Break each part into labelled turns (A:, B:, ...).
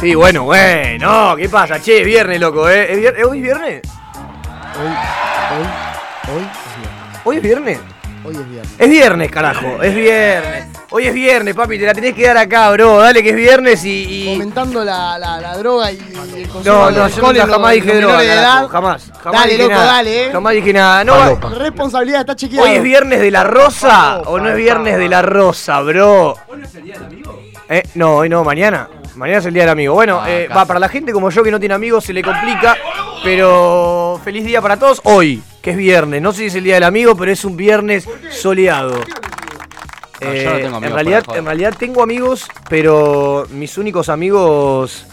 A: Sí, bueno, bueno. ¿Qué pasa? Che, es viernes, loco, ¿eh? ¿Es vier- eh, ¿Hoy es viernes?
B: Hoy, hoy, hoy es viernes.
A: ¿Hoy es viernes?
B: Hoy es viernes.
A: Es viernes, carajo. Es viernes. Hoy es viernes, papi. Te la tenés que dar acá, bro. Dale que es viernes y... y-
B: Comentando la, la, la droga y el consumo
A: No,
B: de
A: no, yo
B: alcohol
A: nunca
B: en los-
A: jamás
B: en los
A: dije droga,
B: menores de
A: carajo,
B: edad.
A: jamás. jamás
B: Dale,
A: dije
B: loco,
A: nada.
B: dale, eh.
A: Jamás dije nada. No, va-
B: Responsabilidad está chequeada.
A: ¿Hoy es viernes de la rosa o no es viernes de la rosa, bro? ¿Hoy no es el día del amigo? Eh, no, hoy no, mañana. Mañana es el día del amigo. Bueno, eh, va, para la gente como yo que no tiene amigos se le complica, pero feliz día para todos hoy, que es viernes. No sé si es el día del amigo, pero es un viernes soleado. Eh,
C: No, yo no tengo amigos,
A: en, realidad,
C: por favor.
A: en realidad tengo amigos, pero mis únicos amigos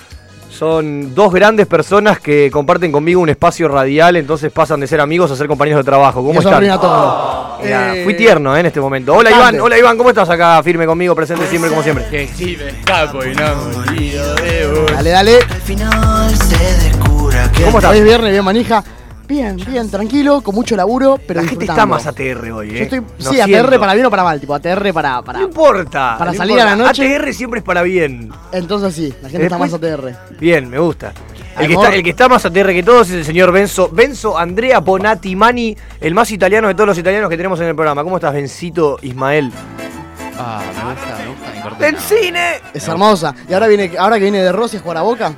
A: son dos grandes personas que comparten conmigo un espacio radial, entonces pasan de ser amigos a ser compañeros de trabajo. ¿Cómo
B: Y eso
A: están?
B: arruina todo.
A: Mirá,
B: Eh,
A: fui tierno eh, en este momento. Hola
B: Bastante.
A: Iván, hola Iván, ¿cómo estás acá? Firme conmigo, presente siempre como siempre.
C: Que sí, me escapo y no de
B: Dale, dale.
D: Al final se descubra que
A: ¿Cómo estás?
B: Hoy es viernes, bien manija. Bien, bien, tranquilo, con mucho laburo, pero
A: La gente está
B: disfrutando.
A: más ATR hoy, eh.
B: Yo estoy,
A: Lo
B: sí, ATR
A: siento.
B: para bien o para mal, tipo ATR para... para.
A: No importa.
B: para
A: no
B: salir a la
A: importa.
B: noche.
A: ATR siempre es para bien.
B: Entonces sí, la gente está
A: Después-
B: más ATR.
A: Bien, me gusta. El que,
B: Amor.
A: está, el que está más ATR que todos es el señor Benzo. Benzo Andrea Bonatti Mani, el más italiano de todos los italianos que tenemos en el programa. ¿Cómo estás, Bencito Ismael?
C: Ah, me gusta, me gusta mi cortina.
A: ¡Bencine!
B: Es hermosa. Y ahora viene, ahora que viene de Rossi a jugar a Boca,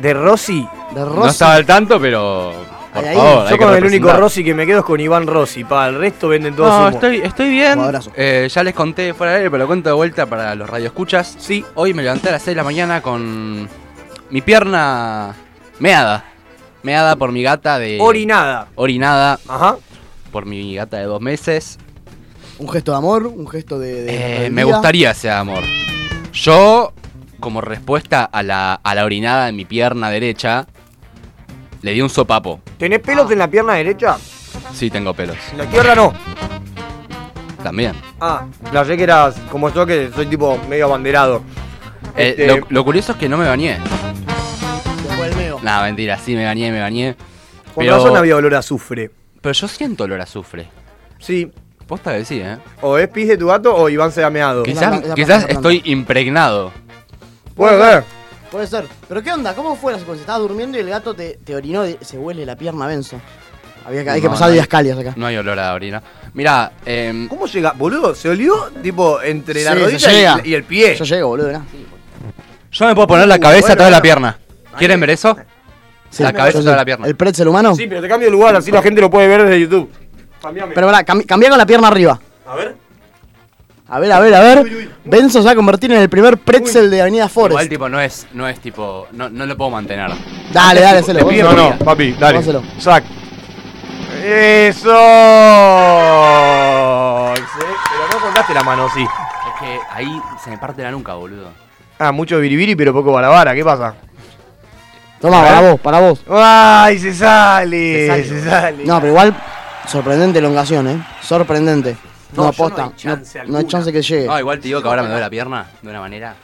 A: De Rossi.
B: de Rossi.
C: No estaba al tanto, pero. Por
B: Ahí, ahí.
C: favor, hay
A: Yo
C: que
A: con el único
C: representar.
A: Rossi que me quedo es con Iván Rossi. Para el resto venden todos
C: No,
A: humo.
C: estoy, estoy bien.
B: Un abrazo.
C: Eh, ya les conté fuera de aire, pero lo cuento de vuelta para los radioescuchas.
A: Sí.
C: Hoy me levanté a las 6 de la mañana con mi pierna meada. Meada por mi gata de.
A: Orinada.
C: Orinada
A: Ajá.
C: por mi gata de dos meses.
B: Un gesto de amor, un gesto de... de
C: Eh,
B: rebeldía.
C: me gustaría ese amor. Yo, como respuesta a la, a la orinada en mi pierna derecha, le di un sopapo.
A: ¿Tenés pelos en la pierna derecha?
C: Sí, tengo pelos.
A: En la izquierda no.
C: También.
A: Ah, la sé que eras como yo que soy tipo medio abanderado.
C: Eh,
A: Este,
C: lo, lo curioso es que no me bañé.
B: Después el meo.
C: Nada, mentira, sí me bañé, me bañé.
A: con
C: Pero,
A: razón había olor a azufre.
C: pero yo siento olor a azufre.
A: Sí.
C: Posta que sí, ¿eh?
A: O es pis de tu gato o Iván se ha meado.
B: ¿Qué?
C: Quizás,
B: planta- la
C: quizás
B: planta.
C: estoy impregnado.
A: Puede ver.
B: Puede ser. Pero ¿qué onda? ¿Cómo fue la secuencia? Estabas durmiendo y el gato te, te orinó y se huele la pierna benzo. Había que, hay que
C: No,
B: pasar
C: no.
B: días calias acá.
C: No hay olor a orina. Mirá, em,
A: ¿Cómo llega? Boludo, se olió tipo entre la
B: Sí, se
A: rodilla y-
B: llega.
A: y, el pie.
B: Yo llego, boludo, ¿verdad?
C: yo me puedo poner la
A: Uh,
C: cabeza
A: bueno,
C: atrás de la
A: bueno.
C: pierna. ¿Quieren ver eso?
B: Sí,
C: La cabeza
B: yo
C: toda
B: sí.
C: la pierna.
B: ¿El pretzel humano?
A: Sí, pero te cambio de lugar, así la gente lo puede ver desde YouTube. Cambiame.
B: Pero pará, cam- cambiá con la pierna arriba.
A: A ver.
B: A ver, a ver, a ver. Benzo se va a convertir en el primer pretzel de Avenida
C: Igual
B: Forest.
C: tipo no es, no es tipo, no, no lo puedo mantener.
B: Dale, dale, hacelo.
C: Le pido
B: Benzo.
C: no,
A: papi,
B: dale. Páselo.
A: Sac. Eso. Sí, pero no contaste la mano, sí.
C: Es que ahí se me parte la nuca, boludo.
A: Ah, mucho biribiri, pero poco barabara, ¿qué pasa? ¿Eh?
B: Toma, para vos, para vos.
A: ¡Ay, se sale!
C: Se
A: Se sale.
C: sale.
B: No, pero igual, sorprendente elongación, ¿eh? Sorprendente.
A: No,
B: No,
A: yo no
B: aposta.
A: hay chance
B: no, no hay
A: alguna.
B: chance que llegue.
C: No, igual te digo que ahora me duele la pierna de una manera.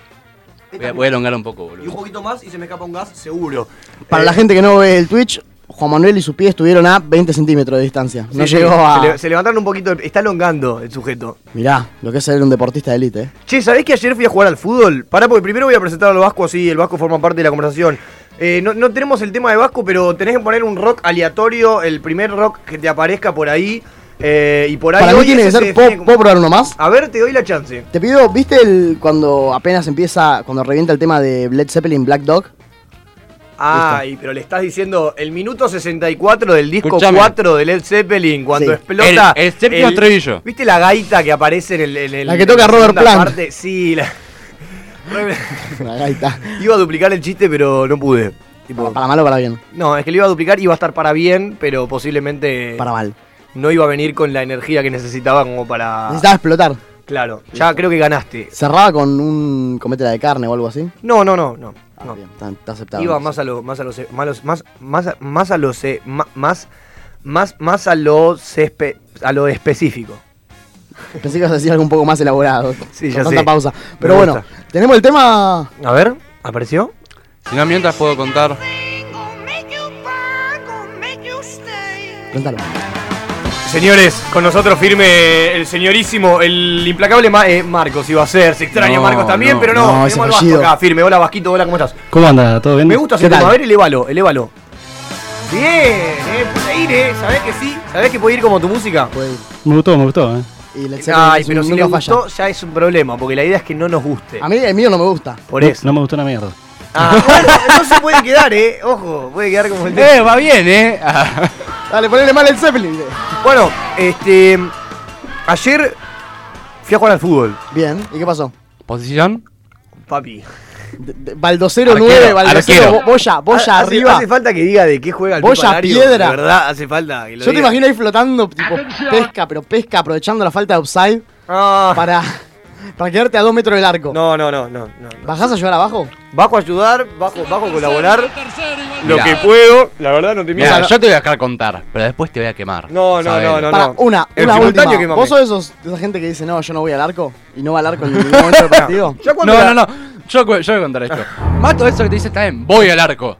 C: Voy a, voy a elongar un poco,
A: Y un
C: boludo.
A: poquito más y se me escapa un gas seguro.
B: Para la gente que no ve el Twitch, Juan Manuel y su pie estuvieron a 20 centímetros de distancia. No
A: Sí,
B: llegó
A: sí,
B: a.
A: Se, le- se levantaron un poquito. el- Está alongando el sujeto.
B: Mirá, lo que es ser un deportista de élite, ¿eh?
A: Che, ¿sabés que ayer fui a jugar al fútbol? Pará, porque primero voy a presentar al Vasco así. El Vasco forma parte de la conversación. Eh, no, no tenemos el tema de Vasco, pero tenés que poner un rock aleatorio. El primer rock que te aparezca por ahí. eh, y por ahí.
B: Para mí
A: hoy
B: tiene que
A: ese
B: ser.
A: se
B: ¿Puedo,
A: define como-
B: puedo probar uno más?
A: A ver, te doy la chance.
B: Te pido, ¿viste el cuando apenas empieza, cuando revienta el tema de Led Zeppelin Black Dog?
A: Ay, pero le estás diciendo el minuto 64 del disco
C: Escuchame.
A: 4 de Led Zeppelin
B: Sí.
A: cuando explota.
C: El- el séptimo estribillo.
A: ¿Viste la gaita que aparece en el. en el-
B: La que toca
A: en
B: Robert
A: segunda
B: Plant.
A: parte? Sí, la-
B: La gaita.
A: iba a duplicar el chiste, pero no pude. Tipo,
B: Ah, Para malo o para bien.
A: no, es que lo iba a duplicar, iba a estar para bien, pero posiblemente
B: Para mal.
A: no iba a venir con la energía que necesitaba como para.
B: Necesitaba explotar.
A: Claro, ya creo que ganaste.
B: Cerraba con un cometera de carne o algo así.
A: No, no, no, no.
B: Ah,
A: no.
B: bien, está, está aceptado.
A: Iba más a lo, más a los más más más a- más a los más más más a lo espe- a lo específico.
B: Pensé que ibas a decir algo un poco más elaborado.
A: Sí,
B: con
A: ya
B: tanta
A: sé.
B: pausa.
A: Me
B: Pero bueno,
A: gusta.
B: tenemos el tema.
A: A ver, apareció.
C: Si no, mientras puedo contar.
E: Gonna make you burn, gonna make you stay.
B: Cuéntalo.
A: Señores, con nosotros firme el señorísimo, el implacable Ma- eh, Marcos iba a ser. Se extraña
C: No,
A: Marcos también,
C: no,
A: pero no,
E: no, ese
A: tenemos al Vasco
E: apellido.
A: acá, firme. Hola Vasquito, hola, ¿cómo estás?
E: ¿Cómo anda? ¿Todo bien?
A: Me gusta ese
E: ¿Qué
A: tema, a
E: tal?
A: ver, elévalo, elévalo. Bien, eh, puede ir, eh, sabés que sí, sabés que puede ir como tu música.
B: Puede ir.
E: Me gustó, me gustó. ¿eh?
B: Y Led Zeppelin
A: Ay,
B: es un-
A: pero si
B: nunca
A: le
B: falla.
A: gustó ya es un problema, porque la idea es que no nos guste.
B: A mí el mío no me gusta.
A: Por
E: No-
A: eso.
E: No, me gustó una mierda.
A: Ah, bueno, no se puede quedar, eh. Ojo, puede quedar como el tema.
C: Eh, va bien, eh.
B: Dale, ponele mal el Zeppelin.
A: Bueno, este. Ayer fui a jugar al fútbol.
B: Bien, ¿y qué pasó?
C: Posición.
A: Papi.
B: De- de- Baldocero
C: Arquero,
B: 9, Baldocero,
C: arquero.
B: bo- boya, boya
A: Ha- hace-
B: arriba.
A: Hace falta que diga de qué juega el
B: Boya,
A: Pipalario,
B: piedra.
A: De verdad, hace falta. que lo
B: Yo te
A: diga.
B: imagino ahí flotando, tipo pesca, pero pesca aprovechando la falta de upside
A: Ah,
B: para, para quedarte a dos metros del arco.
A: No, no, no, no, no. no.
B: ¿Bajás a llevar abajo?
A: Bajo a ayudar, bajo, bajo a colaborar. Lo
C: Mirá.
A: que puedo, la verdad no te
C: Mira,
A: miento.
C: yo te voy a dejar contar, pero después te voy a quemar.
A: No, no, no,
C: Sabelo.
A: no, no.
B: para, una,
A: El
B: una
A: simultáneo
B: última.
A: que mamé.
B: ¿Vos sos de esos, de esa gente que dice, no, yo no voy al arco? ¿Y no va al arco en ningún momento del partido?
A: Ya cuando
C: No,
A: la-
C: no, no. Yo, cu- yo voy a contar esto. Mato eso que te dice también. Voy al arco.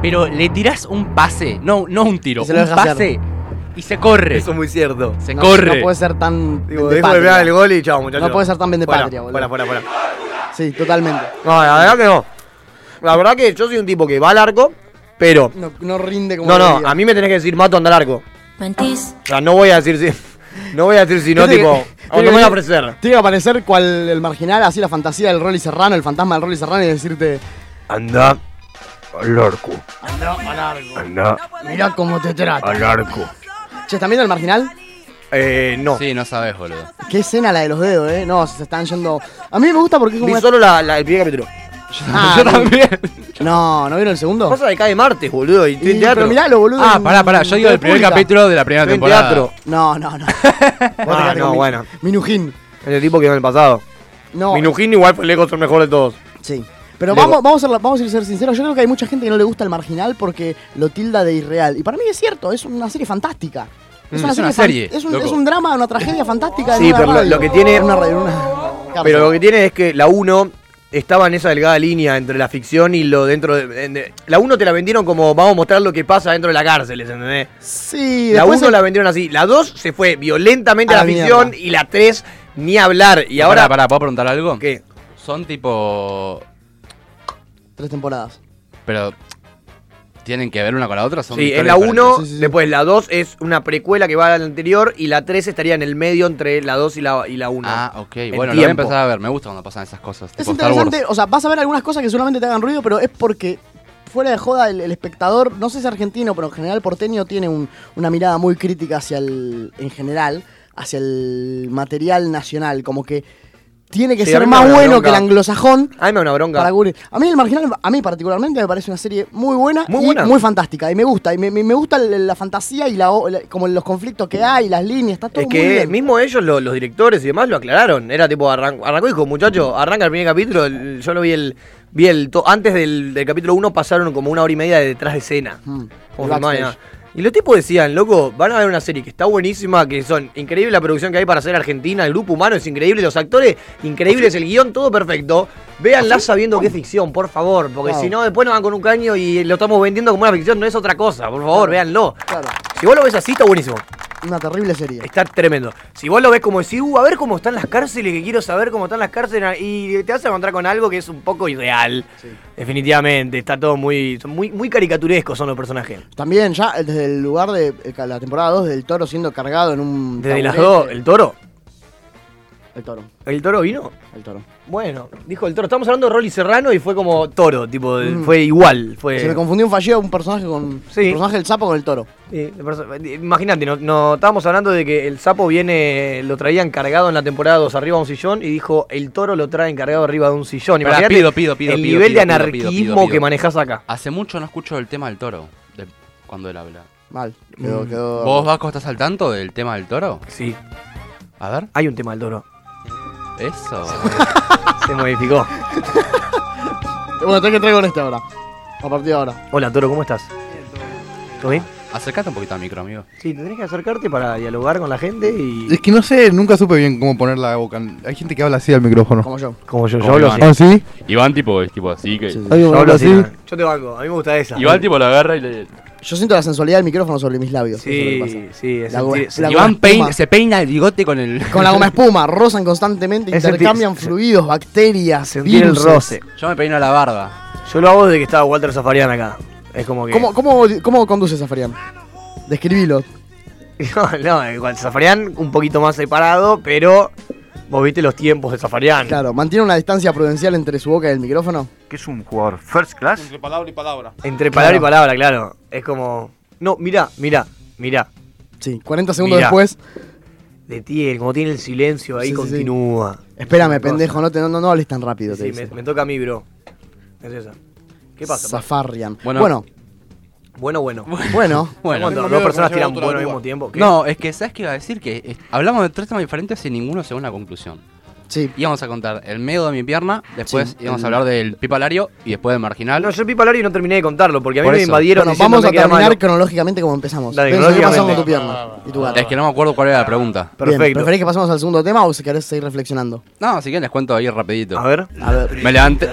C: Pero le tirás un pase, no, no un tiro,
B: Y se lo
C: un
B: dejas
C: pase y se corre.
A: Eso es muy cierto.
C: Se
B: No,
C: corre.
B: No puede ser tan.
A: Digo,
B: de
A: dejo de
B: patria.
A: pegar el gol y chao, muchachos.
B: No puede ser tan bien de
A: Fuera,
B: patria, boludo.
A: Fuera, fuera, fuera.
B: Sí, totalmente.
A: No, la verdad que no. La verdad que yo soy un tipo que va al arco, pero.
B: No, no rinde como.
A: No, no,
B: debería.
A: a mí me tenés que decir mato anda al arco.
F: Mentís.
A: O sea, no voy a decir si. No voy a decir si no,
B: Tiene que-
A: tipo.
B: tiene que
A: O no me voy a
B: venir-
A: ofrecer.
B: Tiene que aparecer cual el marginal, así la fantasía del Rolly Serrano, el fantasma del Rolly Serrano y decirte,
A: Anda al arco. Anda
B: mirá cómo te trata.
A: al arco.
B: Che, ¿están viendo el marginal?
A: Eh, no.
C: Sí, no sabes, boludo.
B: Qué escena la de los dedos, eh. No, se están yendo. A mí me gusta porque es como.
A: Vi
B: una-
A: solo la, la- el primer capítulo.
B: Ah,
C: yo también.
B: No, ¿no vieron el segundo?
A: Pasa de cada martes, boludo. Y estoy
B: Y-
A: en teatro.
B: pero miralo, boludo.
C: Ah,
B: en-
C: pará, pará. Yo digo el primer
B: República.
C: capítulo de la primera
A: estoy en
C: temporada.
A: teatro.
B: No, no, no.
A: Ah, no, bueno.
B: Minujín.
A: Es el tipo que iba en el pasado.
B: No.
A: Minujín igual fue lejos el mejor de todos.
B: Sí. Pero
A: Luego-
B: vamos, vamos, a, la- vamos a ser sinceros, yo creo que hay mucha gente que no le gusta el marginal porque lo tilda de irreal. Y para mí es cierto, es una serie fantástica. Es
C: Mm,
B: una
C: es una
B: fan-
C: serie,
B: es, un,
C: loco.
B: es un drama, una tragedia fantástica. en
A: Sí,
B: una
A: pero lo-
B: radio.
A: lo que tiene-
B: En Una radio, en una
A: Pero lo
B: cápsula.
A: que tiene es que la 1 estaba en esa delgada línea entre la ficción y lo dentro de. en- de- la 1 te la vendieron como vamos a mostrar lo que pasa dentro de la cárcel, ¿entendés?
B: Sí,
A: La 1
B: después el-
A: la vendieron así. La 2 se fue violentamente a,
B: A
A: la
B: la
A: ficción
B: mierda.
A: y la 3 ni hablar. Y ahora.
C: Pará, pará, ¿puedo preguntar algo?
A: ¿Qué?
C: Son tipo.
B: Tres temporadas.
C: Pero. ¿Tienen que ver una con la otra? ¿Son
A: Sí,
C: historias
A: es la 1,
C: diferentes?
B: Sí, sí, sí.
A: después la 2 es una precuela que va a la anterior y la 3 estaría en el medio entre la 2 y la 1. Y la uno.
C: Ah, ok.
A: En
C: Bueno, lo voy a
A: tiempo.
C: empezar a ver. Me gusta cuando pasan esas cosas.
B: Es
C: tipo Star Wars.
B: interesante, o sea, vas a ver algunas cosas que seguramente te hagan ruido, pero es porque fuera de joda el, el espectador, no sé si argentino, pero en general porteño tiene un- una mirada muy crítica hacia el, en general, hacia el material nacional, como que tiene que
A: Sí, a
B: ser
A: mí me
B: más
A: da
B: bueno
A: bronca.
B: que el anglosajón.
A: A mí me da una bronca.
B: Para cubrir. A mí el marginal, a mí particularmente me parece una serie muy buena,
A: Muy
B: y
A: buena.
B: muy fantástica. Y me gusta, y me, me- me gusta el- la fantasía y la, o- la- como los conflictos que hay, las líneas, está todo
A: Es
B: muy
A: que
B: bien.
A: mismo ellos, lo- los directores y demás, lo aclararon. Era tipo, arran- arrancó y dijo, muchacho, arranca el primer capítulo. el- yo lo vi el. Vi el to- antes del, del capítulo 1 pasaron como una hora y media de detrás de escena.
B: Mm,
A: Como
B: el
A: filmaba
B: backstage.
A: y nada. Y los tipos decían, loco, van a ver una serie que está buenísima, que son increíble la producción que hay para hacer Argentina, el grupo humano es increíble, los actores increíbles, el guión todo perfecto.
B: ¿Ah,
A: Véanla sabiendo que es ficción, por favor, porque
B: Claro.
A: si no después nos van con un caño y lo estamos vendiendo como una ficción, no es otra cosa, por favor, véanlo.
B: Claro,
A: Si vos lo ves así, está buenísimo.
B: una terrible serie.
A: Está tremendo. Si vos lo ves como decís, uh, a ver cómo están las cárceles, que quiero saber cómo están las cárceles, y te vas a encontrar con algo que es un poco irreal. Definitivamente, está todo muy, son muy, muy caricaturescos son los personajes.
B: También ya eh, desde el lugar de eh, la temporada 2 del toro siendo cargado en un
A: Desde las
B: taburete.
A: dos, el toro.
B: El toro,
A: ¿El toro vino?
B: el toro.
A: Bueno, dijo el toro. Estamos hablando de Rolly Serrano y fue como toro, tipo,
B: Mm.
A: fue igual. Fue,
B: Se me confundió un fallido un personaje con
A: eh. Sí.
B: el personaje del sapo con el toro.
A: Eh, de perso- eh, Imagínate, no, no, estábamos hablando de que el sapo viene, lo traían cargado en la temporada 2 arriba de un sillón y dijo, el toro lo traen cargado arriba de un sillón.
C: Pará,
A: Imagínate
C: pido, pido, pido,
A: el
C: pido,
A: nivel
C: pido,
A: de
C: pido, pido,
A: anarquismo
C: pido, pido.
A: que manejás acá.
C: Hace mucho no escucho el tema del toro. de cuando él habla.
B: Mal. Mm. Quedó, quedó-
C: ¿Vos, Vasco, estás al tanto del tema del toro?
A: Sí,
C: A ver.
A: hay un tema del toro.
C: Eso.
A: Se modificó.
B: Bueno, tengo que traer con este ahora. A partir de ahora.
A: Hola, toro, ¿cómo estás? ¿Todo bien?
C: Acercate un poquito al micro, amigo.
A: Sí, tenés que acercarte para dialogar con la gente y...
G: Es que no sé, nunca supe bien cómo poner la boca. Hay gente que habla así al micrófono.
B: Como yo.
A: Como yo, yo
C: Como
A: hablo
C: Iván.
A: así.
G: ¿Ah, sí?
C: Iván, tipo, es tipo así que.
B: Sí, sí.
G: Hay
A: Yo
G: uno
A: hablo
G: así.
A: así. Yo te banco, a mí me gusta esa.
C: tipo, lo agarra y le.
B: Yo siento la sensualidad del micrófono sobre mis labios. eso es lo que
A: Sí, sí, es
B: La goma-
A: sentir-
B: la
C: Iván
B: goma espuma.
C: peina- se peina el bigote con el.
B: pasa. Con la goma espuma, rozan constantemente,
A: Es sentir-
B: intercambian fluidos, bacterias,
A: sentir el
B: viruses.
A: roce.
C: Yo me peino la barba.
A: Yo lo hago desde que estaba Walter Zafarian acá. Es como que.
B: ¿Cómo, cómo, cómo conduces a Farian? Describilo.
A: No, no, eh, Walter Zafarian un poquito más separado, pero vos viste los tiempos de Zafarian.
B: Claro, mantiene una distancia prudencial entre su boca y el micrófono.
F: que es un jugador first class.
H: Entre palabra y palabra.
A: Entre palabra
B: Claro.
A: y palabra, claro. Es como. No, mirá, mirá, mirá.
B: Sí, 40 segundos
A: Mirá.
B: después.
A: Detiene, como tiene el silencio ahí,
B: Sí, sí, sí.
A: continúa.
B: Espérame,
A: Cosa.
B: pendejo, no, te, no, no, no hables tan rápido.
A: Sí,
B: te
A: me,
B: dice.
A: me toca a mí, bro. Es esa. ¿Qué pasa? pa?
B: Zafarian.
C: Bueno.
B: Bueno,
A: Bueno, bueno.
B: bueno.
C: Bueno,
A: Cuando
H: Tengo
A: dos
H: miedo
A: personas
H: que me lleve
A: tiran
H: otro
A: bueno al
H: la
A: mismo
H: duda.
A: tiempo. ¿qué?
C: no, es que, ¿sabes qué iba a decir? Que eh, hablamos de tres temas diferentes y ninguno llegó a una conclusión.
B: Sí.
C: Íbamos a contar el medio de mi pierna, después
B: Sí,
C: íbamos
B: el-
C: a hablar del pipalario y después del marginal.
A: No, yo el pipalario no terminé de contarlo porque a mí
C: Por
A: me
C: eso.
A: invadieron.
B: Bueno,
A: diciéndome
B: vamos a
A: que era
B: terminar
A: malo.
B: cronológicamente como empezamos.
A: Dale,
B: Entonces, ¿qué pasó con
A: cronológicamente.
B: tu pierna y tu gato?
C: Es que no me acuerdo cuál era la pregunta.
B: Bien,
A: Perfecto.
B: ¿Preferís que pasemos al segundo tema o si querés seguir reflexionando?
C: No, si quieren les cuento ahí rapidito.
A: A ver.
B: A ver.
C: Me levanté.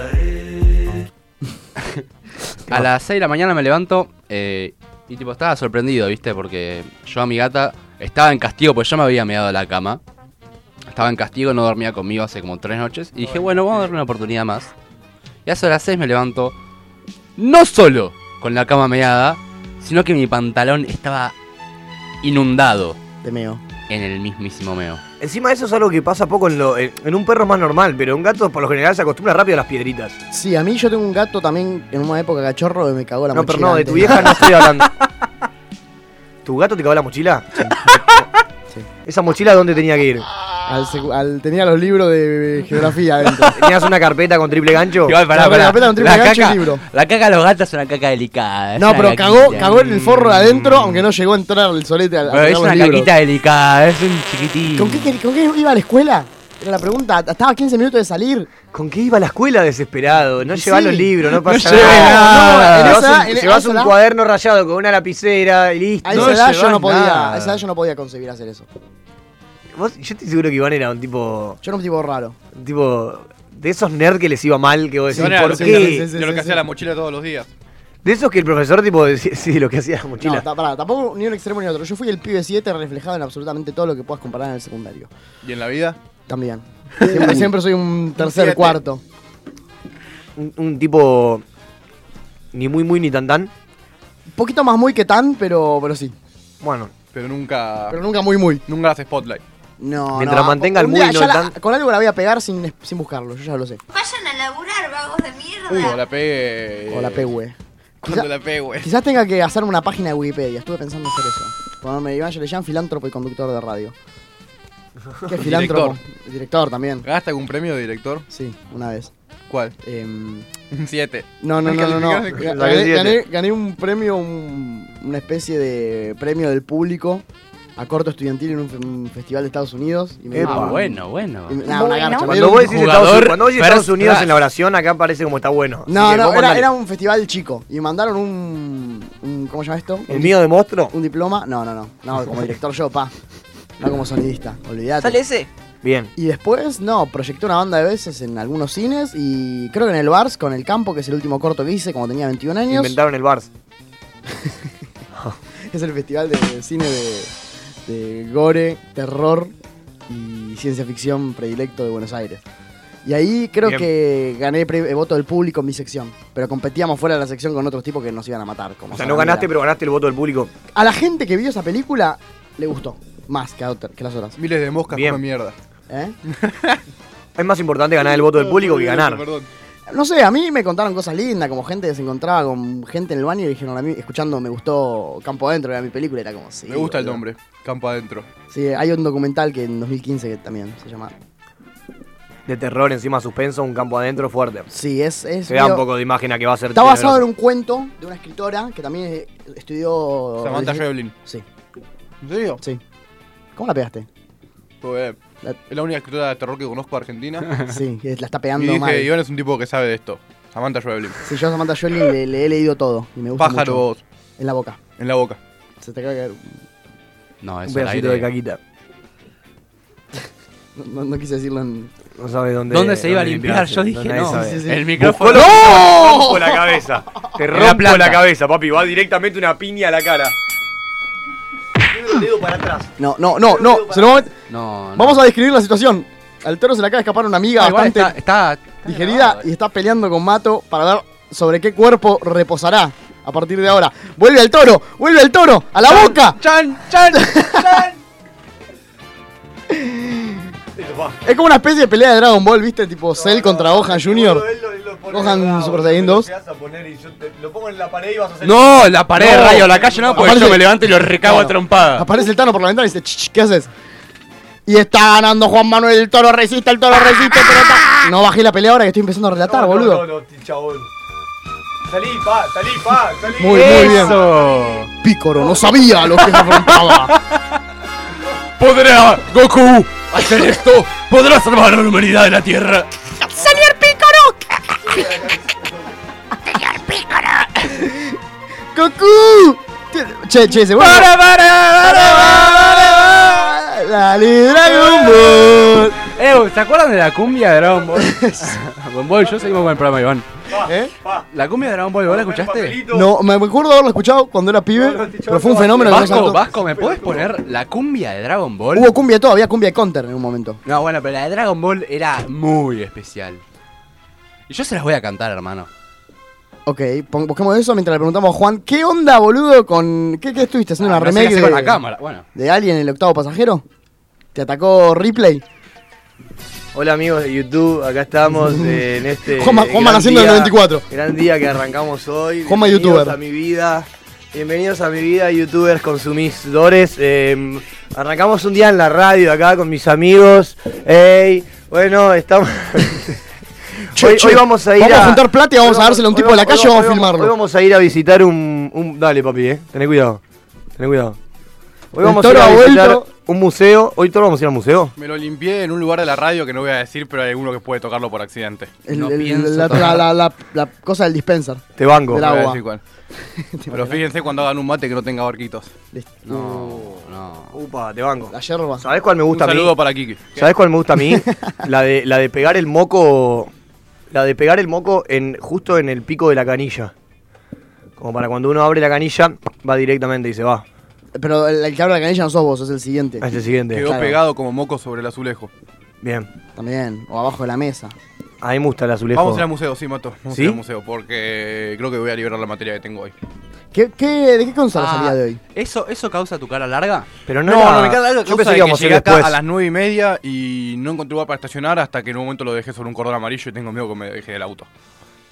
C: a las 6 de la mañana me levanto eh, y tipo estaba sorprendido, ¿viste? Porque yo a mi gata estaba en castigo, pues yo me había meado de la cama. Estaba en castigo, no dormía conmigo hace como tres noches. Y dije, bueno, vamos a darle una oportunidad más. Y hace las 6 me levanto, no solo con la cama meada, sino que mi pantalón estaba inundado
B: Te meo.
C: en el mismísimo meo.
A: Encima eso es algo que pasa poco en, lo, en, en un perro es más normal, pero un gato por lo general se acostumbra rápido a las piedritas.
B: Sí, a mí yo tengo un gato también en una época cachorro que me cagó la
A: no,
B: mochila.
A: pero no, de
B: antes
A: tu vieja no estoy hablando. ¿Tu gato te cagó la mochila?
B: Sí.
A: ¿Esa mochila dónde tenía que ir?
B: Al, secu- al- tenía los libros de geografía adentro.
A: ¿Tenías una carpeta con triple gancho?
C: Igual, pará,
B: La
C: pará.
B: carpeta con triple
C: La
B: gancho y
C: caca,
B: libro.
C: la caca de los gatos es una caca delicada. es
B: No,
C: una
B: pero
C: caquita.
B: cagó, cagó en el forro de adentro, aunque no llegó a entrar el solete al- a,
C: Pero
B: pegar
C: es una
B: los libros.
C: caquita delicada, es un chiquitín.
B: ¿Con qué, quer- ¿Con qué iba a la escuela? Era la pregunta. Estaba a 15 minutos de salir.
A: ¿Con qué iba a la escuela desesperado? No
B: Sí.
A: llevaba los libros, no pasa
C: llevé
A: nada.
B: nada. No, en
A: Llevas
B: esa-
A: un,
B: en- a
A: llevas
B: esa
A: un
B: edad-
A: cuaderno rayado con una lapicera y listo.
B: A esa edad yo
A: llevas
B: no podía.
A: nada.
B: A esa edad yo no podía concebir hacer eso.
A: Vos- yo estoy seguro que Iván era un tipo.
B: Yo era un tipo raro.
A: un tipo. De esos nerds que les iba mal, que vos decís,
H: Yo era
A: ¿por
H: lo que-
A: qué?
B: sí, sí,
H: Yo lo
B: sí,
H: que hacía
B: sí.
H: la mochila todos los días.
A: De esos que el profesor, tipo, decía, sí, lo que hacía la
B: No,
A: mochila.
B: ta- pará, tampoco ni un extremo ni otro. Yo fui el pibe 7 reflejado en absolutamente todo lo que puedas comparar en el secundario.
H: ¿Y en la vida?
B: También. Siempre, siempre soy un tercer,
H: Siete.
B: cuarto.
A: un, un tipo. Ni muy, muy, ni tan, tan.
B: Un poquito más muy que tan, pero, pero sí.
A: Bueno,
H: Pero nunca.
B: Pero nunca muy muy.
H: Nunca hace spotlight.
B: No,
A: Mientras
B: no.
A: mantenga el
B: Un
A: muy
B: día
A: y no
B: ya
A: el
B: la-
A: tan.
B: Con algo la voy a pegar sin, sin buscarlo, yo ya lo sé.
I: Vayan a laburar, vagos de mierda.
H: Uh, la pegué.
B: O la pegue.
H: Cuando
B: Quizá-
H: la pegué, güey.
B: Quizás tenga que hacerme una página de Wikipedia. Estuve pensando hacer eso. Ponerme Iván Yerellán, filántropo y conductor de radio. ¿Qué filántropo? Director. también.
H: ¿Gasta algún premio de director?
B: Sí, una vez.
H: ¿Cuál?
B: Em,
H: Un 7.
B: no, no, no, no, no.
H: Calificaste
A: con-
B: Gané,
A: La
B: gané- gané un premio, un- una especie de premio del público a corto estudiantil en un, fe- un festival de Estados Unidos. Y me
A: Epa.
C: Ah,
B: dieron-
C: bueno, bueno.
B: y me- nah, una
I: Bueno.
B: garcha, me
A: cuando
B: dieron
A: vos
B: un
A: decís
C: jugador
A: Estados Unidos, cuando vos decís
C: first
A: Estados Unidos
C: class.
A: en la oración, acá parece como está bueno. Así
B: No,
A: que
B: no,
A: vos
B: era,
A: mandale.
B: era un festival chico. Y me mandaron un, un- ¿Cómo se llama esto?
A: ¿El mío de monstruo?
B: Un diploma. No, no, no. No, como director yo, pa. No como sonidista. Olvídate.
C: ese?
A: Bien.
B: Y después, no, proyecté una banda de veces en algunos cines y creo que en el Bars con El Campo, que es el último corto que hice cuando tenía 21 años.
A: Inventaron el Bars.
B: Es el festival de, de cine de, de gore, terror y ciencia ficción predilecto de Buenos Aires. Y ahí creo
A: Bien.
B: que gané pre- eh, voto del público en mi sección. Pero competíamos fuera de la sección con otros tipos que nos iban a matar. Como
A: O sea, no ganaste, pero ganaste el voto del público.
B: A la gente que vio esa película le gustó más que, a otra- que las otras.
H: Miles de moscas
A: Bien.
H: comen mierda.
B: ¿eh?
A: Es más importante ganar el voto del público que ganar.
H: Perdón.
B: No sé, a mí me contaron cosas lindas, como gente que se encontraba con gente en el baño y dijeron a mí, escuchando, me gustó Campo Adentro, era mi película, era como, sí.
H: Me gusta el
B: boludo".
H: nombre. Campo adentro.
B: Sí, hay un documental que en 2015 que también se llama.
A: De terror, encima suspenso, un campo adentro fuerte.
B: Sí, es. es
A: Se da un
B: medio-
A: poco de imagen a que va a ser.
B: Está
A: tenebroso.
B: basado en un cuento de una escritora que también eh, estudió.
H: Samantha
B: relig-
H: Joblin.
B: Sí,
H: ¿En serio?
B: sí. ¿Cómo la pegaste?
H: Pues, eh,
B: La-
H: Es la única escritora de terror que conozco de Argentina.
B: Sí, que la está
H: y
B: pegando
H: dije,
B: mal.
H: Iván es un tipo que sabe de esto. Samantha Joblin.
B: Sí, yo a Samantha Jolie le, le he leído todo y me gusta.
H: Pájaro
B: mucho.
H: vos,
B: En la boca.
H: en la boca.
B: Se te acaba de caer-
C: No,
A: Un
C: eso al
A: pedacito de
C: aire.
A: caquita.
B: No, no- no quise decirlo en.
A: No sabes dónde.
C: ¿Dónde se iba a limpiar? Yo dije,
A: nadie
C: no.
A: sabe.
B: Sí, sí, sí.
C: El micrófono.
A: ¡No! rompo la cabeza. Te
C: En la
A: rompo la,
C: planta.
A: cabeza, papi. Va directamente una piña a la cara. Tiene el dedo para atrás.
B: No, no, no, no. se lo vamos, a met-
C: No, no.
B: vamos a describir la situación. Al toro se le acaba de escapar una amiga
C: Ah, igual
B: bastante
C: está, está- está
B: digerida
C: grabado, eh.
B: y está peleando con Mato para ver sobre qué cuerpo reposará a partir de ahora. ¡Vuelve al toro! ¡Vuelve al toro! ¡A la boca!
C: ¡Chan, chan!
B: Es como una especie de pelea de Dragon Ball, ¿viste? Tipo Cell contra Gohan Jr. Gohan Super Saiyan 2.
A: Lo pongo en la pared y vas a hacer.
C: No, la pared de
A: No.
C: rayo, la calle no, porque
B: Aparte-
C: yo me levanto y lo recago a
B: No.
C: trompada.
B: Aparece el Tano por la ventana y dice, "Ch, ch, ¿qué haces? Y está ganando Juan Manuel el toro, resiste, el toro resiste, pelota. No bajé la pelea ahora que estoy empezando a relatar,
A: No, no,
B: Ah, boludo.
A: No, no, ti- chabón. Salí, pa, salí, pa, salí.
B: Muy, muy bien. Pícoro, no sabía a lo que se afrontaba.
C: ¡Podrá, Goku, hacer esto! ¡Podrá salvar a la humanidad de la Tierra!
B: ¡Goku! Che, che, se vuelve. Dale, Dragon Ball.
C: Eh, ¿se acuerdan de la cumbia de Dragon Ball? Dragon Ball, yo seguimos con el programa, Iván.
B: ¿Eh?
C: ¿La cumbia de Dragon Ball, ¿vos la escuchaste?
B: No, me acuerdo haberlo escuchado cuando era pibe, pero fue un fenómeno. que me
C: Vasco,
B: saltó.
C: Vasco, ¿me podés poner la cumbia de Dragon Ball?
B: Hubo cumbia de todo, había cumbia de counter en un momento.
C: No, bueno, pero la de Dragon Ball era muy especial. Y yo se las voy a cantar, hermano.
B: Ok, pon- busquemos eso mientras le preguntamos a Juan, ¿qué onda, boludo, con... ¿Qué, qué estuviste haciendo
C: Ah,
B: una
C: no sé qué
B: remake
C: hacer
B: de,
C: con la cámara. Bueno,
B: de Alien, el octavo pasajero? ¿Te atacó Ripley?
A: Hola amigos de YouTube, acá estamos eh, en este.
B: Juanma-
A: eh,
B: Juanma
A: gran
B: naciendo en el
A: día-
B: 94.
A: Gran día que arrancamos hoy.
B: Juanma
A: Bienvenidos
B: youtuber.
A: a mi vida. Bienvenidos a mi vida, youtubers consumidores. Eh, arrancamos un día en la radio acá con mis amigos. Ey, bueno, estamos.
B: Che,
A: hoy,
B: che,
A: hoy vamos a ir
B: vamos a
A: a
B: juntar plata y vamos
A: hoy
B: a dársela a un
A: hoy
B: tipo de la
A: hoy
B: calle y vamos a
A: hoy
B: filmarlo.
A: Hoy vamos a ir a visitar un, un- Dale, papi, eh. Tené cuidado. Tené cuidado. Hoy
B: El
A: vamos a ir
B: toro
A: a
B: ha
A: visitar
B: vuelto.
A: un museo. Hoy todos vamos a ir al museo.
G: Me lo limpié en un lugar de la radio que no voy a decir, pero hay alguno que puede tocarlo por accidente.
B: El-
C: No
B: el-
C: pienso
B: la, la-
C: tocar.
B: la- la- la cosa del dispenser.
A: Te banco.
B: De la-
G: No voy a
B: agua.
G: decir cuál. Pero fíjense cuando hagan un mate que no tenga barquitos.
C: no, no.
A: Upa, te banco.
B: La yerba.
A: ¿Sabes cuál me
G: Un
A: gusta a mí?
G: saludo para Kiki.
A: ¿Sabes cuál me gusta a mí? la de la de pegar el moco la de pegar el moco en justo en el pico de la canilla. Como para cuando uno abre la canilla va directamente y se va.
B: Pero el, el que abre la canilla no sos vos, es el siguiente.
A: Ah, Es el siguiente.
G: Quedó
B: Claro.
G: pegado como moco sobre el azulejo.
A: Bien.
B: También, o abajo de la mesa.
A: A mí me gusta el azulejo.
G: Vamos a ir al museo, sí, Mato. Vamos
A: ¿Sí?
G: a ir al museo porque creo que voy a liberar la materia que tengo hoy.
B: ¿Qué, qué, ¿De qué
G: Ah.
B: consola salía de hoy?
C: Ah, ¿eso, ¿Eso causa tu cara larga?
A: Pero no, era- Yo pensé que íbamos a ir
G: llegué acá
A: después.
G: a las nueve y media y no encontré lugar para estacionar hasta que en un momento lo dejé sobre un cordón amarillo y tengo miedo que me deje del auto.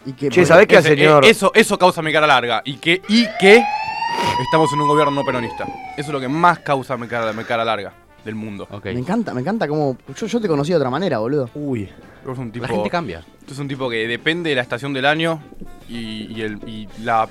B: ¿Y qué,
A: Che, ¿sabés qué,
G: Ese- eh,
A: señor?
G: Eso, eso causa mi cara larga. Y que, y que estamos en un gobierno no peronista. Eso es lo que más causa mi cara, mi cara larga del mundo.
C: Ok.
B: Me encanta, me encanta como... Yo, yo te conocí de otra manera, boludo.
A: Uy.
G: Vos sos un tipo,
C: La gente cambia.
G: sos un tipo que depende de la estación del año y, y el- y la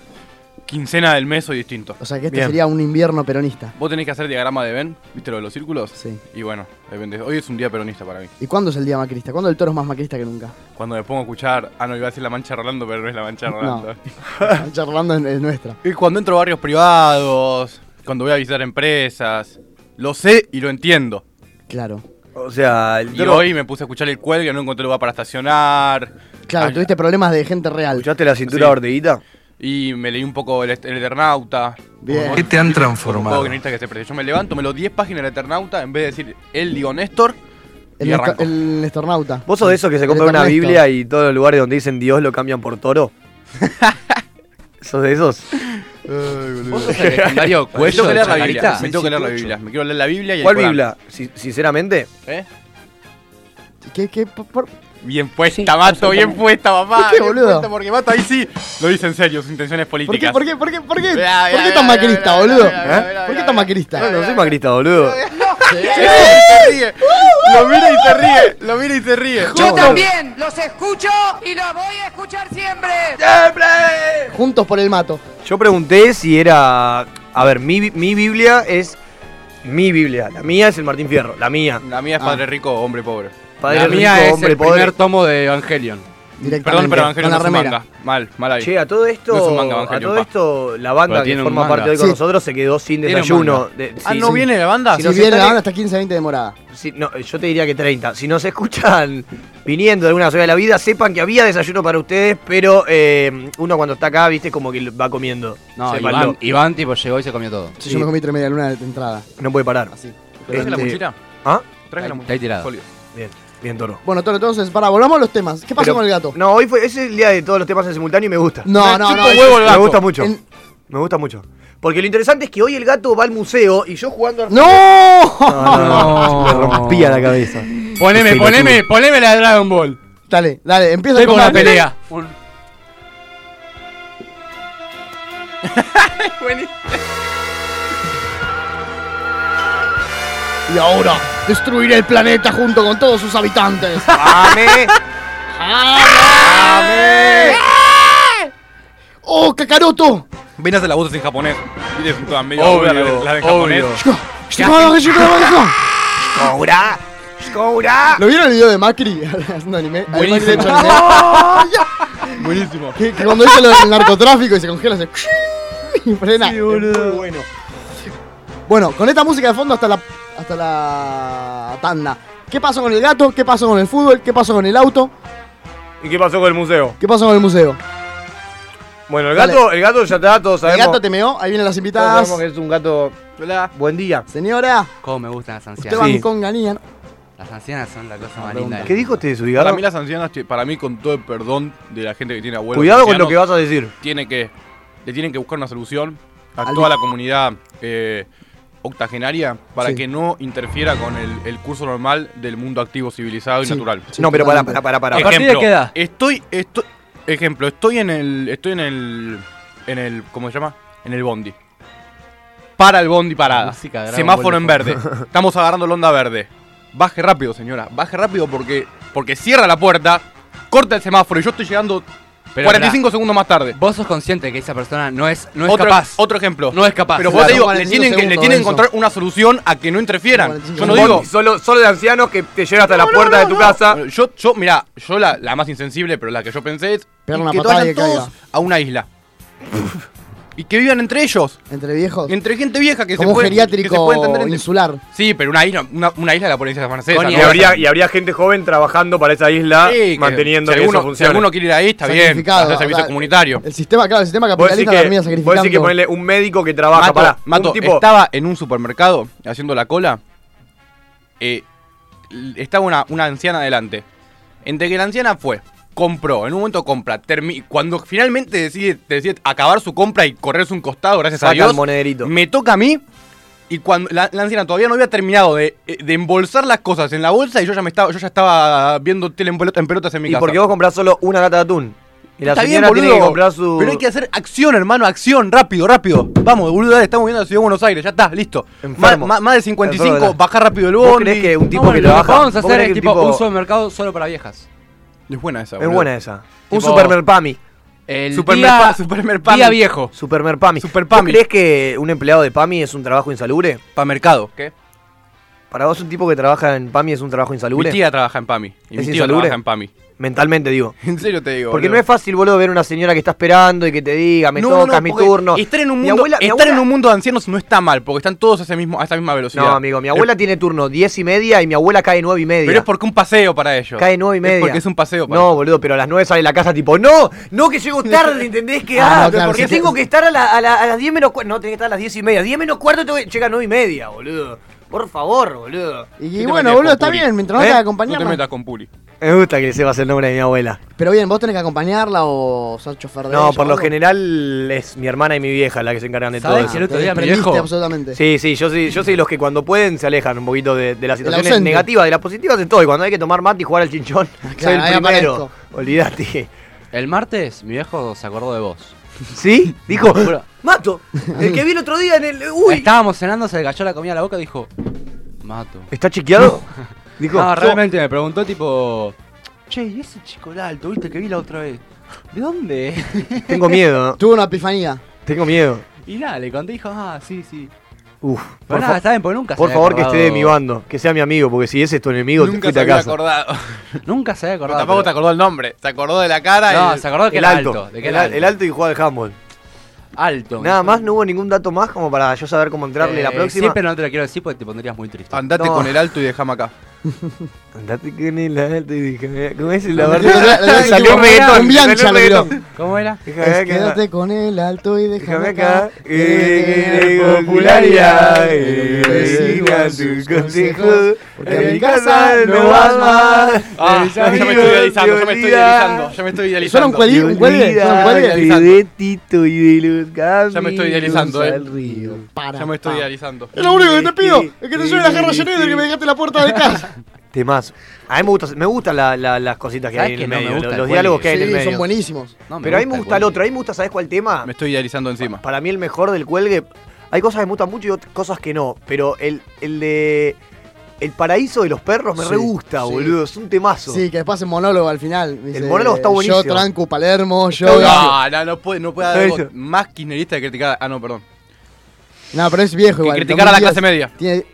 G: quincena del mes soy distinto.
B: O sea que este
A: Bien.
B: sería un invierno peronista.
G: Vos tenés que hacer diagrama de Ben, ¿viste lo de los círculos?
B: Sí.
G: Y bueno, depende. Hoy es un día peronista para mí.
B: ¿Y cuándo es el día macrista? ¿Cuándo el toro es más macrista que nunca?
G: Cuando me pongo a escuchar, ah, no, iba a decir la mancha de Rolando, pero no es la mancha de
B: No.
G: Rolando.
B: Charlando es, es nuestra.
G: Y cuando entro a barrios privados, cuando voy a visitar empresas, lo sé y lo entiendo.
B: Claro.
A: O sea, el
G: Y
A: toro-
G: hoy me puse a escuchar el cuelgue, no encontré lugar para estacionar.
B: Claro,
G: Ay,
B: tuviste problemas de gente real.
A: ¿Escuchaste la cintura
G: Sí.
A: ordeguita?
G: Y me leí un poco el, Est- el Eternauta.
B: Bien.
J: ¿Qué te han
G: Un juego
J: transformado?
G: que no necesita que se preste. Yo me levanto, me lo 10 páginas del Eternauta, en vez de decir él, digo Néstor,
B: El,
G: y
B: estor-
G: arranco.
B: el estornauta.
A: ¿Vos sos de esos que se compra
B: El
A: una
B: Ernesto.
A: Biblia y todos los lugares donde dicen Dios lo cambian por toro? ¿Sos de esos?
C: ¿Vos sos el legendario
G: Me
C: cuello
G: tengo que
C: de
G: leer la
C: Chacarita?
G: Biblia. Me tengo que leer la Biblia. Me quiero leer la Biblia y el
A: ¿Cuál
G: Corán.
A: Biblia? Si- sinceramente,
G: ¿Eh?
B: ¿Qué, qué, por- por-
G: Bien puesta, Mato, bien puesta, papá.
B: ¿Por qué,
G: bien
B: boludo?
G: puesta, porque Mato ahí sí lo dice en serio, sus intenciones
B: ¿Por qué,
G: políticas.
B: por qué, por qué, por qué,
G: Mirá,
B: por qué
G: mirá,
B: tan
G: mirá,
B: macrista,
G: mirá,
B: boludo?
G: mirá, mirá,
B: ¿Eh?
G: mirá,
B: ¿Por qué
G: mirá,
B: tan
G: mirá.
A: No,
B: macrista?
A: no soy macrista, boludo.
G: Se ríe. Lo mira y se ríe. Lo mira y se ríe.
B: Juntos-
I: también los escucho y los voy a escuchar siempre.
B: Juntos por el mato.
A: Yo pregunté si era. A ver, mi, mi Biblia es. Mi Biblia. La mía es el Martín Fierro. La mía.
G: La mía es
B: Ah.
G: padre rico, hombre pobre.
A: Padre
C: la mía
A: rico,
C: es
A: hombre
C: el
A: pobre.
C: primer tomo de Evangelion.
B: directamente.
G: Perdón, pero
B: con
G: Evangelio
B: la
G: no es un
B: remera.
G: manga. Mal, mal ahí.
A: Che, a todo esto,
G: No es un manga,
A: a
G: Evangelio,
A: todo
G: pa.
A: esto la banda
C: Pero
A: que
C: tiene un
A: forma
C: manga.
A: parte hoy con
B: Sí.
A: nosotros se quedó sin
G: Tiene un
A: desayuno.
G: manga.
A: De-
G: Ah,
A: si-
G: ¿no
A: si-
G: viene la banda?
A: Si
B: Si
A: nos
B: viene
A: están-
B: ahora hasta 15, 20 de morada.
A: si- no, yo te diría que 30. Si nos escuchan viniendo de alguna ciudad de la vida, sepan que había desayuno para ustedes, pero eh, uno cuando está acá, viste, como que va comiendo.
C: No,
A: Sépanlo.
C: Iván, Iván, tipo llegó y se comió todo.
B: Si
A: Sí.
B: yo me comí tres media luna de entrada.
A: No puede parar.
B: Así.
G: ¿Traje la
A: Este-
G: mochila?
A: ¿Ah?
G: Traje la
C: Está ahí
G: mochila.
C: tirado.
G: Folio.
A: Bien, bien, Toro.
B: Bueno, Toro, entonces, para, volvamos a los temas. ¿Qué pasó
A: Pero-
B: con el gato?
A: No, hoy fue, ese es el día de todos los temas en simultáneo y me gusta.
B: No, no,
G: chupa
B: no.
G: un
B: es-
G: huevo el
A: Me
G: gato.
A: gusta mucho.
B: En-
A: Me gusta mucho. Porque lo interesante es que hoy el gato va al museo y yo jugando a...
B: ¡No!
A: No, no, no. Me rompía la cabeza.
C: Poneme, poneme, poneme la Dragon Ball.
B: Dale, dale, empieza
C: Estoy con
B: la
C: una pelea.
B: Y ahora, destruiré el planeta junto con todos sus habitantes.
A: ¡Ame! ¡Ame!
B: ¡Oh, Kakaroto!
G: Ven a hacer la voz en japonés. Mires un toda medio
C: Obvio,
G: la, de- la de japonés.
C: obvio.
A: ¡Skoura! ¡Skoura!
B: ¿Lo vieron el video de Macri haciendo anime? Al Macri
G: Buenísimo.
B: hecho anime.
G: Buenísimo.
B: que, que cuando dice lo del narcotráfico y se congela, se. y frena.
A: bueno.
B: Bueno, con esta música de fondo hasta la. hasta la tanda. ¿Qué pasó con el gato? ¿Qué pasó con el fútbol? ¿Qué pasó con el auto?
A: ¿Y qué pasó con el museo?
B: ¿Qué pasó con el museo?
A: Bueno, el
B: Dale.
A: gato, el gato ya está, todos
B: El
A: sabemos.
B: gato te meó, ahí vienen las
A: Todos
B: invitadas.
A: sabemos que es un gato.
G: Hola.
A: Buen día.
B: Señora,
C: Cómo me gustan las
B: usted
C: ancianas.
B: va
A: Sí.
B: con ganía. ¿no?
C: Las ancianas son la cosa más
B: pregunta.
C: linda. del
A: ¿Qué dijo este
C: mundo.
G: Para
A: desubicado?
G: mí las ancianas, che, para mí con todo el perdón de la gente que tiene abuelos.
A: Cuidado con lo
G: ancianos,
A: que vas a decir.
G: Tiene que, le tienen que buscar una solución a
B: Al-
G: toda la comunidad eh, octogenaria para
B: Sí.
G: que no interfiera con el, el curso normal del mundo activo, civilizado y
B: Sí.
G: natural.
B: Sí,
A: No, pero pará, pará,
B: totalmente.
A: pará, pará.
C: ¿A partir de qué edad?
G: Estoy, estoy, ejemplo, estoy en el, estoy en el, en el, ¿cómo se llama? En el bondi. Para el bondi parada.
C: Música de Dragon
G: Semáforo
C: Ball
G: en
C: de fondo.
G: verde. Estamos agarrando la onda verde. Baje rápido, señora. Baje rápido porque, porque cierra la puerta, corta el semáforo y yo estoy llegando
C: Pero
G: 45 segundos más tarde.
C: Vos sos consciente que esa persona no es, no es
G: otro,
C: capaz.
G: otro ejemplo.
C: No es capaz.
G: Pero vos te
B: Claro.
G: digo, le tienen, que, le
B: 45
G: tienen que
B: segundos,
G: encontrar una solución a que no interfieran.
B: 45
G: Yo no
A: Un
G: digo,
A: bondi Solo, solo de ancianos que te llegan hasta la puerta de tu casa.
G: Bueno, Yo, yo, mirá, yo la, la más insensible, pero la que yo pensé es
B: Pegar una
G: que
B: patada
G: vayan
B: y que
G: todos
B: caiga.
G: a una isla. y que vivan entre ellos.
B: Entre viejos.
G: Entre gente vieja que
B: como
G: se
B: un
G: puede, que se puede
B: geriátrico
G: entender entre-
B: insular.
G: Sí, pero una isla, una, una isla de la policía francesa.
C: Connie,
A: Y
G: ¿no?
A: habría, y habría gente joven trabajando para esa isla,
G: Sí, que
A: manteniendo
G: si
A: que
G: alguno,
A: eso
G: si
A: funcione.
G: alguno quiere ir ahí, está bien.
B: Sacrificado,
G: Hacer servicio
B: o sea,
G: comunitario.
B: El sistema, claro, el sistema
A: Vos decís
B: capitalista
A: que,
B: termina
A: vos decís que
B: sacrificando.
A: ponele un médico que trabaja,
G: Mato,
A: pará.
G: Mato,
A: un tipo,
G: estaba en un supermercado haciendo la cola. eh, l- estaba una, una anciana adelante. Entre que la anciana fue, compró, en un momento compra, termi- cuando finalmente decide, decide acabar su compra y correrse un costado, gracias
A: Saca
G: a Dios,
A: el monederito.
G: me toca a mí. Y cuando la, la anciana todavía no había terminado de, eh, de embolsar las cosas en la bolsa y yo ya me estaba, yo ya estaba viendo tele en, pelota- en pelotas en mi
A: y
G: casa.
A: porque vos comprás solo una lata de atún. Y la
G: Está bien,
A: señora
G: boludo.
A: tiene que comprar su...
G: Pero hay que hacer acción, hermano, acción, rápido, rápido. Vamos, boludo, dale, estamos viendo la ciudad de Buenos Aires, ya está, listo. Más,
A: Enfermo.
G: más- más de
A: Enfermo de
G: 55,
A: la-
G: baja rápido el
A: ¿Vos
G: bondi.
A: creés que un tipo
C: No,
A: que
C: lo que
A: trabaja...
C: podemos
A: vos
C: hacer
A: creés
C: es
A: que un
C: tipo, un supermercado solo para viejas.
G: Es buena esa,
A: Es
G: boludo.
A: buena esa. Un
C: Tipo-
A: supermerpami.
C: El
G: Supermerpa-
C: día,
G: supermerpami.
C: día viejo.
A: Supermerpami.
G: Superpami.
A: ¿Vos creés que un empleado de PAMI es un trabajo insalubre?
G: Pa' mercado. ¿Qué?
A: ¿Para vos un tipo que trabaja en PAMI es un trabajo
G: Mi
A: insalubre?
G: tía trabaja en PAMI.
A: ¿Es
G: Y mi tío
A: insalubre?
G: trabaja en PAMI.
A: Mentalmente digo.
G: En serio te digo.
A: Porque no
G: boludo.
A: es fácil, boludo, ver una señora que está esperando y que te diga, me
G: No, no,
A: tocas, mi
G: porque
A: turno.
G: Estar en un
A: Mi
G: mundo,
A: abuela- mi
G: estar en
A: abuela-
G: un mundo de ancianos no está mal, porque están todos a, ese mismo, a esa misma velocidad.
A: No, amigo, mi abuela tiene turno 10 y media y mi abuela cae 9 y media.
G: Pero es porque un paseo para ellos.
A: Cae 9 y media.
G: Es porque es un paseo para
A: No, boludo, pero a las 9 sale de la casa tipo, no, no que llego tarde, ¿entendés? Que
B: Ah,
A: ah,
B: no, claro,
A: porque
B: sí que-
A: tengo que estar a, la- a la- a las 10 menos cuarto. No, tenés que estar a las 10 y media. 10 menos cuarto tengo que... llega a 9 y media, boludo. Por favor, boludo.
G: ¿Qué
B: Y
G: te
B: bueno,
G: metías
B: boludo,
G: con
B: está
G: Puri?
B: bien, mientras no
A: ¿Eh?
B: te
G: No te
B: acompañarla.
G: metas con Puli.
A: Me gusta que le sepas el nombre de mi abuela.
B: Pero bien, vos tenés que acompañarla o ser chofer de
A: No,
B: ella
A: por
B: o
A: lo
B: algo.
A: general es mi hermana y mi vieja la que se encargan de todo
C: ¿Sabés
A: eso.
C: que el otro
B: Te
C: día mi
B: desprendiste
C: viejo-
B: absolutamente.
A: Sí, sí, yo soy, yo soy los que cuando pueden se alejan un poquito de, de las situaciones
B: ausente.
A: negativas, de las positivas de todo. Y cuando hay que tomar mate y jugar al chinchón, soy
B: claro, ahí
A: el primero.
B: aparezco.
A: Olvídate.
C: El martes, mi viejo se acordó de vos.
A: ¿Sí? Dijo,
C: Juro.
A: mato. El que vi el otro día en el. ¡Uy! ¿Está,
C: Estábamos cenando, se le cayó la comida a la boca y dijo: Mato.
A: chequeado? Dijo,
C: No,
A: yo-
C: realmente me preguntó, tipo. Che, ¿y ese chico el alto, viste, que vi la otra vez? ¿De dónde?
A: tengo miedo, ¿no?
B: Tuvo una epifanía.
A: Tengo miedo.
C: y nada, le conté y dijo: Ah, sí, sí.
A: Uf,
C: Pero nada,
A: fa-
C: está bien, porque nunca se
A: Por
C: había
A: favor, que
C: acordado-
A: esté de mi bando, que sea mi amigo, porque si ese es tu enemigo, te
H: Nunca
A: fuiste
H: se
A: a
H: había
A: casa.
H: acordado.
C: Nunca se había
H: Pero
C: acordado.
H: tampoco te
C: pero-
H: acordó el nombre. Se acordó de la cara
C: No,
H: y.
C: se acordó que
A: el
C: era
A: alto,
C: alto. de que
A: el,
C: era
A: al- el alto y jugaba al handball.
C: Alto.
A: Nada más, no hubo ningún dato más como para yo saber cómo entrarle la
C: Eh,
A: próxima.
C: Sí, pero no te lo quiero decir porque te pondrías muy triste.
H: Andate
A: No.
H: con el alto y dejame acá.
A: Andate con el alto y dije, eh, ¿cómo es la
B: La-
A: parte?
B: la- la-
A: Salió
B: la-
A: un reggaetón,
B: en Biancha
A: salió un
B: la
A: reggaetón.
B: tiró.
C: ¿Cómo era?
A: Déjame
B: Es
A: acá,
B: quédate con el alto y déjame
A: déjame
B: acá.
A: acá.
B: Eh,
A: Eh,
B: eh,
A: popularidad,
B: eh,
A: eh,
B: sigan
A: sigan sus consejos.
B: Porque a
A: en
B: mi casa no vas
A: vas
B: más.
H: Ah,
A: Mis
H: ya me estoy
A: amigos
H: idealizando, ya me
A: te
H: estoy
A: olvidan.
H: idealizando. Ya me estoy
B: Suena un
H: idealizando.
B: cuelgue, un cuelgue,
A: Olvídate
B: suena un cuelgue.
A: de Tito y de los caminos
H: Ya me estoy idealizando, eh.
A: al río.
B: Para,
H: Ya me estoy
B: pa.
H: idealizando.
B: Lo único que te pido es que te lleve la jarra llena de que me dejaste la puerta de casa.
A: Temazo. A mí me gustan me gusta la- la- las cositas que
C: ¿Sabes
A: hay en
C: que
A: el
C: no me
A: medio,
C: gusta
A: los,
C: el
A: los diálogos que hay en el
B: Sí,
A: medio.
B: son buenísimos.
C: No, me
A: Pero a mí me gusta el
C: cuelgue.
A: otro, a mí me gusta, ¿sabes cuál tema?
H: Me estoy idealizando encima.
A: Para mí el mejor del cuelgue. Hay cosas que me gustan mucho y otras cosas que no. Pero el, el de. El paraíso de los perros me
B: Sí,
A: re gusta,
B: sí.
A: boludo. Es un temazo.
B: Sí, que después hace monólogo al final. Dice,
A: monólogo está buenísimo.
B: Yo tranco Palermo, yo.
H: No, no, no puede, no puede haber
A: Eso.
H: algo más kirchnerista que criticar. Ah, no, perdón.
B: No, pero es viejo
H: Que
B: igual.
H: criticar a la clase
B: Díaz
H: media.
B: tiene-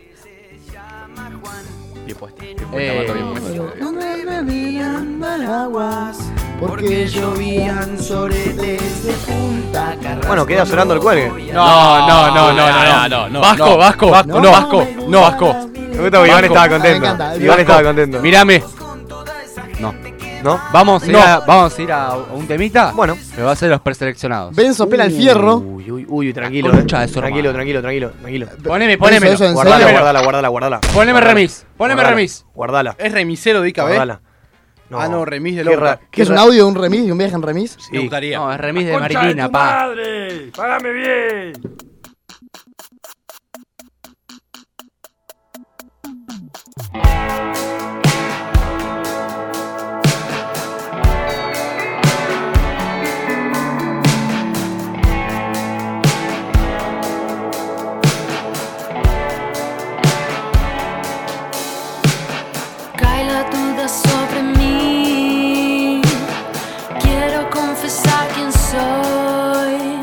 H: Bien puesto.
C: Eh,
B: No me bebían paraguas
D: Porque llovían soretes de punta carrasco.
A: Bueno, queda sonando el cuelgue.
H: No, no, no, no, no, no, no. Vasco, Vasco, Vasco, no, Vasco, no, Vasco.
A: Me gusta porque Iván estaba contento.
B: Me encanta.
A: Iván estaba contento.
C: Mírame.
A: ¿No?
C: Vamos a, ir
H: No.
C: a, vamos a ir a un temita.
A: Bueno.
C: Pero va a ser los preseleccionados.
B: Benzo pela el
C: Uh.
B: fierro.
A: Uy, uy, uy, tranquilo.
C: La
A: eh.
C: concha de su
A: Tranquilo,
C: hermana.
A: tranquilo, tranquilo, tranquilo.
C: Poneme,
B: Eso,
C: poneme.
B: eso, en
A: Guardala,
B: serio.
A: guardala, guardala, guardala.
C: Poneme
A: Guardala.
C: remis, poneme
A: Guardala,
C: remis.
A: Guardala.
H: Es remisero de IKB.
A: Guardala.
H: Ah, no, remis del
A: Qué
H: orto.
A: ra-
B: Que es un
A: ra-
B: audio de un remis, de un viaje en remis.
A: Sí.
H: Me gustaría.
C: No, es remis de Marilina, pa.
K: Cae la duda sobre mí. Quiero confesar quién soy.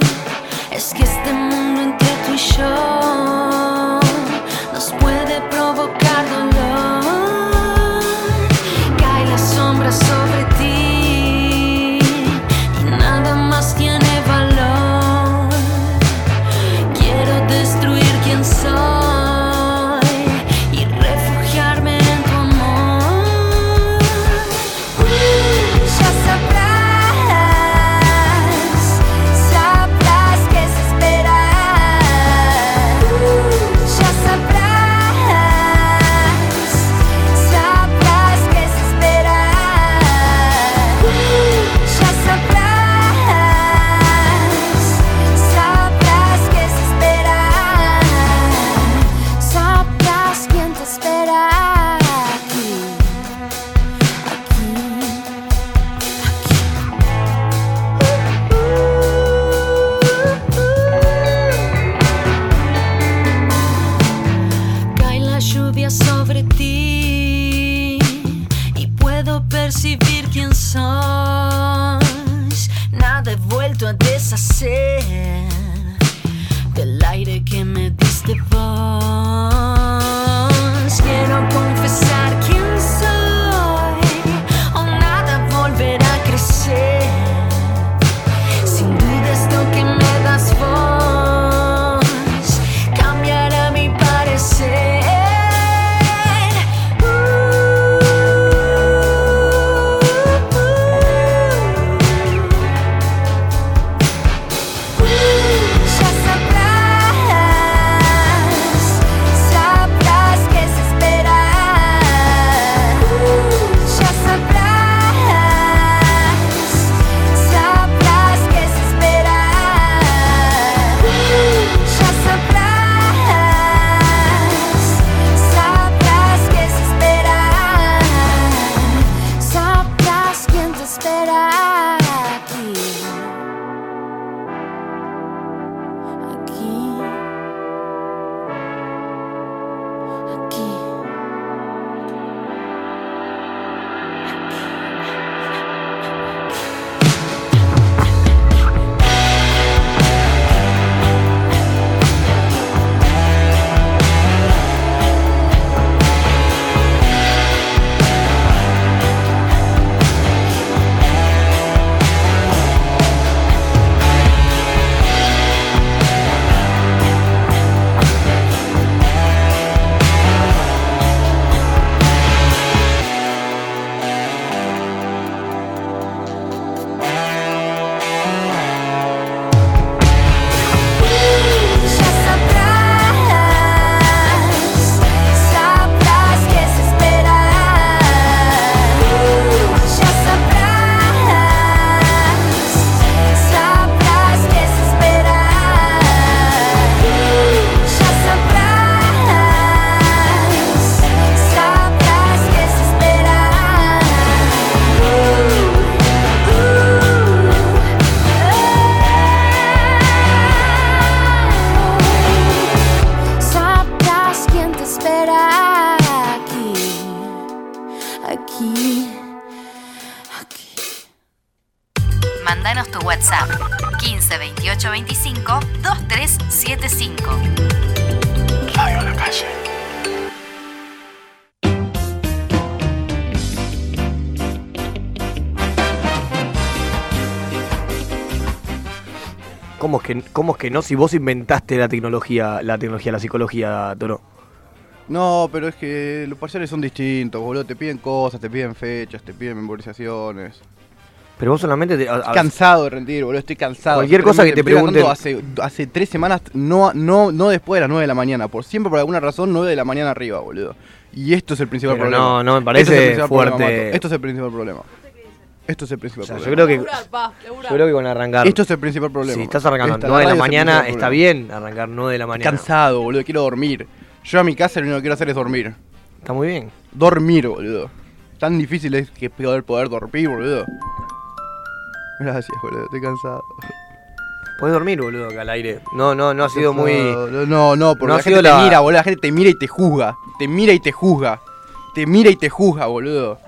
K: Es que este mundo entre tú y yo nos puede provocar dolor. Cae la sombra sobre ti y nada más tiene valor. Quiero destruir quien soy y refugiarme en tu amor.
I: Ya sabrás, sabrás que es esperar. Ya sabrás, sabrás que es esperar. Ya sabrás, sabrás que es esperar. Sabrás quién te espera aquí, aquí.
K: Cae la lluvia sobre ti y puedo percibir quién sos. Nada he vuelto a deshacer del aire que me diste vos. Quiero confesar quién soy, o nada volverá a crecer. Sin duda esto que me das vos cambiará mi parecer.
I: Ya sabrás, sabrás que es esperar.
L: 15 28 25 2375.
I: Radio La Calle.
A: ¿Cómo es, que, ¿Cómo es que no? Si vos inventaste la tecnología, la tecnología, la psicología, Toro.
G: No, pero es que los parciales son distintos, boludo. Te piden cosas, te piden fechas, te piden memorizaciones.
A: Pero vos solamente... te- a- a-
G: Estoy cansado de rendir, boludo. Estoy cansado.
A: Cualquier
G: Estoy
A: cosa que te
G: realmente- estoy
A: pregunten.
G: aguantando Hace, hace tres semanas, no, no, no después de las 9 de la mañana. Por siempre, por alguna razón, 9 de la mañana arriba, boludo. Y esto es el principal
A: Pero
G: problema.
A: no, no, me
G: Esto es el
A: parece
G: principal problema,
A: fuerte.
G: Mato. Esto es el principal problema. Esto es el principal
A: sea, yo
G: problema.
A: creo que- Laburar, pa, laburar. yo creo que con arrancar-
G: Esto es el principal problema.
A: Si estás arrancando
G: Esta-
A: a 9 de la
G: radio es el
A: mañana,
G: principal
A: está
G: problema.
A: bien arrancar 9 de la mañana.
G: Cansado, boludo. Quiero dormir. Yo a mi casa lo único que quiero hacer es dormir.
A: Está muy bien.
G: Dormir, boludo. Tan difícil es que poder, poder dormir, boludo. Gracias, boludo. Estoy cansado.
A: Podés dormir, boludo, acá al aire. No, no, no ha sido muy...
G: No, no, no, porque
A: no ha
G: la gente
A: sido la-
G: te mira, boludo. La gente te mira y te juzga. Te mira y te juzga. Te mira y te juzga, boludo.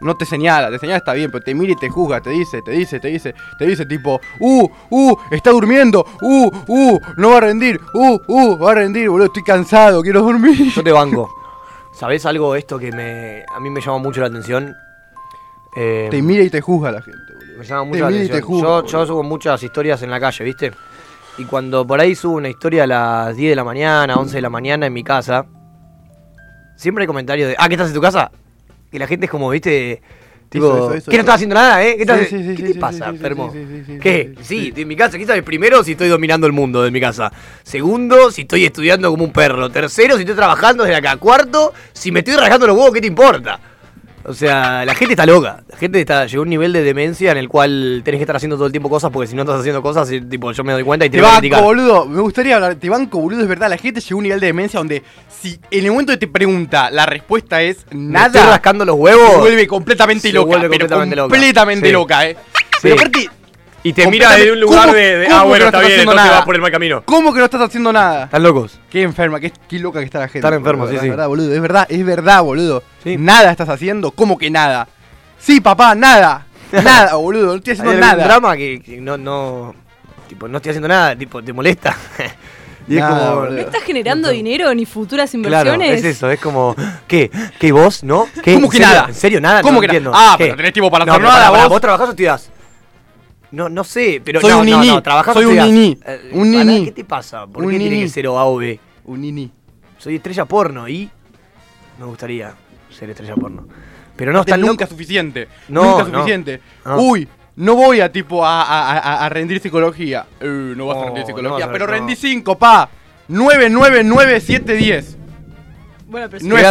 G: No te señala, te señala está bien, pero te mira y te juzga, te dice, te dice, te dice, te dice tipo, uh, uh, está durmiendo, uh, uh, no va a rendir, uh, uh, va a rendir, boludo, estoy cansado, quiero dormir.
A: Yo te banco. ¿Sabés algo de esto que me, a mí me llama mucho la atención? Eh,
G: Te mira y te juzga la gente, boludo.
A: Me llama
G: Te
A: mucho la
G: mira y
A: atención.
G: te juzga,
A: yo, yo subo muchas historias en la calle, ¿viste? Y cuando por ahí subo una historia a las 10 de la mañana, 11 de la mañana en mi casa, siempre hay comentarios de, ah, ¿qué estás en tu casa? Y la gente es como, ¿viste? Tipo,
G: eso, eso,
A: ¿qué
G: eso.
A: no estás haciendo nada, eh? ¿Qué, estás-
G: Sí, sí, sí,
A: ¿qué
G: sí,
A: te
G: sí,
A: pasa,
G: sí, sí,
A: Fermo?
G: sí, sí, sí, sí,
A: ¿Qué? Sí, de mi casa, ¿qué sabes? Primero, si estoy dominando el mundo de mi casa. Segundo, si estoy estudiando como un perro. Tercero, si estoy trabajando desde acá. Cuarto, si me estoy rajando los huevos, ¿qué te importa? O sea, la gente está loca. La gente está, llegó a un nivel de demencia en el cual tenés que estar haciendo todo el tiempo cosas porque si no estás haciendo cosas, eh, tipo, yo me doy cuenta y te,
G: Te
A: voy a
G: banco,
A: criticar.
G: boludo. Me gustaría hablar. Te banco, boludo. Es verdad, la gente llegó a un nivel de demencia donde si en el momento que te pregunta la respuesta es nada.
A: estoy rascando los huevos.
G: Se vuelve completamente
A: Se
G: loca.
A: vuelve
G: pero
A: completamente
G: completamente
A: loca.
G: loca.
A: Sí.
G: eh. Pero
A: Sí.
G: aparte.
A: Y te mira desde un lugar
G: ¿cómo-
A: de, de,
G: cómo
A: ah, bueno,
G: que no
A: está
G: estás
A: bien,
G: haciendo
A: entonces
G: nada?
A: vas por el mal camino.
G: ¿Cómo que no estás haciendo nada?
A: Están locos.
G: Qué enferma, qué, qué loca que está la gente.
A: Están enfermos, sí,
G: boludo,
A: sí.
G: Es verdad, boludo. Es verdad, es verdad, boludo. Nada estás haciendo. ¿Cómo que nada? Sí, papá, nada. Nada, boludo. No estoy haciendo
A: Hay algún
G: nada.
A: drama que, que no, no, tipo, no estoy haciendo nada, tipo, te molesta. y es
G: Nada,
A: como,
G: boludo.
M: No estás generando dinero ni futuras
A: claro,
M: inversiones.
A: es eso, es como, ¿qué? ¿Qué vos, no? ¿Qué?
G: ¿Cómo
A: ¿En
G: que
A: serio?
G: nada?
A: ¿En serio nada?
G: ¿Cómo
A: no
G: que nada?
A: entiendo.
G: Ah,
A: ¿Qué?
G: pero tenés tiempo para
A: No,
G: hacer
A: pero
G: nada,
A: pará, pará,
G: vos.
A: ¿Vos trabajás o estudiás? No, no sé, pero
G: Soy
A: no,
G: un
A: no,
G: niní.
A: no, trabajás o
G: Soy un
A: estudiás.
G: niní.
A: Eh,
G: Un
A: pará,
G: niní.
A: ¿Qué te pasa? ¿Por
G: Un
A: qué tiene
G: niní.
A: que ser O A o B?
G: Un nini.
A: Soy estrella porno y me gustaría ser estrella porno. Pero no,
G: Aparte,
A: están
G: nunca
A: locos.
G: suficiente.
A: No,
G: nunca
A: no.
G: suficiente.
A: No.
G: Uy, no voy a tipo a, a- a- a rendir psicología. Eh, no vas a rendir psicología.
A: no,
G: pero
A: no.
G: rendí 5, pa. 9, 9, 9, 7, 10.
M: Bueno, pero
G: No
M: psicología-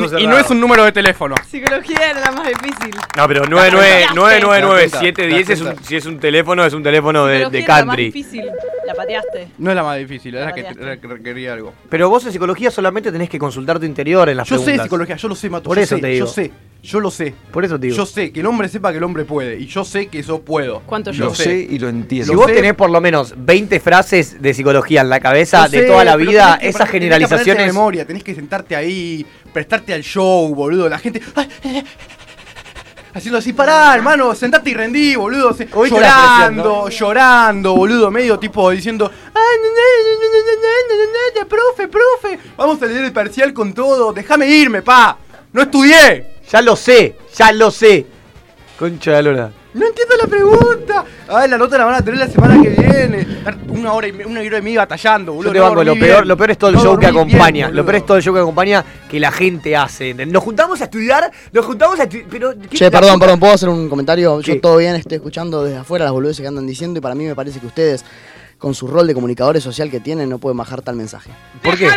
G: es un, y- y, no es un número de teléfono.
M: Psicología era la más difícil.
A: No, pero
M: Te das cuenta,
A: 9999710 es
G: te das
A: un, si es un teléfono, es un teléfono de,
M: Psicología
A: de
M: era la más
A: country.
M: difícil. La pateaste.
G: No es la más difícil, es la que
M: pateaste.
G: re- requería algo.
A: Pero vos en psicología solamente tenés que consultar tu interior en las
G: Yo sé
A: preguntas.
G: psicología, yo lo sé, Mato.
A: Por
G: yo
A: eso
G: sé,
A: te digo.
G: Yo sé, yo lo sé.
A: Por eso te digo.
G: Yo sé que el hombre sepa que el hombre puede. Y yo sé que eso puedo.
M: ¿Cuánto
G: yo?
A: y lo entiendo. Si
G: Lo
A: vos
G: sé.
A: tenés por lo menos 20 frases de psicología en la cabeza
G: Yo
A: de
G: sé,
A: toda la
G: pero
A: vida,
G: tenés que
A: esas
G: poner- tenés que aprenderte de
A: generalizaciones.
G: memoria, tenés que sentarte ahí, prestarte al show, boludo. La gente. "Ay, eh, eh", Haciendo así, pará, hermano, sentate y rendí, boludo. se-
A: Oíste la
G: Llorando, llorando, boludo, medio tipo diciendo, "Ay, no, no, no, no, no, no, no, no, profe, profe, vamos a leer el parcial con todo, déjame irme, pa, no estudié.
A: Ya lo sé, ya lo sé. Concha de la lora.
G: No entiendo la pregunta. Ay, la nota la van a tener la semana que viene. Estar Una hora y, me- una hora y media batallando, boludo.
A: Yo te
G: no
A: banco, lo
G: dormí
A: peor,
G: bien.
A: lo peor es todo el
G: No
A: show que
G: dormí bien,
A: acompaña. lo
G: boludo.
A: peor es todo el show que acompaña que la gente hace. Nos juntamos a estudiar, nos juntamos a estudiar. Pero, ¿qué
B: Che,
A: la
B: perdón,
A: puta?
B: perdón, ¿puedo hacer un comentario?
A: Sí.
B: Yo todo bien estoy escuchando desde afuera las boludeces que andan diciendo y para mí me parece que ustedes, con su rol de comunicadores social que tienen, no pueden bajar tal mensaje.
A: ¿Por qué?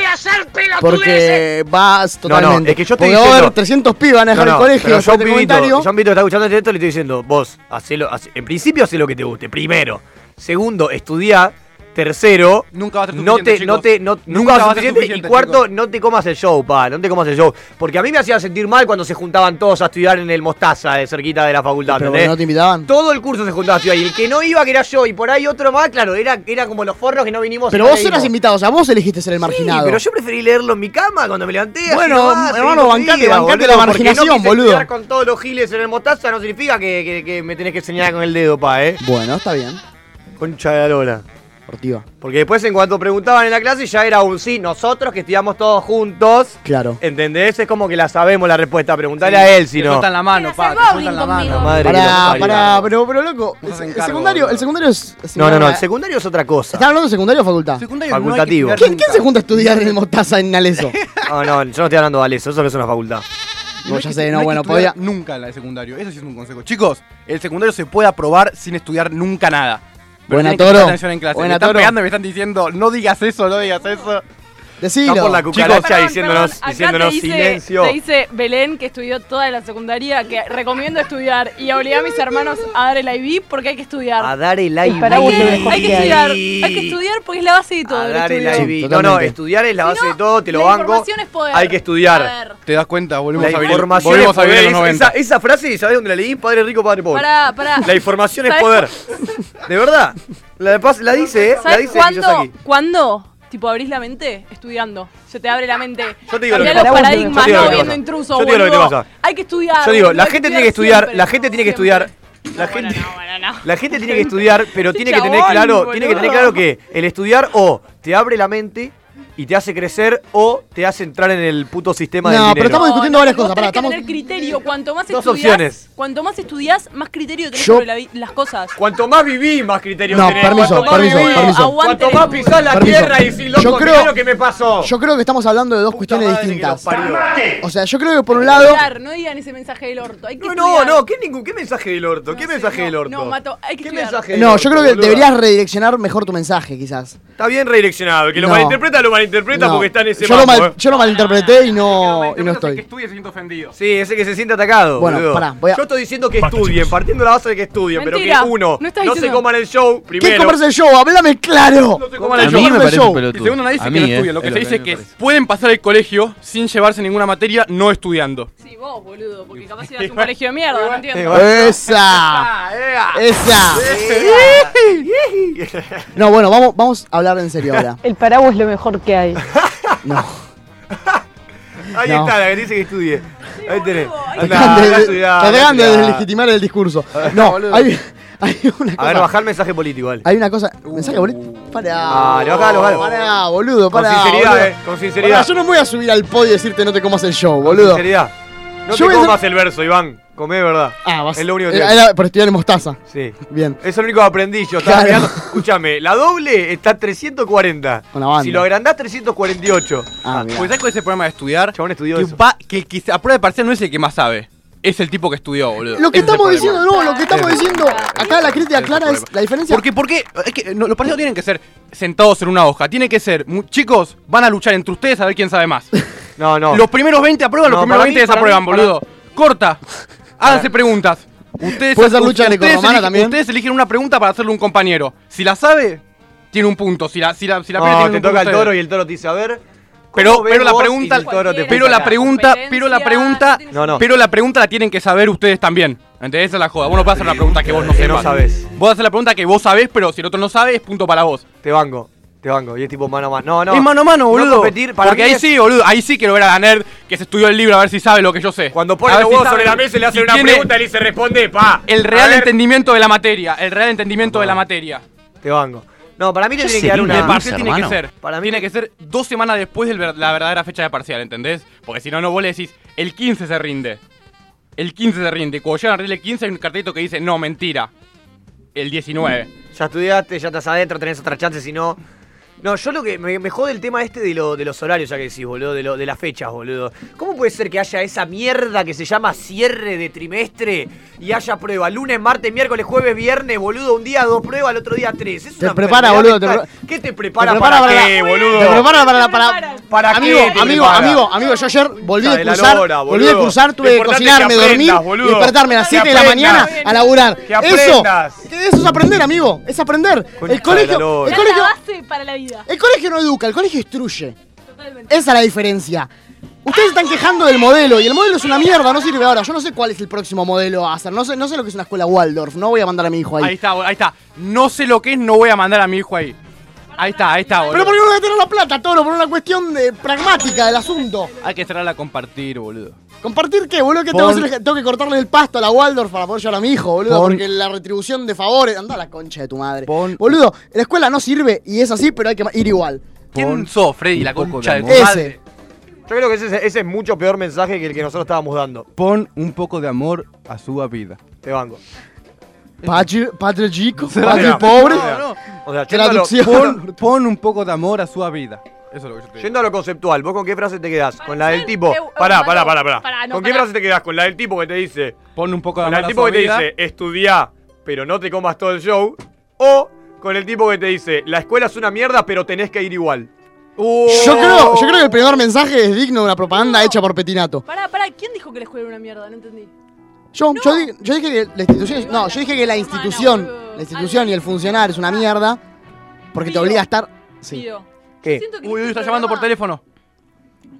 B: Porque vas totalmente.
A: No, no, es que yo estoy
B: Porque va a
A: diciendo-
B: haber 300 pibas van a dejar
A: No,
B: el
A: no,
B: colegio.
A: pero yo, a
B: después
A: un
B: de
A: pibito,
B: comentario.
A: yo a un pibito que está escuchando esto le estoy diciendo, vos, hacelo, hace- en principio hacé lo que te guste, primero. Segundo, estudiá. Tercero,
G: Nunca va a ser
A: no
G: suficiente,
A: te, no
G: chicos.
A: te, no, nunca, va a ser suficiente.
G: suficiente,
A: y cuarto,
G: chicos.
A: no te comas el show, pa, no te comas el show. Porque a mí me hacía sentir mal cuando se juntaban todos a estudiar en el Mostaza, de cerquita de la facultad.
B: Pero
A: Ah, ¿entendés?
B: porque no te invitaban.
A: Todo el curso se juntaba a estudiar y el que no iba, que era yo, y por ahí otro más, claro, era, era como los forros que no vinimos. y
B: Pero
A: no
B: vos
A: leímos.
B: eras invitado, o sea, vos elegiste ser el
A: Sí,
B: marginado.
A: pero yo preferí leerlo en mi cama cuando me levanté. así
B: Bueno,
A: nomás,
B: hermano,
A: seguí
B: bancate,
A: conmigo,
B: bancate
A: boludo,
B: la
A: porque no
B: marginación,
A: quise
B: boludo.
A: estudiar con todos los giles en el mostaza no significa que, que- que me tenés que señalar con el dedo, pa, ¿eh?
B: Bueno, está bien.
A: Concha de la lora.
B: Ortiva.
A: Porque después, en cuanto preguntaban en la clase, ya era un sí. Nosotros que estudiamos todos juntos.
B: Claro.
A: ¿Entendés? Es como que la sabemos la respuesta. Preguntale a él si
G: Te
A: no.
G: cortan la mano, pa, te cortan la mano.
A: Madre que lo
B: Pará,
A: parió.
B: pará, pero, pero loco. El, el
A: encargo,
B: secundario, el secundario es. es
A: No, no, no. El
B: similar a-
A: secundario es otra cosa.
B: ¿Estás hablando de secundario o facultad?
A: Secundario no hay que Facultativo. estudiar
B: ¿Quién, quién se junta a estudiar en Mostaza en Naleso?
A: No, no, yo no estoy hablando de Aleso. Eso no es una facultad.
B: No, ya sé, no,
G: hay que
B: bueno,
G: estudiar
B: podía-
G: Nunca la de secundario. Eso sí es un consejo. Chicos, el secundario se puede aprobar sin estudiar nunca nada. Pero
B: Buena,
G: tienen que prestar
B: Toro.
G: atención en clase.
B: Buena,
G: me están
B: Toro.
G: pegando y me están diciendo, no digas eso, no digas eso.
B: Decilo.
A: Está por la cucaracha
G: Chicos,
M: Perdón,
A: diciéndonos-
M: perdón, acá
A: diciéndonos
M: te dice-
A: silencio.
M: Te dice Belén que estudió toda la secundaria, que recomiendo estudiar y obligué a mis hermanos a dar el IB porque hay que estudiar.
A: A dar el
M: Hay
A: IB.
M: que, hay que estudiar, hay que estudiar porque es la base de todo.
A: A
M: el
A: dar el
M: estudio.
A: IB. No, no, estudiar es la base de todo, te lo
M: la
A: banco.
M: información es poder.
A: Hay que
M: A
A: estudiar.
M: ver.
G: ¿Te das cuenta? Volvemos
A: La
G: a vivir.
A: información es
G: volvemos a vivir
A: poder.
G: en los
A: Es-
G: 90.
A: Esa, esa frase, ¿sabés dónde la leí? Padre rico, padre pobre.
M: Pará, pará.
A: La información es
M: ¿Sabés
A: poder. De verdad. La, de pas- la dice, ¿eh? La
M: ¿Sabes
A: dice
M: cuándo?
A: Kiyosaki.
M: ¿Cuándo? Tipo, abrís la mente estudiando. Se te abre la mente.
A: Yo te digo lo
M: Cambiá
A: que
M: los
A: pasa. Yo
M: paradigmas,
A: te digo lo
M: no
A: que
M: viendo
A: pasa.
M: intrusos,
A: Yo te digo lo que te
M: boludo.
A: pasa.
M: Hay que estudiar.
A: Yo digo,
M: boludo,
A: la
M: hay
A: gente tiene que estudiar,
M: siempre.
A: la gente tiene que
M: Siempre. Este
A: estudiar, la gente la gente tiene que estudiar, pero tiene que tener
M: Chabón,
A: claro, tiene que
M: boludo.
A: tener claro que el estudiar o te abre la mente y te hace crecer o te hace entrar en el puto sistema
B: No,
A: del
B: pero
A: dinero.
B: estamos discutiendo varias
M: Vos
B: cosas.
M: tenés
B: Pará,
M: que
B: estamos.
M: tener criterio. Cuanto más
A: Dos
M: estudias,
A: opciones.
M: cuanto más estudias, más criterio tenés
B: Yo-
M: sobre la vi- las cosas.
A: Cuanto más vivís, más criterios
B: No,
A: tenés.
B: permiso,
A: Cuanto más
B: permiso,
A: vivís,
B: permiso.
M: Aguante
A: Cuanto más
M: el
A: pisás la
B: Permiso.
A: tierra y decís,
B: Yo
A: loco, yo
B: creo-
A: lo que me pasó.
B: Yo creo que estamos hablando de dos cuestiones
A: madre que
B: distintas.
A: los parió.
B: O sea, yo creo que por un lado.
M: Estudiar, no digan ese mensaje del orto. Hay que
A: No, no,
M: estudiar.
A: no, ¿qué, ningún, qué mensaje del orto? ¿Qué mensaje del orto?
M: No, Mato, hay que
A: ¿Qué
M: estudiar.
A: mensaje del
B: No,
A: orto,
B: yo creo que
A: boluda?
B: deberías redireccionar mejor tu mensaje, quizás.
A: Está bien redireccionado. El que lo
B: No.
A: malinterpreta, lo malinterpreta
B: No.
A: porque está en ese
B: yo, lo
A: mambo,
B: mal-
A: eh.
B: yo lo malinterpreté y no, y no estoy.
H: Estudia se siente ofendido.
A: Sí, ese que se siente atacado.
B: Bueno,
A: boludo.
B: pará, voy a-
A: Yo estoy diciendo que estudien, partiendo de la base de que estudien,
M: Mentira,
A: pero que uno
M: no
A: no,
M: estás
A: se
M: diciendo-
A: coman el show
B: ¿Qué
A: primero.
B: comerse el show? ¡Háblame claro!
G: Coman el
C: A
G: show.
C: mí
B: Coman
C: me
B: el
C: parece
B: show.
C: un pelotudo.
G: Y segundo, nadie dice
C: A
G: que no
C: mí, eh,
G: estudien. Lo que
C: es
G: se dice
C: me
G: es que
C: parece.
G: pueden pasar el colegio sin llevarse ninguna materia no estudiando.
M: Sí, vos, boludo, porque capaz eras un colegio de mierda, no entiendo.
B: ¡Esa! ¡Esa! No, bueno, vamos, vamos a hablar en serio ahora.
N: El paraguas es lo mejor que hay.
B: No.
A: Ahí
B: No.
A: está, la que dice que estudie. Ahí tenés.
B: Te
A: Andá,
B: acaban de-
A: andá a
B: te
A: estudiar,
B: acaban
A: andá a
B: de
A: estudiar.
B: deslegitimar el discurso. No, hay, hay una
A: A ver,
B: cosa.
A: bajar el mensaje político, vale.
B: Hay una cosa.
G: Uh.
B: ¿Mensaje boleto? Pará.
G: Ah,
A: Dale, bajalo, bajalo.
B: Pará, boludo,
A: Con
B: pará.
A: sinceridad,
B: boludo.
A: eh. Con sinceridad.
B: Pará, yo no me voy a subir al podio y decirte no te comas el show,
A: Con
B: boludo.
A: Sinceridad. No
B: Yo voy
A: te
B: a
A: comas el verso, Iván. Comé, de verdad.
B: Ah, vas.
A: Es lo único que te
B: era,
A: voy a
B: era por estudiar en mostaza.
A: decir. Sí.
B: Bien.
A: Es lo único que aprendí yo. Estaba
B: Claro.
A: mirando. Escúchame, la doble está 340.
B: Con la banda.
A: Si lo agrandás, 348.
B: Ah,
G: Porque
B: mira.
G: ¿sabes cuál es el problema de estudiar?
A: Chabón estudió
G: Que,
A: eso.
G: va- que, que a prueba de parcial no es el que más sabe. Es el tipo que estudió, boludo.
B: Lo que
G: Ese es el
B: estamos
G: problema. Eh,
B: diciendo, no, lo que estamos
G: Ese es el
B: diciendo. Acá la crítica
G: Ese es el
B: clara es
G: problema.
B: la diferencia.
G: Porque, porque, es que no, los partidos tienen que ser sentados en una hoja. Tiene que ser, mu- chicos, van a luchar entre ustedes a ver quién sabe más.
A: No, no.
G: Los primeros 20 aprueban,
A: No,
G: los primeros
A: para mí-
G: 20
A: para
G: desaprueban,
A: mí- para-
G: boludo. Corta. Háganse preguntas. Ustedes,
B: ¿Puede ser lucha
G: ustedes
B: grecorromana
G: eligen-
B: también?
G: ustedes eligen una pregunta para hacerle un compañero. Si la sabe, tiene un punto. Si la, si la, si la pierde,
A: No,
G: tiene
A: te
G: un punto
A: toca el
G: ustedes.
A: toro y el toro te dice, a ver. ¿cómo
G: Pero-
A: ves
G: pero la
A: vos?
G: pregunta-
A: Y el toro te
G: Pero la
A: saca.
G: pregunta, pero la pregunta,
A: No, no.
G: pero la pregunta la tienen que saber ustedes también. ¿Entendés? Esa es la joda. Vos no podés hacer la pregunta que vos no
A: Que no
G: sepas.
A: sabés.
G: Vos haces la pregunta que vos sabés, pero si el otro no sabe, es punto para vos.
A: Te banco, te banco. Y es tipo mano a mano. No, no.
G: Es mano a mano,
A: No
G: boludo.
A: competir, para
G: Porque
A: mí
G: ahí
A: es-
G: sí, boludo. Ahí sí quiero ver a la nerd que se estudió el libro a ver si sabe lo que yo sé.
A: Cuando
G: A
A: pone
G: ver
A: los
G: si
A: huevos
G: sabe.
A: sobre la mesa y le hace
G: Si
A: una
G: tiene
A: pregunta y le dice, responde, pa.
G: El
A: A
G: real
A: ver,
G: entendimiento de la materia. El real entendimiento de la materia.
A: Te banco. No, para mí te
C: Yo
A: tiene que dar
C: sería
A: una.
G: El
C: Nah,
G: parcial
C: mis
G: tiene que
C: hermanos.
G: ser. tiene que ser dos semanas después de la verdadera fecha de parcial, ¿entendés? Porque si no, no vos le decís, el 15 se rinde. El 15 se rinde. Cuando llegan a rendir el 15 hay un cartelito que dice, no, mentira. El 19.
A: Ya estudiaste, ya estás adentro, tenés otra chance, si no. No, yo lo que me, me jode el tema este de, lo- de los horarios, ya que decís, boludo, de, lo- de las fechas, boludo. ¿Cómo puede ser que haya esa mierda que se llama cierre de trimestre y haya prueba? Lunes, martes, miércoles, jueves, viernes, boludo, un día dos pruebas, al otro día tres. Es
B: Te
A: una
B: prepara,
A: enfermedad
B: boludo, te
A: mental.
B: pre-
A: ¿Qué te prepara,
B: te prepara
A: para,
B: para
A: qué,
B: la-
A: boludo?
B: Te prepara para la.
M: Para-
B: Para,
A: ¿Para
B: amigo,
A: qué te
B: amigo,
A: prepara?
B: amigo, amigo, yo ayer volví
A: Hija
B: de
A: de la
B: cursar,
A: lora,
B: volví de
A: boludo.
B: cursar, tuve
A: Lo
B: que
A: importante
B: cocinarme,
A: es que aprendas,
B: dormir
A: boludo.
B: y despertarme a las
A: Que
B: 7 de la
A: aprendas.
B: mañana a laburar.
A: Que
B: Eso,
A: aprendas.
B: eso es aprender, amigo, es aprender.
A: Concha
B: El
A: de
B: colegio,
A: la lora.
B: el
M: Es la
B: colegio,
M: base para la vida.
B: el colegio no educa, el colegio instruye.
M: Totalmente.
B: Esa es la diferencia. Ustedes están quejando del modelo y el modelo es una mierda, no sirve ahora. Yo no sé cuál es el próximo modelo a hacer, no sé, no sé lo que es una escuela Waldorf, no voy a mandar a mi hijo
G: Ahí
B: ahí.
G: está, bol- ahí está. No sé lo que es, no voy a mandar a mi hijo ahí. Ahí está, ahí está,
B: Pero
G: boludo.
B: porque no voy a tener la plata, Toro, por una cuestión de pragmática del asunto.
G: Hay que cerrarla a compartir, boludo.
B: ¿Compartir qué, boludo? ¿Qué tengo, que
O: Pon-
B: hacer? tengo que cortarle el pasto a la Waldorf para poder llevar a mi hijo, boludo?
O: Pon-
B: Porque la retribución de favores. Anda a la concha de tu madre. Boludo, la escuela no sirve y es así, pero hay que ma- ir igual.
G: ¿Quién sos, Freddy, la concha de tu
B: Ese.
G: madre?
A: Yo creo que ese, ese es mucho peor mensaje que el que nosotros estábamos dando.
O: Pon un poco de amor a su vida.
A: Te banco.
B: Padre, padre chico,
O: ¿Será
B: padre
O: que-
B: pobre.
O: No, no.
A: O sea, yendo a lo-
O: Pon, pon un poco de amor a su vida. Eso es lo que yo te digo.
A: Yendo a lo conceptual, ¿vos con qué frase te quedás? ¿Con la del tipo? Pará, pará, pará, pará.
M: Pará, no,
A: ¿Con qué
M: pará.
A: frase te quedás? ¿Con la del tipo que te dice?
O: Pon un poco de
A: Con la
O: amor
A: del
O: a
A: tipo
O: su
A: que te
O: vida.
A: dice, estudiá, pero no te comas todo el show. O con el tipo que te dice, la escuela es una mierda, pero tenés que ir igual. Uh.
B: Yo creo, yo creo que el primer mensaje es digno de una propaganda hecha por Petinato.
M: Pará, pará, ¿quién dijo que la escuela era una mierda? No entendí.
B: Yo, yo, di- yo dije que la institución. No, yo dije que la institución. La institución y el funcionario es una mierda. Porque te obliga a estar. Sí.
M: Tío.
A: ¿Qué?
O: Uy, uy, está llamando por teléfono.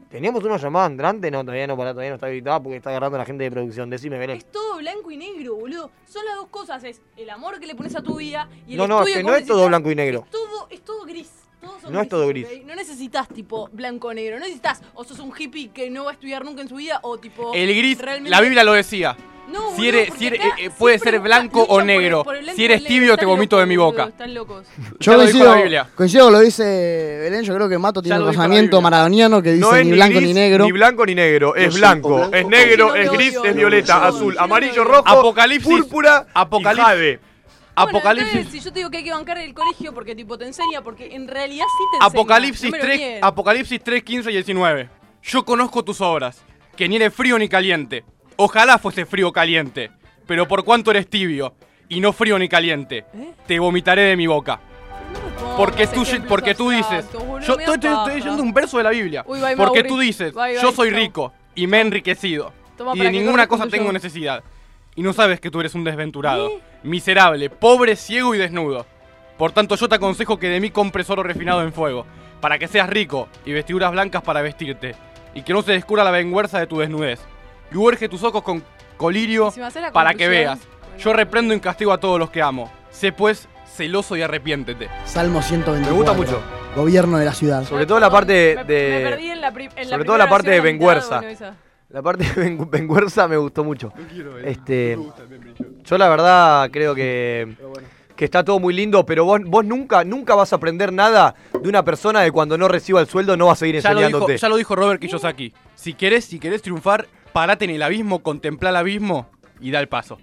A: ¿Teníamos una llamada entrante? No, todavía no, pará, todavía no está habilitada porque está agarrando a la gente de producción. Decime, Belén.
M: Todo blanco y negro, boludo. Son las dos cosas. Es el amor que le pones a tu vida y el
A: No, no, es
M: estudio
A: que
M: vos
A: no es todo
M: necesitas.
A: blanco y negro.
M: Todo, es todo gris. Todos son
A: No es todo gris.
M: ¿ok? No necesitas tipo blanco o negro. No necesitas o sos un hippie que no va a estudiar nunca en su vida o tipo.
G: El gris,
M: realmente-
G: la Biblia lo decía.
M: No, boludo,
G: si eres,
M: porque
G: si eres-
M: acá
G: eh, eh, puede
M: siempre
G: ser
M: busca-
G: blanco
M: luchan
G: o
M: por el-
G: negro.
M: por el blanco
G: si
M: y
G: eres
M: el negro.
G: tibio, te
M: Están
G: vomito de mi
M: locos,
G: boca.
M: boludo, Están locos.
B: Yo
G: Ya lo dijo
B: coincido,
G: la Biblia.
B: coincido con lo que dice Belén. Yo creo que Mato tiene
A: Ya
B: un
A: lo dijo la
B: razonamiento
A: Biblia.
B: maradoniano que dice
A: No es
B: ni blanco
A: gris,
B: ni negro.
A: Ni blanco ni negro. Es
B: sí,
A: blanco,
B: o blanco
A: es
B: o
A: negro,
B: negro.
A: es
B: Yo
A: gris,
B: odio,
A: es
B: yo
A: violeta,
B: odio,
A: azul,
B: yo
A: amarillo,
B: odio.
A: rojo,
G: Apocalipsis.
A: púrpura,
G: Apocalipsis.
A: y jade.
M: Bueno,
G: Apocalipsis.
M: entonces, si yo te digo que hay que bancar el colegio porque tipo te enseña, porque en realidad sí te enseña.
G: Apocalipsis
M: no me lo
G: 3,
M: nieguen.
G: Apocalipsis 3, 15 y 19. Yo conozco tus obras, que ni eres frío ni caliente. Ojalá fuese frío o caliente, pero por cuanto eres tibio y no frío ni caliente,
M: ¿Eh?
G: te vomitaré de mi boca. Porque tú, porque tú dices,
M: boludo,
G: yo
M: me da
G: estoy, estoy- estoy
M: paja.
G: leyendo un verso de la Biblia.
M: Uy, bye, me
G: porque
M: aburrí.
G: tú dices,
M: Bye, bye,
G: yo soy
M: chau.
G: rico y me he enriquecido
M: Toma
G: y
M: para que
G: de ninguna
M: corras
G: cosa
M: con tu
G: tengo
M: yo. ¿Eh?
G: necesidad. Y no sabes que tú eres un desventurado, miserable, pobre, ciego y desnudo. Por tanto, yo te aconsejo que de mí compres oro refinado en fuego, para que seas rico y vestiduras blancas para vestirte, y que no se descubra la vergüenza de tu desnudez. Y urge tus ojos con colirio
M: Y si me haces la
G: para que
M: conclusión,
G: veas. Yo reprendo y castigo a todos los que amo. Sé pues celoso y arrepiéntete.
B: Salmo 124.
A: Me gusta mucho.
B: Gobierno de la ciudad.
A: Sobre todo la parte de.
G: eh,
M: Me perdí en la, pri- en
A: sobre todo la
M: primera
A: parte de
M: versión, la mitad,
A: Benguerza.
M: bueno, esa.
A: La parte de Ben- Benguerza me gustó mucho.
M: quiero ver.
A: Este, yo la verdad creo que, que está todo muy lindo, pero vos, vos nunca, nunca vas a aprender nada de una persona de cuando no reciba el sueldo no va a seguir
G: Ya lo, dijo,
A: enseñándote.
G: ya lo dijo Robert Kiyosaki. Si querés, si querés triunfar, parate en el abismo, contempla el abismo y da el paso.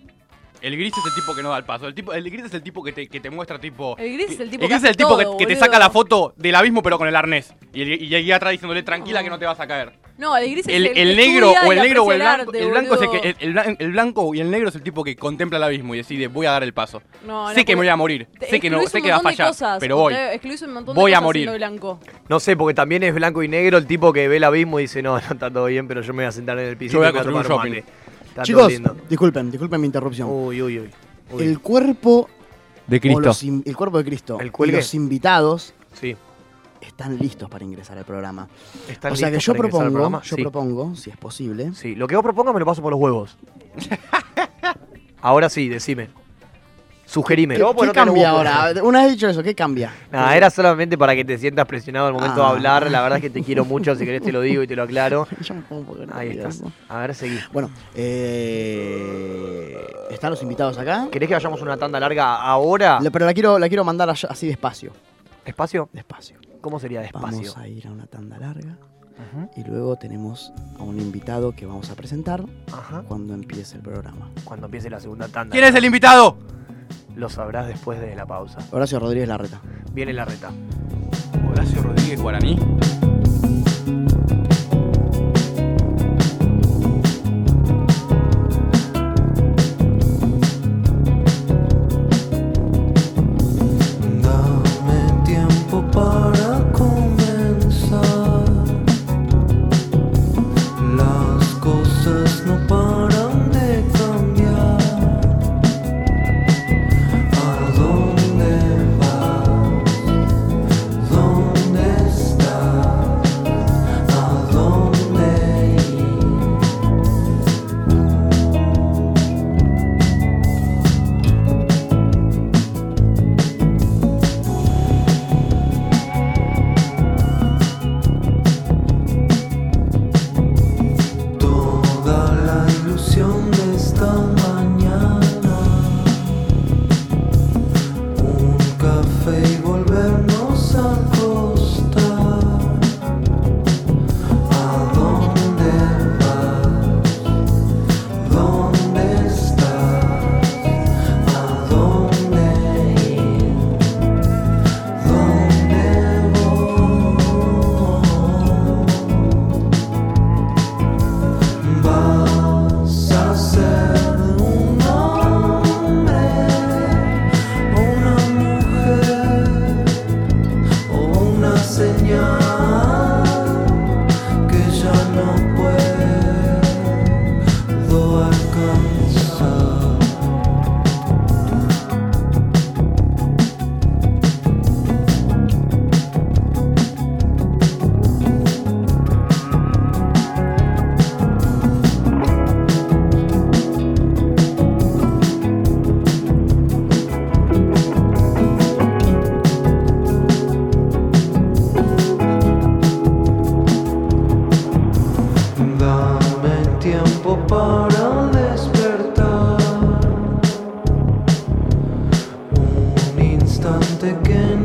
G: El gris es el tipo que no da el paso. El, tipo, el gris es el tipo que te, que te muestra tipo.
M: El gris es el tipo
G: el gris
M: que
G: es el tipo que,
M: todo,
G: que te
M: boludo.
G: saca la foto del abismo pero con el arnés. Y el, y el guía atrás diciéndole tranquila que no te vas a caer.
M: No, el gris es
G: El,
M: el, que
G: el negro
M: estudia
G: o
M: y
G: el negro o el
M: aprecia
G: blanco.
M: arte,
G: El blanco, es el, que,
M: boludo.
G: el, el blan- el blanco y el negro es el tipo que contempla el abismo y decide voy a dar el paso.
M: No, no,
G: sé que
M: porque
G: me voy a morir.
M: te-
G: Sé que no,
M: excluís
G: sé
M: un
G: que va a
M: montón de
G: fallar.
M: cosas,
G: pero voy.
M: porque excluís un montón de
G: Voy a
M: cosas
G: morir.
M: siendo blanco.
A: No sé, porque también es blanco y negro el tipo que ve el abismo y dice, no, no está todo bien, pero yo me voy a sentar en el piso
G: Yo voy
A: y me
G: a construir
A: tomar
G: un
A: mate". Está todo
B: Chicos,
A: lindo.
B: disculpen, disculpen mi interrupción.
A: Uy, uy, uy. uy.
B: El cuerpo
O: De
B: o los in- el cuerpo de Cristo.
A: ¿El
B: y
A: cuelgue?
B: los invitados
A: Sí.
B: están listos para ingresar al programa.
A: ¿Están
B: o sea que
A: listos
B: yo
A: para ingresar
B: propongo,
A: al programa?
B: yo
A: Sí.
B: propongo, si es posible.
A: Sí, lo que vos propongas me lo paso por los huevos. ahora sí, decime. Sugerime.
B: ¿Qué, qué cambia ahora? Una vez dicho eso, ¿qué cambia?
A: Nah, era solamente para que te sientas presionado al momento
B: Ah.
A: de hablar. La verdad es que te quiero mucho, si querés te lo digo y te lo aclaro.
B: Ya me pongo un poco
A: Ahí estás.
B: nervioso.
A: A ver, seguí.
B: Bueno, eh, están los invitados acá.
A: ¿Querés que vayamos una tanda larga ahora?
B: Le- Pero la quiero, la quiero mandar allá- así despacio.
A: ¿Espacio?
B: Despacio.
A: ¿Cómo sería despacio?
B: Vamos a ir a una tanda larga. Y luego tenemos a un invitado que vamos a presentar
A: Ajá.
B: cuando empiece el programa.
A: Cuando empiece la segunda tanda.
G: ¿Quién es el invitado?
A: Lo sabrás después de la pausa.
B: Horacio Rodríguez Larreta.
A: Viene la reta.
G: Horacio Rodríguez Guaraní.
N: Dame tiempo para comenzar. Las cosas no paran de cambiar. ¿A dónde vas? ¿Dónde estás? ¿A dónde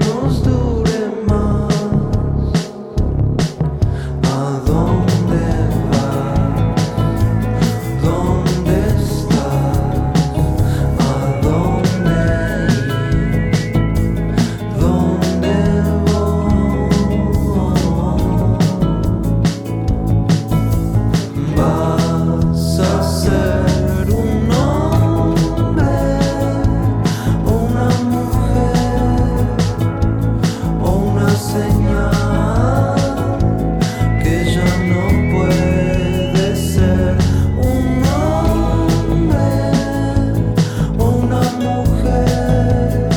N: nos dure más. ¿A dónde vas? ¿Dónde estás? ¿A dónde ir? ¿Dónde voy? Vas a ser un hombre. O una mujer, o una señal que ya no puede ser un hombre, o una mujer,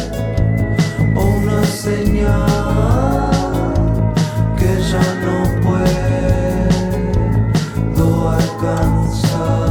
N: o una señal que ya no puedo alcanzar.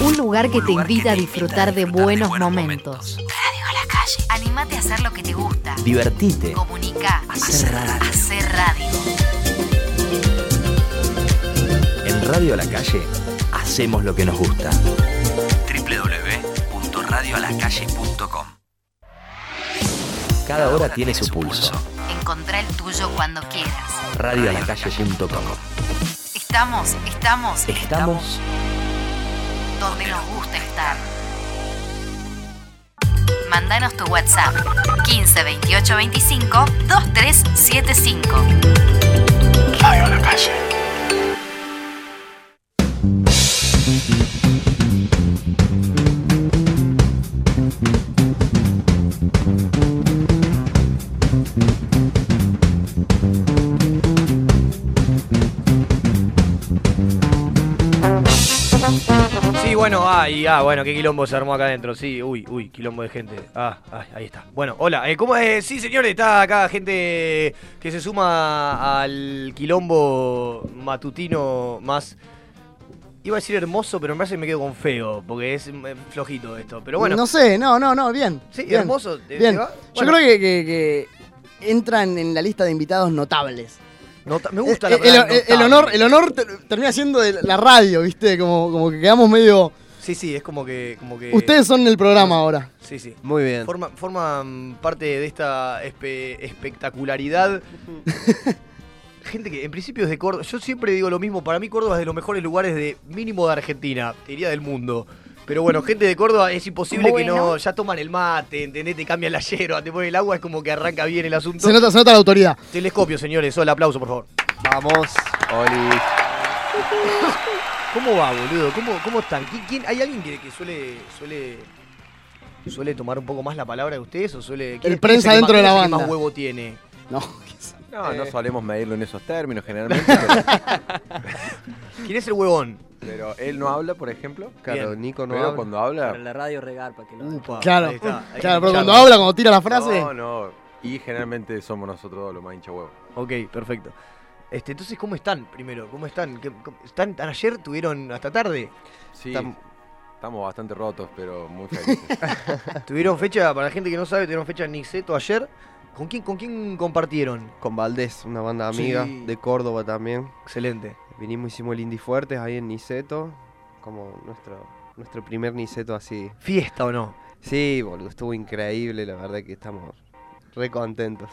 P: Un lugar que te invita a disfrutar de buenos momentos.
L: Radio a la calle. Animate a hacer lo que te gusta.
Q: Divertite.
L: Comunica.
Q: Hacer radio.
L: Hacer radio.
Q: En Radio a la Calle hacemos lo que nos gusta. www.radioalacalle.com Cada hora tiene su pulso.
L: Encontrá el tuyo cuando quieras.
Q: Radioalacalle.com
L: Estamos, estamos
Q: Estamos
L: donde nos gusta estar. Mandanos tu WhatsApp 15 28 25 2375.
I: Radio a la calle.
A: Sí, bueno, ay, ah, bueno, qué quilombo se armó acá adentro. Sí, uy, uy, quilombo de gente. Ah, ay, ahí está. Bueno, hola, eh, ¿cómo es? Sí, señores, está acá gente que se suma al quilombo matutino más. Iba a decir hermoso, pero en verdad me quedo con feo, porque es eh, flojito esto. Pero bueno.
B: No sé, no, no, no, bien.
A: Sí,
B: bien.
A: hermoso, ¿te-
B: bien.
A: te va?
B: Yo
A: Bueno.
B: creo que, que- que entran en la lista de invitados notables.
A: Nota- me gusta la
B: Eh, el,
A: palabra
B: el- el
A: notable.
B: honor, el honor ter- termina siendo de la radio, ¿viste? Como, como que quedamos medio.
A: Sí, sí, es como que. Como que
B: Ustedes son el programa ahora.
A: Sí, sí.
B: Muy bien.
A: Forma- forman parte de esta espe- espectacularidad. Gente que en principio es de Córdoba. Yo siempre digo lo mismo. Para mí, Córdoba es de los mejores lugares de mínimo de Argentina. Te diría del mundo. Pero bueno, gente de Córdoba es imposible que no.
B: Bueno.
A: Ya toman el mate, ¿entendés? Te cambian la yerba, te ponen el agua. Es como que arranca bien el asunto.
B: Se nota, se nota la autoridad.
A: Telescopio, señores. Hola, aplauso, por favor. Vamos. Oli. ¿Cómo va, boludo? ¿Cómo, cómo están? ¿Qui- quién- ¿Hay alguien que, que suele, suele suele tomar un poco más la palabra que ustedes o suele... quién- quién
B: prensa
A: es el
B: dentro de
A: más-
B: la
A: quién es el que
B: banda.
A: más huevo tiene?
B: No.
R: No, no
A: Eh.
R: solemos medirlo en esos términos generalmente. pero-
A: ¿Quién es el huevón?
S: Pero él no habla, por ejemplo.
R: Claro, Nico no
S: Pero
R: habla.
S: cuando habla.
T: Pero en la radio regar para que lo
B: Claro,
S: Ahí está, ahí
B: claro, pero
S: hincha
B: cuando
S: huevo.
B: habla, cuando tira la frase.
S: No, no. Y generalmente somos nosotros dos los más hincha huevo.
A: Ok, perfecto. Este, entonces, ¿cómo están primero? ¿Cómo están? ¿Qué- cómo- ¿Están tan ayer? ¿Tuvieron hasta tarde?
S: Sí,
A: Tam-
S: estamos bastante rotos, pero muy felices.
A: ¿Tuvieron fecha, para la gente que no sabe, tuvieron fecha en Niceto ayer? ¿Con quién, ¿Con quién compartieron?
R: Con Valdés, una banda amiga
A: Sí.
R: de Córdoba también.
A: Excelente.
R: Vinimos, hicimos el Indie Fuertes ahí en Niceto, como nuestro, nuestro primer Niceto así.
A: ¿Fiesta o no?
R: Sí, boludo, estuvo increíble, la verdad que estamos re contentos.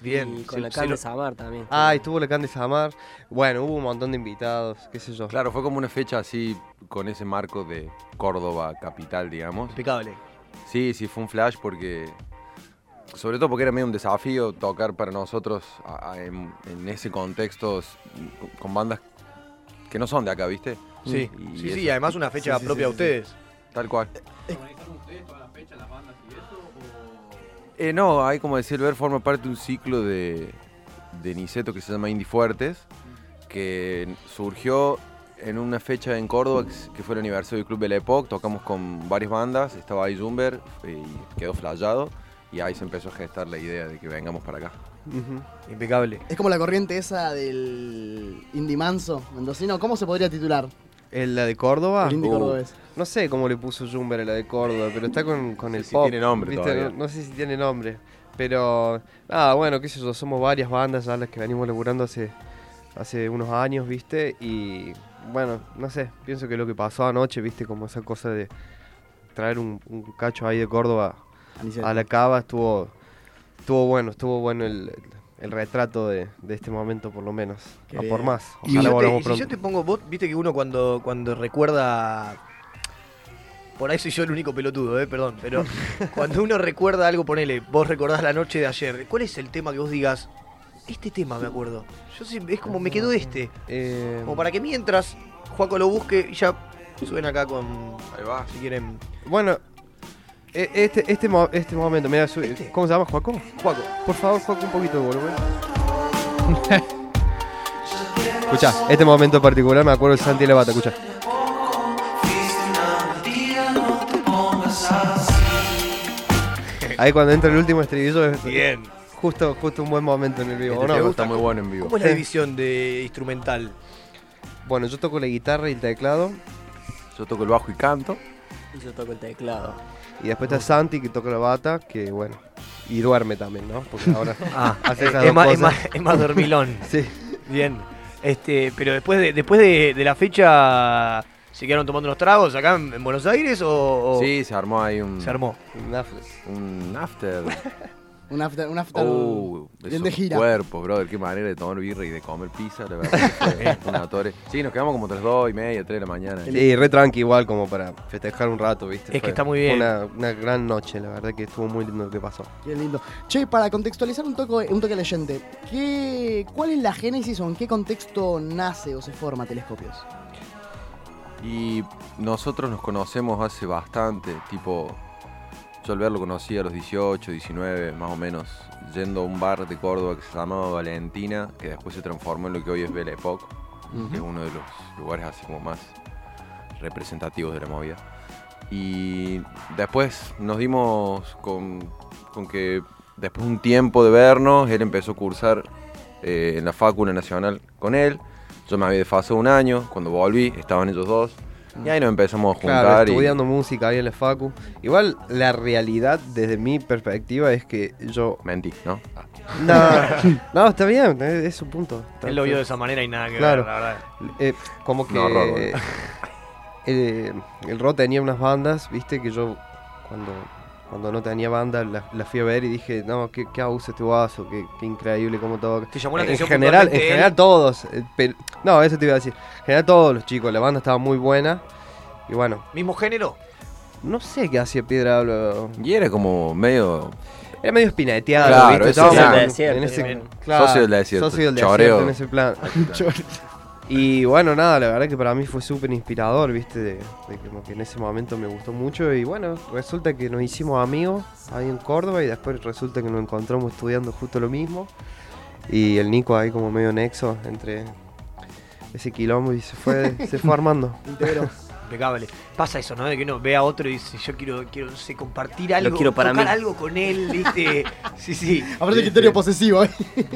T: Bien. Y con
R: Sí,
T: la
R: sí
T: Candy
R: lo-
T: Samar también.
R: Ah, estuvo la Candy Samar. Bueno, hubo un montón de invitados, qué sé yo.
S: Claro, fue como una fecha así, con ese marco de Córdoba, capital, digamos.
A: Impecable.
S: Sí, sí, fue un flash porque. Sobre todo porque era medio un desafío tocar para nosotros a- a- en, en ese contexto s- con- con bandas que no son de acá, ¿viste?
A: Sí,
S: Y
A: sí,
S: eso.
A: sí, además una fecha
S: Sí, sí,
A: propia
S: sí, sí,
A: a ustedes.
S: Tal cual.
I: ¿Organizaron ustedes todas las fechas, las bandas y eso?
S: Eh, no, hay como decir, ver, forma parte de un ciclo de, de Niceto que se llama Indie Fuertes, que surgió en una fecha en Córdoba que s- que fue el aniversario del Club de la Época. Tocamos con varias bandas, estaba ahí Zumber eh, y quedó flayado. Y ahí se empezó a gestar la idea de que vengamos para acá.
A: Impecable.
B: Es como la corriente esa del indie manso mendocino. ¿Cómo se podría titular?
R: ¿El la de Córdoba?
B: El indie
R: Uh,
B: cordobés.
R: No sé cómo le puso Jumber a la de Córdoba, pero está con, con el
S: si
R: pop.
S: tiene nombre
R: ¿viste?
S: todavía.
R: No, no sé si tiene nombre. Pero, nada, bueno, qué sé yo, somos varias bandas ya las que venimos laburando hace, hace unos años, ¿viste? Y, bueno, no sé, pienso que lo que pasó anoche, ¿viste? Como esa cosa de traer un, un cacho ahí de Córdoba
B: Aniceto.
R: a la cava estuvo, estuvo bueno, estuvo bueno el, el retrato de, de este momento, por lo menos.
A: Qué
R: a
A: bien.
R: por más.
A: Y si
R: Ojalá
A: yo te-
R: volvamos
A: y si yo
R: pronto.
A: te pongo, vos, viste que uno cuando, cuando recuerda. Por ahí soy yo el único pelotudo, eh, perdón, pero cuando uno recuerda algo, ponele, vos recordás la noche de ayer, ¿cuál es el tema que vos digas? Este tema me acuerdo. Yo sí, es como me quedo este.
R: Eh,
A: Como para que mientras Juaco lo busque y ya suben acá con. Ahí va. Si quieren.
R: Bueno, e- este, este, mo- este momento, mira, su- ¿cómo se llama, Joaco?
A: Joaco.
R: Por favor, Joaco, un poquito de volumen. escucha, este momento particular me acuerdo de Santi Levata, escucha.
U: Tía, no te pongas así.
R: Ahí cuando entra el último estribillo es
A: Bien.
R: justo, justo un buen momento en el vivo, ¿o
A: Este ¿Te
R: ¿no?
A: gusta?
S: muy bueno en vivo.
A: ¿Cómo es la división de instrumental?
R: Eh. Bueno, yo toco la guitarra y el teclado.
S: Yo toco el bajo y canto.
T: Y yo toco el teclado.
R: Y después está Santi que toca la bata, que bueno. Y duerme también, ¿no? Porque ahora
A: Ah,
R: hace
A: eh,
R: esas
A: es,
R: dos
A: más, es,
R: cosas.
A: más, es más dormilón.
R: sí.
A: Bien. Este, pero después de, después de, de la fecha, ¿se quedaron tomando unos tragos acá en, en Buenos Aires o, o-
S: Sí, se armó ahí un.
A: Se armó.
R: Un after.
S: Un after.
B: Un after, un after
S: Oh,
B: bien
S: esos
B: de gira.
S: cuerpos, brother. Qué manera de tomar birra y de comer pizza, la verdad. que fue una torre. Sí, nos quedamos como entre las dos y media, tres de la mañana.
R: Sí, re tranqui igual como para festejar un rato, ¿viste?
S: Es que
R: Fue
S: está muy bien.
R: Una, una gran noche, la verdad que estuvo muy lindo lo que pasó.
B: Qué lindo. Che, para contextualizar un toque, un toque al oyente, ¿qué, ¿cuál es la génesis o en qué contexto nace o se forma Telescopios?
S: Y nosotros nos conocemos hace bastante, tipo, yo al verlo conocí a los 18, 19, más o menos, yendo a un bar de Córdoba que se llamaba Valentina, que después se transformó en lo que hoy es Belle Époque,
K: Ujú.
S: que es uno de los lugares así como más representativos de la movida. Y después nos dimos con, con que después de un tiempo de vernos, él empezó a cursar eh, en la Fácula Nacional con él. Yo me había desfasado un año, cuando volví estaban ellos dos. Y ahí nos empezamos a juntar.
R: Claro,
S: y-
R: estudiando música ahí en la Facu. Igual la realidad desde mi perspectiva es que yo...
S: Mentí, ¿no?
R: No, no, está bien, es es su punto. Está-
A: Él lo vio de esa manera y nada que
R: Claro.
A: ver, la verdad.
R: Eh, como que
A: No, horror, boludo.
R: eh, el rock tenía unas bandas, viste, que yo cuando, cuando no tenía banda las las fui a ver y dije, no, qué, qué abuso este guaso, qué, qué increíble cómo toca.
A: ¿Te llamó la
R: en
A: atención
R: general, en
A: puntualmente
R: general
A: él?
R: todos. eh, pero- no, eso te iba a decir. En general todos los chicos, la banda estaba muy buena. Y bueno,
A: ¿Mismo género?
R: no sé qué hacía Piedra Hablo.
S: Y era como medio.
R: Era medio espineteado,
S: Claro,
R: ¿viste?
S: eso
R: Estábamos
S: sí.
R: en-
S: Desierto,
R: en ese-
S: bien.
R: claro,
S: Socio del desierto,
R: socio del
S: choreo.
R: desierto en ese plan. y bueno, nada, la verdad que para mí fue súper inspirador, viste, de, de como que en ese momento me gustó mucho y bueno, resulta que nos hicimos amigos ahí en Córdoba y después resulta que nos encontramos estudiando justo lo mismo y el Nico ahí como medio nexo entre ese quilombo y se fue, se fue armando.
A: Impecable. Pasa eso, ¿no? De que uno ve a otro y dice, yo quiero, quiero no sé, compartir algo,
R: quiero para
A: tocar
R: mí.
A: algo con él, ¿viste? Sí, sí.
B: Aparte, criterio posesivo, ¿eh?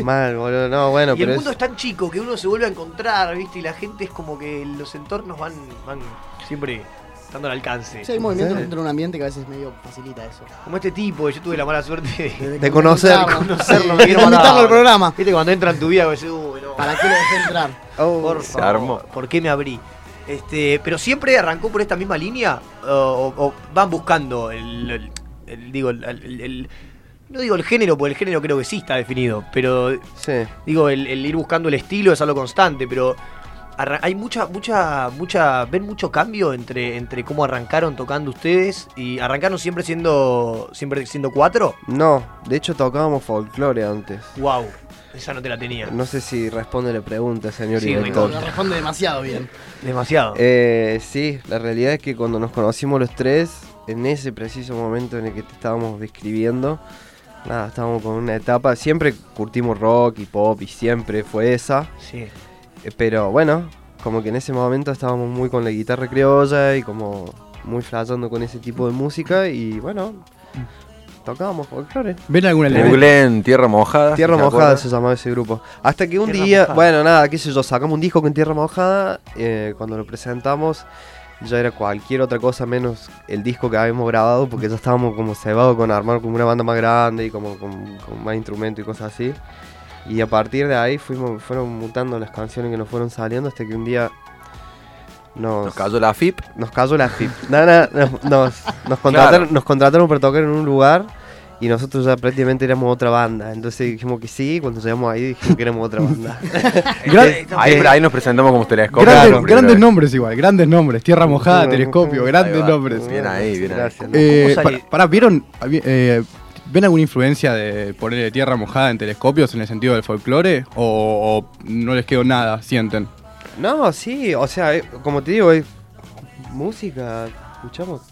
R: Mal, boludo. No, bueno,
A: y el
R: pero
A: mundo
R: es-
A: es tan chico que uno se vuelve a encontrar, ¿viste? Y la gente es como que los entornos van, van siempre estando al alcance.
B: Sí, hay movimientos dentro de un ambiente que a veces medio facilita eso.
A: Como este tipo, que yo tuve la mala suerte de,
R: De conocer.
A: de conocerlo,
B: Sí,
A: me quiero
B: de invitarlo
A: matar.
B: al programa.
A: Viste, cuando entra en tu vida, decís, uy, no.
B: ¿Para qué lo dejé entrar?
A: por
R: se
A: favor,
R: armó.
A: ¿por qué me abrí? Este, pero siempre arrancó por esta misma línea o, o- o van buscando el, el- el- digo, el- el- el- no digo el género, porque el género creo que sí está definido, pero digo el, el ir buscando el estilo es algo constante, pero arra- hay mucha mucha mucha ven mucho cambio entre entre cómo arrancaron tocando ustedes y arrancaron siempre siendo siempre siendo cuatro.
R: No, de hecho tocábamos folclore antes.
A: Wow, esa no te la tenía.
R: No sé si responde la pregunta, señor
A: Sí,
R: director.
A: recontra.
B: Responde demasiado bien.
A: Demasiado.
R: Eh, sí, la realidad es que cuando nos conocimos los tres, en ese preciso momento en el que te estábamos describiendo, nada, estábamos con una etapa, siempre curtimos rock y pop y siempre fue esa.
A: Sí.
R: Eh, Pero bueno, como que en ese momento estábamos muy con la guitarra criolla y como muy flasheando con ese tipo de música y bueno,
A: Mm.
R: tocábamos folclore.
G: ¿Ven algún elemento?
S: Googleen Tierra Mojada.
R: Tierra
S: ¿se
R: Mojada
S: acuerdan?
R: se llamaba ese grupo. Hasta que un
S: Tierra
R: día,
S: Mojada.
R: bueno, nada, qué sé yo, sacamos un disco con Tierra Mojada. eh, cuando lo presentamos, ya era cualquier otra cosa menos el disco que habíamos grabado, porque ya estábamos como cebados con armar como una banda más grande y como con, con más instrumentos y cosas así. Y a partir de ahí fuimos, fueron mutando las canciones que nos fueron saliendo hasta que un día nos,
S: cayó la FIP.
R: Nos cayó la FIP. Nada, nos, nos, nos contrataron, nos contrataron para tocar en un lugar y nosotros ya prácticamente éramos otra banda. Entonces dijimos que sí, y cuando llegamos ahí dijimos que éramos otra banda.
S: Eh, ahí, ahí nos presentamos como telescopio.
G: Grandes,
S: Claro,
G: grandes
S: primero.
G: nombres igual, grandes nombres. Tierra mojada, telescopio,
S: Ahí
G: grandes
S: va.
G: nombres.
S: Bien ahí, bien ahí.
G: Eh, pa- pará, ¿vieron? habí- eh, ¿Ven alguna influencia de ponerle tierra mojada en telescopios en el sentido del folclore? ¿O, o no les quedó nada? ¿Sienten?
R: No, sí, o sea, eh, como te digo, es música, escuchamos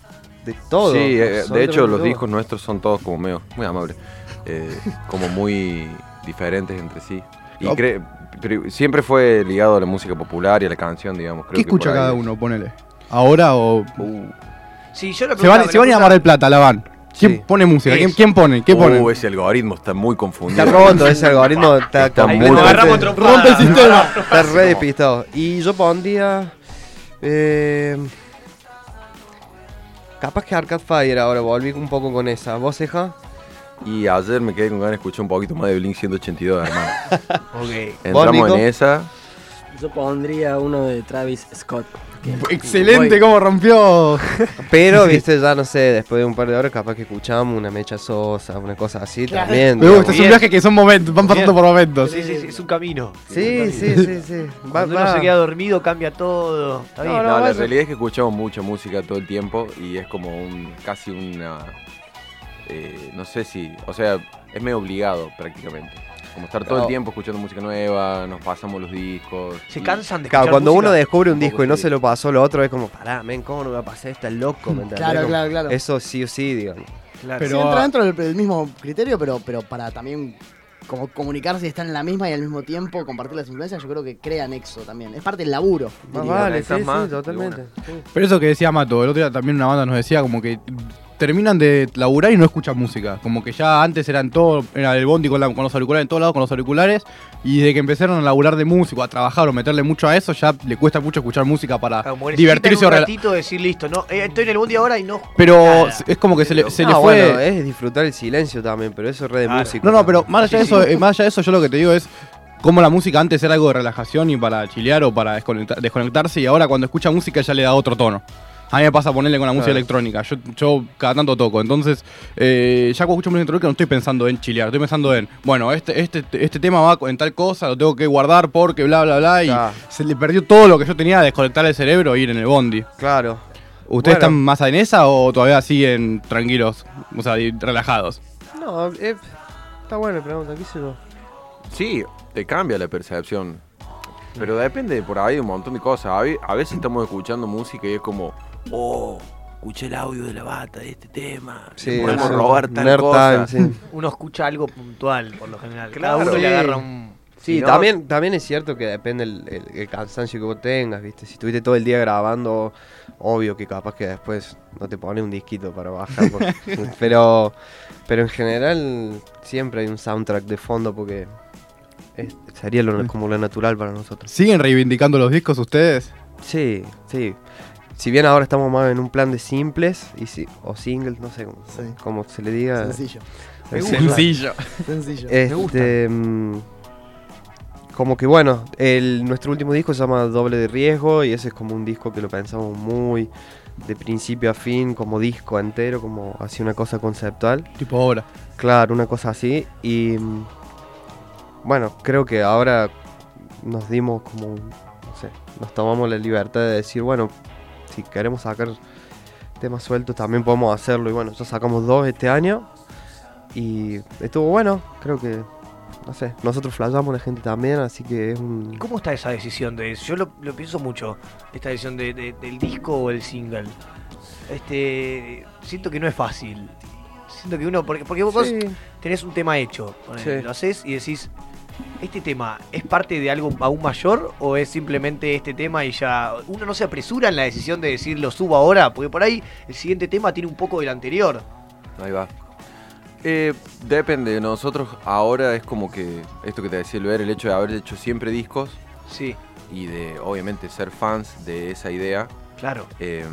R: de todo.
S: Sí, eh, de hecho los
R: Absolutamente todo.
S: discos nuestros son todos como medio, muy amables, eh, como muy diferentes entre sí. Y
G: Op.
S: cre- pero siempre fue ligado a la música popular y a la canción, digamos. Creo
G: ¿Qué
S: que por
G: escucha
S: ahí
G: cada
S: es.
G: uno? Ponele. ¿Ahora o.?
A: Uh. Sí, yo la
G: se van,
A: preguntaba,
G: se
A: la
G: van a llamar el plata, la van. ¿Quién pone música? ¿Quién, quién pone? ¿Qué
S: Uh,
G: pone?
S: ese algoritmo está muy confundido.
R: Está roto ese algoritmo, está,
S: muy
R: completamente-
S: confundido.
R: Rompe el sistema. Está re despistado. Y yo pondría. Eh, capaz que Arcade Fire ahora, volví un poco con esa. ¿Vos, ceja?
S: Y ayer me quedé con ganas de escuchar un poquito más de Blink 182, hermano.
A: Ok.
S: Entramos
R: ¿Vos, Nico?
S: en esa.
T: Yo pondría uno de Travis Scott. que- Voy-
G: Excelente, cómo rompió.
R: Pero, viste, ya no sé, después de un par de horas, capaz que escuchamos una mecha sosa, una cosa así
G: Claro.
R: también.
G: Me gusta, es un
R: digamos.
G: viaje que son momentos, van pasando por momentos.
A: Sí, sí, sí, es un camino.
R: Sí,
A: Es un
R: sí,
A: camino.
R: sí, sí. Va-
A: Cuando uno
R: va.
A: se queda dormido cambia todo. Está bien.
S: No, la realidad es que escuchamos mucha música todo el tiempo y es como un casi una... eh, no sé si... O sea, es medio obligado prácticamente. Como estar todo el
R: No.
S: tiempo escuchando música nueva, nos pasamos los discos.
A: Se
S: y-
A: cansan de
R: Claro,
A: escuchar
R: cuando
A: música.
R: uno descubre un
S: Un poco
R: disco y no
S: sí.
R: se lo pasó lo otro, es como, pará, men, ¿cómo no me va a pasar esta loco? ¿me entendés?
B: Claro,
R: Como,
B: claro, claro.
R: Eso sí o sí, digamos.
B: sí, entra dentro del, del mismo criterio, pero, pero para también como comunicarse y estar en la misma y al mismo tiempo compartir las influencias, yo creo que crea nexo también. Es parte del laburo.
R: Más
B: diría.
R: vale, sí,
S: Conectas
R: sí,
S: más de
R: totalmente. Sí.
G: Pero eso que decía Mato, el otro día también una banda nos decía como que terminan de laburar y no escuchan música. Como que ya antes eran todo, era el bondi con, la- con los auriculares en todos lados, con los auriculares. Y desde que empezaron a laburar de músico, a trabajar o meterle mucho a eso, ya le cuesta mucho escuchar música para
A: Claro, como que
G: divertirse
A: necesitan
G: o
A: Ah, un
G: rela-
A: ratito decir listo, no, eh, estoy en el bondi ahora y no.
G: Pero es como que se le, se le
R: Ah,
G: fue.
R: bueno, es disfrutar el silencio también, pero eso es re de música.
G: No, no, pero más allá, de
R: Sí,
G: eso,
R: sí.
G: eh, más allá de eso, yo lo que te digo es cómo la música antes era algo de relajación y para chilear o para desconecta- desconectarse, y ahora cuando escucha música ya le da otro tono. A mí me pasa ponerle con la música
R: Claro.
G: electrónica. Yo, yo cada tanto toco. Entonces, eh, ya cuando escucho música electrónica no estoy pensando en chilear, estoy pensando en, bueno, este, este, este tema va en tal cosa, lo tengo que guardar porque bla, bla, bla. Y
R: Claro.
G: se le perdió todo lo que yo tenía de desconectar el cerebro e ir en el bondi.
R: Claro.
G: ¿Ustedes
R: Bueno.
G: están más en esa o todavía siguen tranquilos, o sea, y relajados?
R: No, eh, está buena la pregunta, ¿qué sé yo?
S: Sí, te cambia la percepción. Pero depende por ahí de un montón de cosas. A ve- A veces estamos escuchando música y es como, oh, escuché el audio de la bata de este tema.
R: Sí,
S: podemos
R: sí.
S: robar tal
R: Nerd
S: cosa.
R: time, sí.
A: Uno escucha algo puntual por lo general.
S: Claro.
A: Cada uno
S: Sí.
A: le agarra un.
R: Sí,
S: Si no-
R: también, también es cierto que depende el, el- el cansancio que vos tengas, ¿viste? Si estuviste todo el día grabando, obvio que capaz que después no te pone un disquito para bajar. porque- pero, pero en general siempre hay un soundtrack de fondo porque es- sería lo, como lo natural para nosotros.
G: ¿Siguen reivindicando los discos ustedes?
R: Sí, sí. Si bien ahora estamos más en un plan de simples y si- o singles, no sé cómo, cómo se le diga.
B: Sencillo.
R: El
B: Me gusta. Sencillo. Sencillo. Me gusta.
R: Este, mm, como que bueno, el, nuestro último disco se llama Doble de Riesgo y ese es como un disco que lo pensamos muy de principio a fin, como disco entero, como así una cosa conceptual.
G: Tipo obra.
R: Claro, una cosa así. Y mm, bueno, creo que ahora nos dimos como, un- no sé, nos tomamos la libertad de decir, bueno, si queremos sacar temas sueltos también podemos hacerlo. Y bueno, ya sacamos dos este año y estuvo bueno, creo que, no sé, nosotros flayamos la gente también, así que es un...
A: ¿Cómo está esa decisión de Yo lo, lo pienso mucho, esta decisión de- de- del disco o el single. Este, siento que no es fácil. Siento que uno, porque, porque vos
R: Sí.
A: tenés un tema hecho, ponele,
R: Sí.
A: lo haces y decís, ¿este tema es parte de algo aún mayor o es simplemente este tema y ya uno no se apresura en la decisión de decir lo subo ahora? Porque por ahí el siguiente tema tiene un poco del anterior.
S: Ahí va. Eh, depende, nosotros ahora es como que esto que te decía ver el hecho de haber hecho siempre discos.
A: Sí.
S: Y de obviamente ser fans de esa idea.
A: Claro.
S: Eh,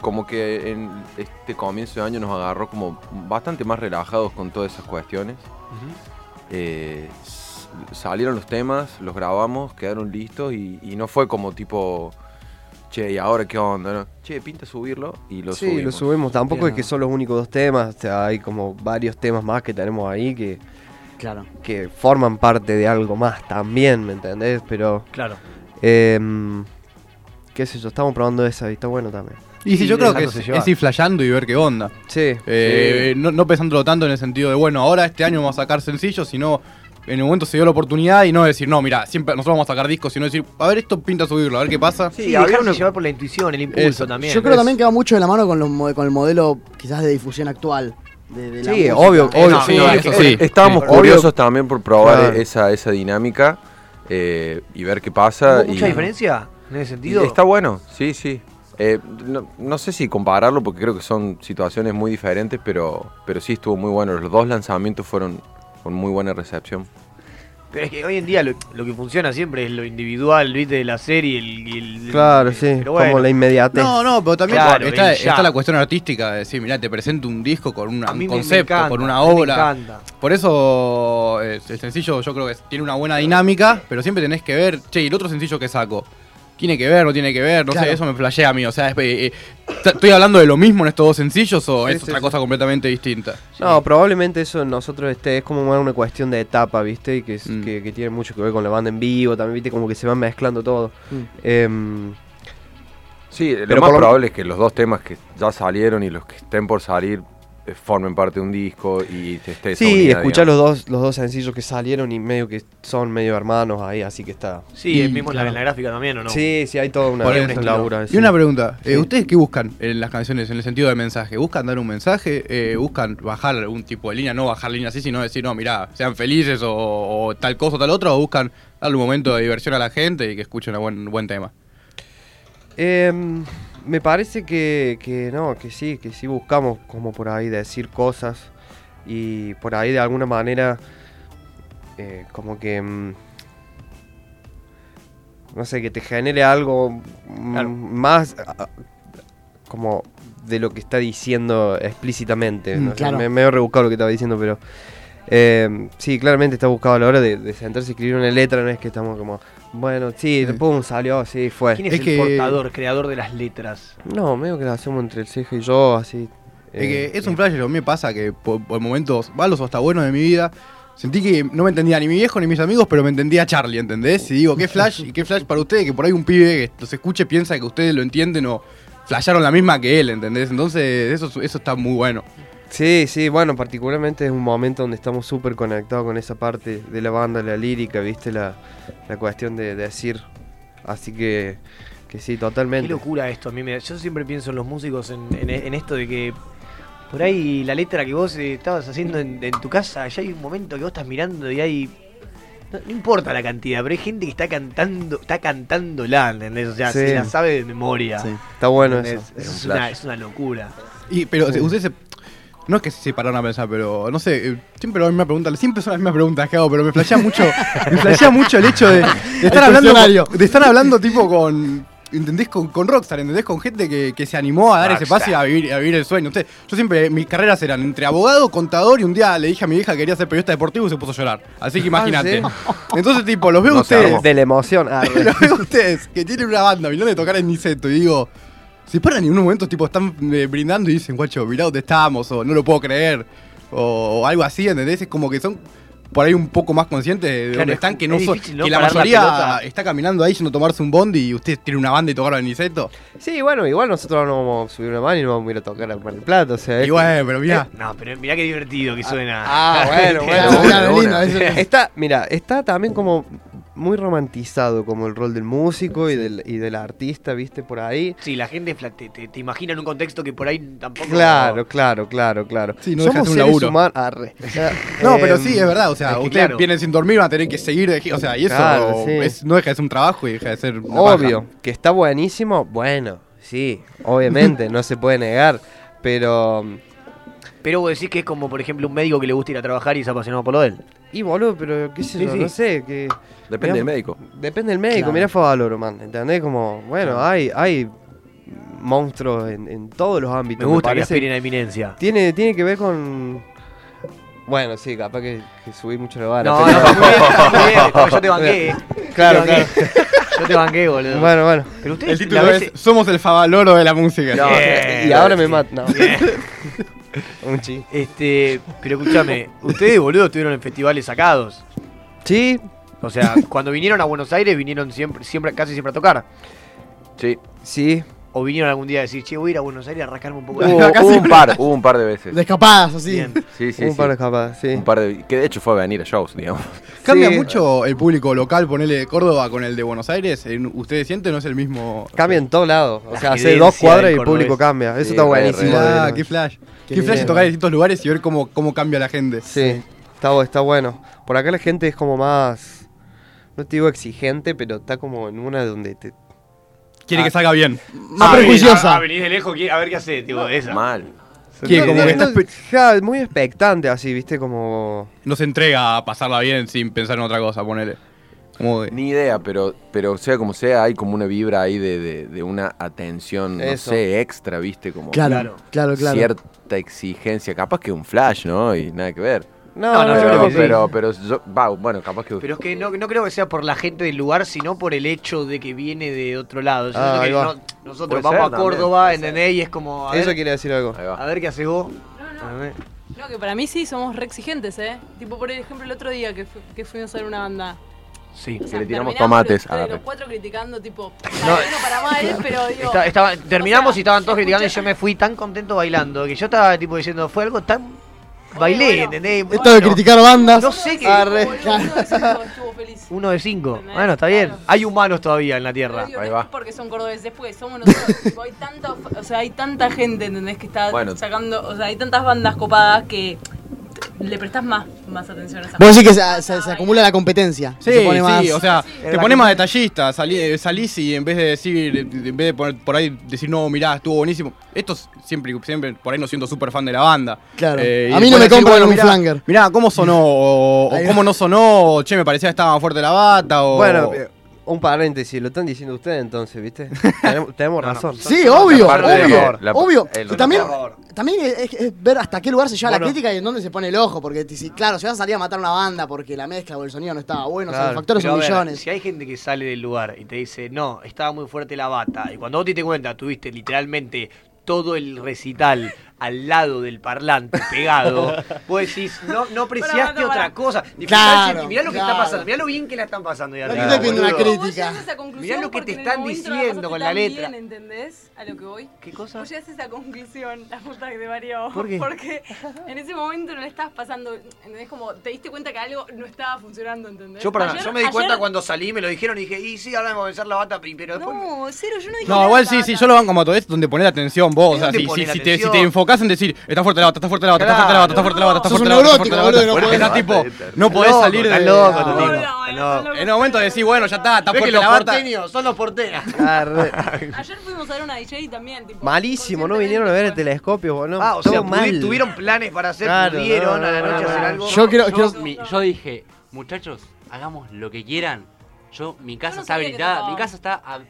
S: como que en este comienzo de año nos agarró como bastante más relajados con todas esas cuestiones.
I: 음.
S: Eh, s- salieron los temas, los grabamos, quedaron listos y, y no fue como tipo, che, ¿y ahora qué onda? no? Che, pinta subirlo y lo
R: sí,
S: subimos.
R: lo subimos. Tampoco
S: Entiendo.
R: es que son los únicos dos temas. o sea, hay como varios temas más que tenemos ahí que,
B: Claro.
R: que forman parte de algo más también, ¿me entendés? Pero.
A: Claro.
R: em, qué sé yo, estamos probando esa y está bueno también.
G: Y sí, yo creo que es, es ir flasheando y ver qué onda.
R: Sí.
G: Eh, No, no pensándolo tanto en el sentido de, bueno, ahora este año vamos a sacar sencillos, sino en el momento se dio la oportunidad y no decir, no, mira, siempre nosotros vamos a sacar discos, sino decir, a ver, esto pinta subirlo, a ver qué pasa.
A: Sí, dejarse llevar por la intuición, el impulso
G: Eso.
A: también.
B: Yo creo también que va mucho de la mano con, los mo- con el modelo quizás de difusión actual. De, de la
R: Sí,
B: música.
R: obvio, obvio,
S: No,
R: sí,
S: no,
R: eso
S: es-
R: sí.
S: Estábamos
R: Sí.
S: curiosos
R: Obvio.
S: también por probar
R: Claro.
S: esa, esa dinámica eh, y ver qué pasa.
A: ¿Hubo mucha
S: y-
A: diferencia en ese sentido?
S: Está bueno, sí, sí. Eh, no, no sé si compararlo porque creo que son situaciones muy diferentes, pero, pero sí estuvo muy bueno. Los dos lanzamientos fueron con muy buena recepción.
A: Pero es que hoy en día lo, lo que funciona siempre es lo individual, ¿viste? De la serie, el, el-
R: Claro,
A: el-
R: sí,
A: pero bueno.
R: como la inmediatez.
G: No, no, pero también
A: Claro,
G: está,
A: y ya.
G: está la cuestión artística de decir, mirá, te presento un disco con una-
A: A mí
G: un
A: me- me
G: concepto,
A: encanta,
G: con
A: a
G: una
A: mí me
G: obra.
A: encanta.
G: Por eso eh, el sencillo yo creo que tiene una buena dinámica, pero siempre tenés que ver, che, y el otro sencillo que saco. ¿Tiene que ver? ¿No tiene que ver? No
V: Claro.
G: sé, eso me flashea a mí. O sea, es- eh, eh, t- ¿estoy hablando de lo mismo en estos dos sencillos o
R: Sí,
G: es
R: sí,
G: otra
R: sí.
G: cosa completamente distinta?
R: No, probablemente eso en nosotros esté, es como más una cuestión de etapa, ¿viste? Y que,
G: Mm.
R: es- que, que tiene mucho que ver con la banda en vivo, también, ¿viste? Como que se van mezclando todo.
B: Mm.
R: Em,
S: Sí, lo
R: Pero
S: más
R: por lo-
S: probable es que los dos temas que ya salieron y los que estén por salir eh, formen parte de un disco y te esté esa
R: Sí,
S: unidad,
R: escuchá
S: digamos.
R: los dos, los dos sencillos que salieron y medio que son medio hermanos ahí, así que está.
A: Sí, el mismo en la, en la gráfica también, ¿o no?
R: Sí, sí, hay toda una,
G: Por
R: una
G: eso.
R: labura.
G: Y
R: sí.
G: una pregunta, eh,
R: Sí.
G: ¿ustedes qué buscan en las canciones en el sentido de mensaje? ¿Buscan dar un mensaje? Eh, ¿Buscan bajar algún tipo de línea? No bajar línea así, sino decir, no, mirá, sean felices o, o tal cosa o tal otra, o buscan darle un momento de diversión a la gente y que escuchen un buen, buen tema.
R: Em, me parece que, que no, que sí, que sí buscamos como por ahí decir cosas y por ahí de alguna manera eh, como que... mm, no sé, que te genere algo mm, más a- a- como de lo que está diciendo explícitamente.
B: Mm,
R: no sé,
B: claro.
R: me, me he rebuscado lo que estaba diciendo, pero... eh, sí, claramente está buscado a la hora de, de sentarse y escribir una letra, no es que estamos como... Bueno, sí, pum, salió, sí, fue.
A: ¿Quién es, el portador, creador de las letras?
R: No, medio que la hacemos entre el ceja y yo, así.
G: Es
R: eh,
G: que es un flash, a mí me pasa que por, por momentos malos o hasta buenos de mi vida, sentí que no me entendía ni mi viejo ni mis amigos, pero me entendía Charlie, ¿entendés? Y digo, qué flash y qué flash para ustedes, que por ahí un pibe que los escuche piensa que ustedes lo entienden o flasharon la misma que él, ¿entendés? Entonces eso, es- eso está muy bueno.
R: Sí, sí, bueno, particularmente es un momento donde estamos súper conectados con esa parte de la banda, la lírica, viste, la, la cuestión de, de decir. Así que, que sí,
A: Qué
R: totalmente.
A: locura esto. A mí me- yo siempre pienso en los músicos en, en- en esto de que por ahí la letra que vos eh, estabas haciendo en, en tu casa, ya hay un momento que vos estás mirando y hay No, no importa la cantidad, pero hay gente que está cantando, está cantándola, ¿entendés? O sea,
R: Sí.
A: se la sabe de memoria.
R: Sí. Está bueno
A: ¿Entendés?
R: eso. Es un
A: Es, una,
R: flash.
A: es una locura.
G: Y, pero
A: Sí.
G: ustedes se- no es que se separaron a pensar, pero no sé, eh, siempre la misma pregunta, siempre son las mismas preguntas que hago, pero me flashea mucho, me flashea mucho el hecho de, de estar
W: El
G: hablando
W: cuestionario.
G: de estar hablando tipo con ¿Entendés? Con, con Rockstar, ¿entendés? Con gente que, que se animó a dar ese
W: Rockstar.
G: pase y a vivir, a vivir el sueño. Usted, yo siempre, mis carreras eran entre abogado, contador y un día le dije a mi vieja que quería ser periodista deportivo y se puso a llorar. Así que imagínate.
R: ¿sí?
G: Entonces, tipo, los veo a
R: No se
G: ustedes.
R: armó. De la emoción. ah, re.
G: Lo veo a ustedes que tienen una banda, mirando de tocar en Niceto, y digo, se paran y en un momento tipo están eh, brindando y dicen, guacho, mirá dónde estamos, o no lo puedo creer, o, algo así, ¿entendés? Es como que son por ahí un poco más conscientes de
A: Claro,
G: dónde
A: es-
G: están, que no
A: es
G: son-
A: difícil, ¿no?
G: que la
A: Parar la
G: mayoría
A: pelota.
G: está caminando ahí yendo a tomarse un bondi y ustedes tienen una banda y tocaron en Niceto.
R: Sí, bueno, igual nosotros no vamos a subir una mano y no vamos a ir a tocar a Mar del Plata, o sea. es-
G: Y bueno, pero mirá.
A: No, pero mirá qué divertido que suena.
R: Ah, bueno,
A: Mirá,
R: bueno.
A: mirá, lindo, eso es.
R: Está, mira, está también como muy romantizado como el rol del músico y del, y del artista, viste, por ahí.
A: Sí, la gente fla- te, te- te imagina en un contexto que por ahí tampoco.
R: Claro, claro, claro, claro.
G: Sí, no
R: Somos
G: dejas un
R: seres
G: laburo.
R: humanos- Arre.
G: No, pero
R: Em,
G: sí, es verdad, o sea,
R: es que
G: ustedes
R: claro.
G: vienen sin dormir, van a tener que seguir de gi- o sea, y eso
R: Claro, sí.
G: es- no deja de ser un trabajo y deja de ser una
R: Obvio,
G: paja.
R: que está buenísimo, bueno, sí, obviamente, no se puede negar, pero... mm,
A: Pero vos decís que es como, por ejemplo, un médico que le gusta ir a trabajar y es apasionado por lo de él.
R: Y boludo, pero qué sé
A: Sí,
R: yo,
A: sí.
R: no sé, que...
S: Depende del médico.
R: Depende del médico,
S: Claro.
R: mirá Favaloro, man, ¿entendés? Como, bueno, hay, hay monstruos en, en todos los ámbitos.
A: Me gusta que
R: parece.
A: aspiren a eminencia.
R: Tiene, tiene que ver con... Bueno, sí, capaz que, que subí mucho la vara.
A: No,
R: pero-
A: no, muy bien, muy bien, porque yo te banqué.
R: Claro,
A: Yo te
R: claro.
A: banqué. Yo te banqué, boludo.
R: Bueno, bueno.
A: Pero ustedes
G: El título es Somos el favaloro de la música.
R: No, y ahora me matan. Un
A: Este, pero escúchame, ustedes, boludo, estuvieron en festivales sacados.
R: Sí.
A: O sea, cuando vinieron a Buenos Aires vinieron siempre, siempre, casi siempre a tocar.
S: Sí.
R: Sí.
A: O vinieron algún día a decir, che, voy a ir a Buenos Aires a rascarme un poco
S: Hubo, hubo un par, hubo un par de veces.
A: De escapadas, así. Bien.
S: Sí, sí,
R: Un
S: sí.
R: par de escapadas, sí.
S: Un par de- que de hecho fue a venir a shows, digamos.
G: ¿Cambia mucho el público local, ponele de Córdoba con el de Buenos Aires? En- ¿Ustedes sienten no es el mismo?
R: Cambia en todos lados. O
G: La
R: sea, hace
G: gerencia
R: dos cuadras y
G: del
R: el público
G: cordobés.
R: cambia. Eso
G: Sí,
R: está
G: re,
R: buenísimo.
G: re.
R: de
G: Ah,
R: verdad.
G: qué flash.
R: Qué
G: Qué, flash
R: bien.
G: tocar en distintos lugares y ver cómo, cómo cambia la gente.
R: Sí, está, bu- está bueno. Por acá la gente es como más. No te digo exigente, pero está como en una donde te.
G: Quiere que salga bien.
A: Ah, venís- ah, venís de lejos, ¿qué- a ver qué hace, tipo, esa.
S: Mal.
G: Quiere como que está-
R: Ja, muy expectante así, viste, como.
G: No se entrega a pasarla bien sin pensar en otra cosa, ponele. Como de-
S: Ni idea, pero, pero sea como sea, hay como una vibra ahí de, de- de una atención,
R: Eso.
S: no sé, extra, ¿viste? Como
B: Claro, claro, claro.
S: Cierta exigencia, capaz que un flash, ¿no? Y nada que ver.
R: No, No, no, no, yo
S: pero,
R: creo que sí.
S: pero, pero yo- va, bueno, capaz que...
A: Pero es que no, no creo que sea por la gente del lugar, sino por el hecho de que viene de otro lado. Yo
R: Ah,
A: siento que
R: ahí va.
A: no-
R: Puede
A: nosotros vamos
R: ser
A: a
R: también,
A: Córdoba, ¿entendés? Y es como. A
R: Eso
A: ver,
R: quiere decir algo.
A: a ver qué haces vos. ¿entendés?
M: No, que para mí sí, somos re exigentes, ¿eh? Tipo, por ejemplo, el otro día que, fu- que fuimos a ver una banda.
S: que
A: Sí,
S: le tiramos
M: Terminamos
S: tomates.
M: los-
S: a la
M: Los
S: re-
M: cuatro criticando, tipo, para
A: No.
M: bien o para mal, pero digo...
A: Esta- estaba- terminamos y estaban todos criticando y yo me fui tan contento bailando que yo estaba tipo diciendo, fue algo tan. Bailé, ¿entendés?
B: Esto de criticar bandas. Ah,
A: No sé qué. Uno de cinco. Bueno, está bien. Hay humanos todavía en la tierra.
M: Digo, no es porque son cordobeses, pues somos nosotros. Tipo, hay, tanta, of- o sea, hay tanta gente, ¿entendés? Que está
A: Bueno.
M: sacando. O sea, hay tantas bandas copadas que le prestas más, más atención a esa
B: Vos decís que se, se- se acumula la competencia.
G: Sí,
B: se pone
G: sí,
B: más-
G: o sea, te
B: la
G: pones más detallista, salí- eh, salís y en vez de decir, en vez de poner por ahí decir, no, mirá, estuvo buenísimo, esto es siempre, siempre, por ahí no siento súper fan de la banda.
B: Claro.
G: Eh, y
B: A mí no me
G: después decir,
B: compran
G: bueno,
B: un
G: mirá,
B: flanger.
G: Mirá, ¿cómo sonó? O, o
B: Ahí va.
G: ¿cómo no sonó? O, che, me parecía que estaba más fuerte la bata, o...
R: Bueno, eh, un paréntesis, lo están diciendo ustedes entonces, viste. tenemos, tenemos razón.
B: Sí, obvio, obvio,
R: La- eh,
B: obvio.
R: el-
B: Y también, también es, es- es ver hasta qué lugar se lleva
A: Bueno.
B: la crítica y en dónde se pone el ojo, porque ti- si- claro, si vas a salir a matar una banda porque la mezcla o el sonido no estaba bueno, o sea, los
A: Claro.
B: factores
A: Pero
B: son
A: a ver,
B: millones.
A: Si hay gente que sale del lugar y te dice, no, estaba muy fuerte la bata, y cuando vos te diste cuenta, tuviste literalmente todo el recital al lado del parlante pegado, vos decís, no, no apreciaste
M: Pará, pará,
A: otra
M: pará.
A: cosa. Disfrutá,
B: Claro,
A: che, mirá lo que
B: claro.
A: está pasando, mirá lo bien que la están pasando. ahí
B: No
A: arriba,
B: te estoy pidiendo una
A: boludo.
B: crítica.
A: Mirá lo que te están diciendo con la letra.
M: Bien, ¿Entendés a lo que voy?
A: ¿Qué cosa?
M: Vos llegas a esa conclusión, la puta que te parió.
A: ¿Por qué?
M: Porque en ese momento no le estabas pasando. ¿Entendés? Como te diste cuenta que algo no estaba funcionando, ¿entendés?
A: Yo, perdón,
M: Ayer-
A: yo me di cuenta
M: ayer-
A: cuando salí, me lo dijeron y dije, y sí, ahora vamos a vencer la bata, pero después...
M: No, cero, yo no dije.
G: No, igual sí, sí, yo lo van como a todo esto donde pones la atención vos, o sea,
A: dónde
G: si,
A: ponés
G: si-
A: la
G: si te, si
A: atención?
G: te
H: enfocás en decir, está fuerte la bata, está fuerte la bata, está fuerte la bata, está fuerte la bata, está
B: Sos
H: fuerte
B: un
H: la bata, está fuerte la bata.
B: neurótico, boludo, no
H: Porque estás tipo,
B: podés.
H: no
B: Está
H: podés
B: loco,
H: salir de...
B: está loco, este tipo.
H: En un momento decís, bueno, ya está, está
A: Ves que
H: fuerte
A: los
H: la bata.
A: porteños son los porteras.
M: Ayer fuimos a ver una DJ también, tipo.
R: Malísimo, no vinieron a ver el telescopio, boludo.
A: Ah, o
R: Todo
A: sea, pudi-
R: mal.
A: tuvieron planes para hacer,
R: Claro,
A: pudieron
R: no,
A: a la
R: no,
A: noche
R: no,
A: hacer
R: no.
A: algo.
B: Yo quiero-
A: quiero-
C: mi- yo dije, muchachos, hagamos lo que quieran. Yo, mi casa está habilitada, mi casa está a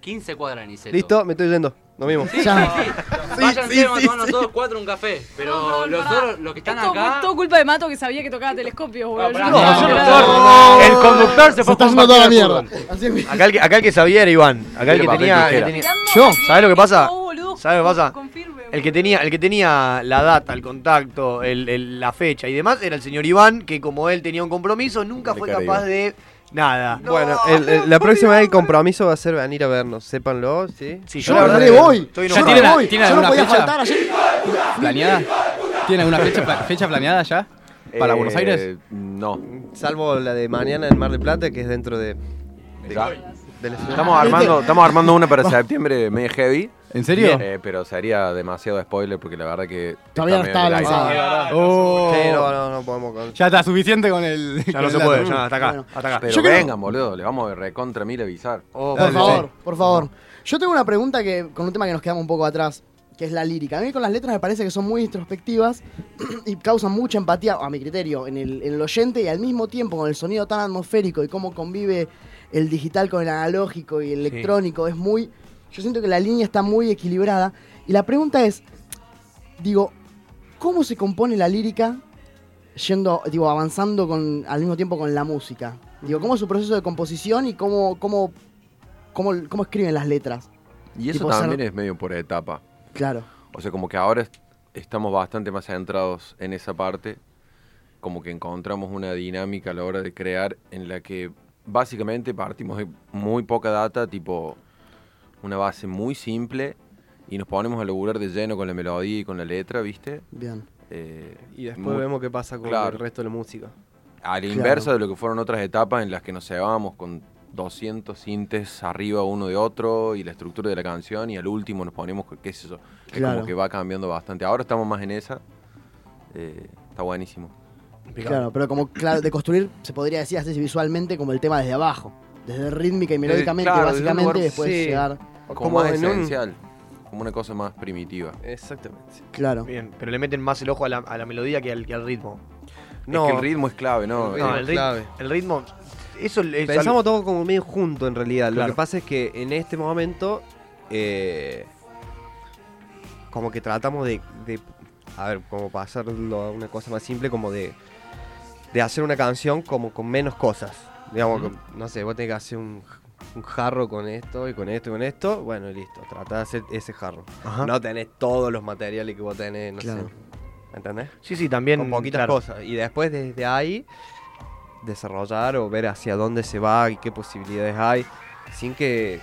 C: 15 cuadras de Niceto.
R: Listo, me estoy yendo. Nos vimos.
C: Sí, sí, sí. Váyanse, vamos a tomarnos todos cuatro un café. Pero los, otros, los que están
M: Esto
C: acá.
M: fue todo culpa de Mato que sabía que tocaba telescopios, boludo. Yo
A: No,
M: no,
A: yo no,
M: no.
A: El conductor se, fue
B: está
A: con
B: yendo toda la
A: Martín
B: mierda.
A: al fútbol. Acá el, que, acá el que sabía era Iván. Acá el
S: Piedra,
A: que
S: papel,
A: tenía. el que
S: tijera.
A: tenía- ¿Sabes lo que pasa? ¿Sabes lo que pasa? El que tenía, el que tenía la data, el contacto, el- el- la fecha y demás era el señor Iván, que como él tenía un compromiso, nunca fue
S: cara,
A: capaz
S: Iván.
A: de nada.
R: Bueno, el- el- la próxima vez el compromiso va a ser venir a vernos, sépanlo, ¿sí?
A: Sí,
B: Yo la verdad le voy.
A: Estoy
B: Yo
A: enojado.
B: no
A: ¿Tiene-
B: voy.
A: tiene
B: Yo no
A: alguna
B: podía
A: fecha?
B: faltar ayer.
H: ¿Planeada? ¿Tiene alguna fecha, pla- fecha planeada ya? ¿Para Buenos
S: Eh,
H: Aires?
S: No.
R: Salvo la de mañana en Mar del Plata, que es dentro de... de- del escenario.
S: Estamos armando, estamos armando una para septiembre medio heavy.
H: ¿En serio?
S: Eh, pero sería demasiado spoiler porque la verdad que.
B: Todavía no
S: medio
B: estaba
S: en el aire.
B: lanzada.
H: Oh.
R: Sí, no, no, no podemos con...
H: Ya está suficiente con el.
A: Ya no se puede, ya hasta acá,
B: Bueno.
A: hasta acá.
S: Pero
B: Yo creo-
S: vengan, boludo, le vamos de recontra mil avisar.
A: Oh,
B: Por
A: vale.
B: favor, por favor. Yo tengo una pregunta que con un tema que nos quedamos un poco atrás, que es la lírica. A mí con las letras me parece que son muy introspectivas y causan mucha empatía, a mi criterio, en el, en el oyente y al mismo tiempo con el sonido tan atmosférico y cómo convive el digital con el analógico y el electrónico. Es muy. Yo siento que la línea está muy equilibrada. Y la pregunta es: digo, ¿cómo se compone la lírica yendo, digo, avanzando con, al mismo tiempo con la música? Digo, ¿cómo es su proceso de composición y cómo, cómo, cómo, cómo escriben las letras?
S: Y eso
B: Tipo, ser-
S: también es medio por etapa.
B: Claro.
S: O sea, como que ahora est- estamos bastante más centrados en esa parte, como que encontramos una dinámica a la hora de crear en la que básicamente partimos de muy poca data, tipo una base muy simple, y nos ponemos a laburar de lleno con la melodía y con la letra, ¿viste?
B: Bien.
S: Eh,
R: Y después
S: muy-
R: vemos qué pasa con
S: Claro.
R: el resto de la música.
S: a la
B: Claro.
S: inversa de lo que fueron otras etapas en las que nos llevábamos con 200 sintes arriba uno de otro y la estructura de la canción y al último nos ponemos, con- qué es eso, es
B: Claro.
S: como que va cambiando bastante. Ahora estamos más en esa, eh, está buenísimo.
B: Claro, pero como claro, de construir, se podría decir así visualmente como el tema desde abajo. Desde rítmica y melódicamente,
S: claro, desde un
B: básicamente,
S: lugar-
B: y después
R: sí.
B: llegar.
R: O
S: Como, más
R: en un-
S: esencial, como una cosa más primitiva.
R: Exactamente.
B: Claro.
A: Bien, pero le meten más el ojo a la, a la melodía que al, que al ritmo.
S: No, es que el ritmo es clave, ¿no?
A: No,
S: Eh,
A: el, rit-
R: clave.
A: el ritmo. Eso es
R: Pensamos todo como medio junto en realidad. Lo
A: Claro.
R: que pasa es que en este momento eh, como que tratamos de, de- a ver, como pasarlo a una cosa más simple, como de de hacer una canción como con menos cosas. Digamos, que, no sé, vos tenés que hacer un, un jarro con esto y con esto y con esto. Bueno, y listo, tratá de hacer ese jarro.
A: Ajá.
R: No tenés todos los materiales que vos tenés, no
B: Claro.
R: sé. ¿Entendés?
A: Sí, sí, también.
R: con poquitas
A: claro.
R: cosas. Y después desde ahí desarrollar o ver hacia dónde se va y qué posibilidades hay, sin que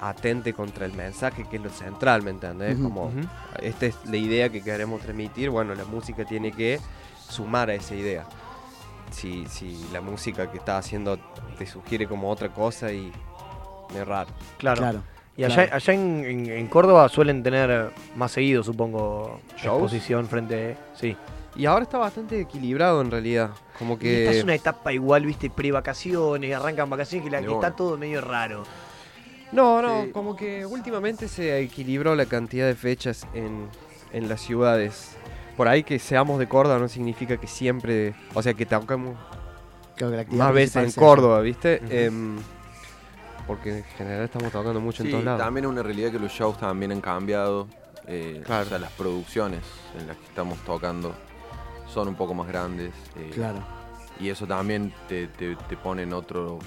R: atente contra el mensaje que es lo central, ¿me entendés?
B: Ujú,
R: Como
A: ujú.
R: esta es la idea que queremos transmitir, bueno, la música tiene que sumar a esa idea. Si, si la música que estás haciendo te sugiere como otra cosa y es raro.
A: Claro.
B: Claro.
A: Y allá,
B: Claro.
A: allá en, en- en Córdoba suelen tener más seguido, supongo,
R: ¿Shows?
A: exposición frente. Sí.
R: Y ahora está bastante equilibrado en realidad, como
A: Y Esta
R: que...
A: es una etapa igual, viste, pre-vacaciones, arrancan vacaciones, que, la,
S: De
A: que
S: una.
A: está todo medio raro.
R: No, no,
S: Sí.
R: como que últimamente se equilibró la cantidad de fechas en, en las ciudades. Por ahí que seamos de Córdoba no significa que siempre, o sea, que tocamos
B: Creo que la actividad
R: más veces en
B: principal sea-
R: Córdoba, ¿viste? Em, porque en general estamos tocando mucho en
S: Sí,
R: todos lados.
S: también es una realidad que los shows también han cambiado. eh,
R: Claro.
S: O sea, las producciones en las que estamos tocando son un poco más grandes. eh,
B: Claro.
S: Y eso también te, te- te pone en otro,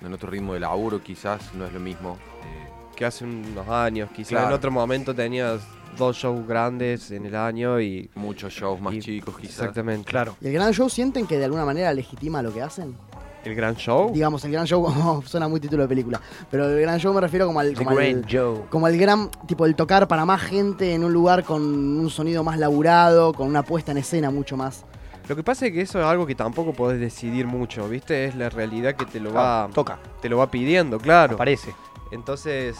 S: en otro ritmo de laburo, quizás no es lo mismo. eh,
R: Que hace unos años, quizás en
S: Claro.
R: otro momento tenías dos shows grandes en el año y...
S: muchos shows más
R: y-
S: chicos, quizás.
R: Exactamente.
A: Claro.
B: ¿Y el gran show sienten que de alguna manera legitima lo que hacen?
R: El gran show.
B: Digamos, el gran show suena muy título de película. Pero el gran show me refiero como al,
A: The
B: como al-
A: Grand Joe.
B: como el gran, tipo el tocar para más gente en un lugar con un sonido más laburado, con una puesta en escena mucho más.
R: Lo que pasa es que eso es algo que tampoco podés decidir mucho, ¿viste? Es la realidad que te lo
A: Ah,
R: va,
A: toca,
R: te lo va pidiendo, claro.
A: parece.
R: Entonces,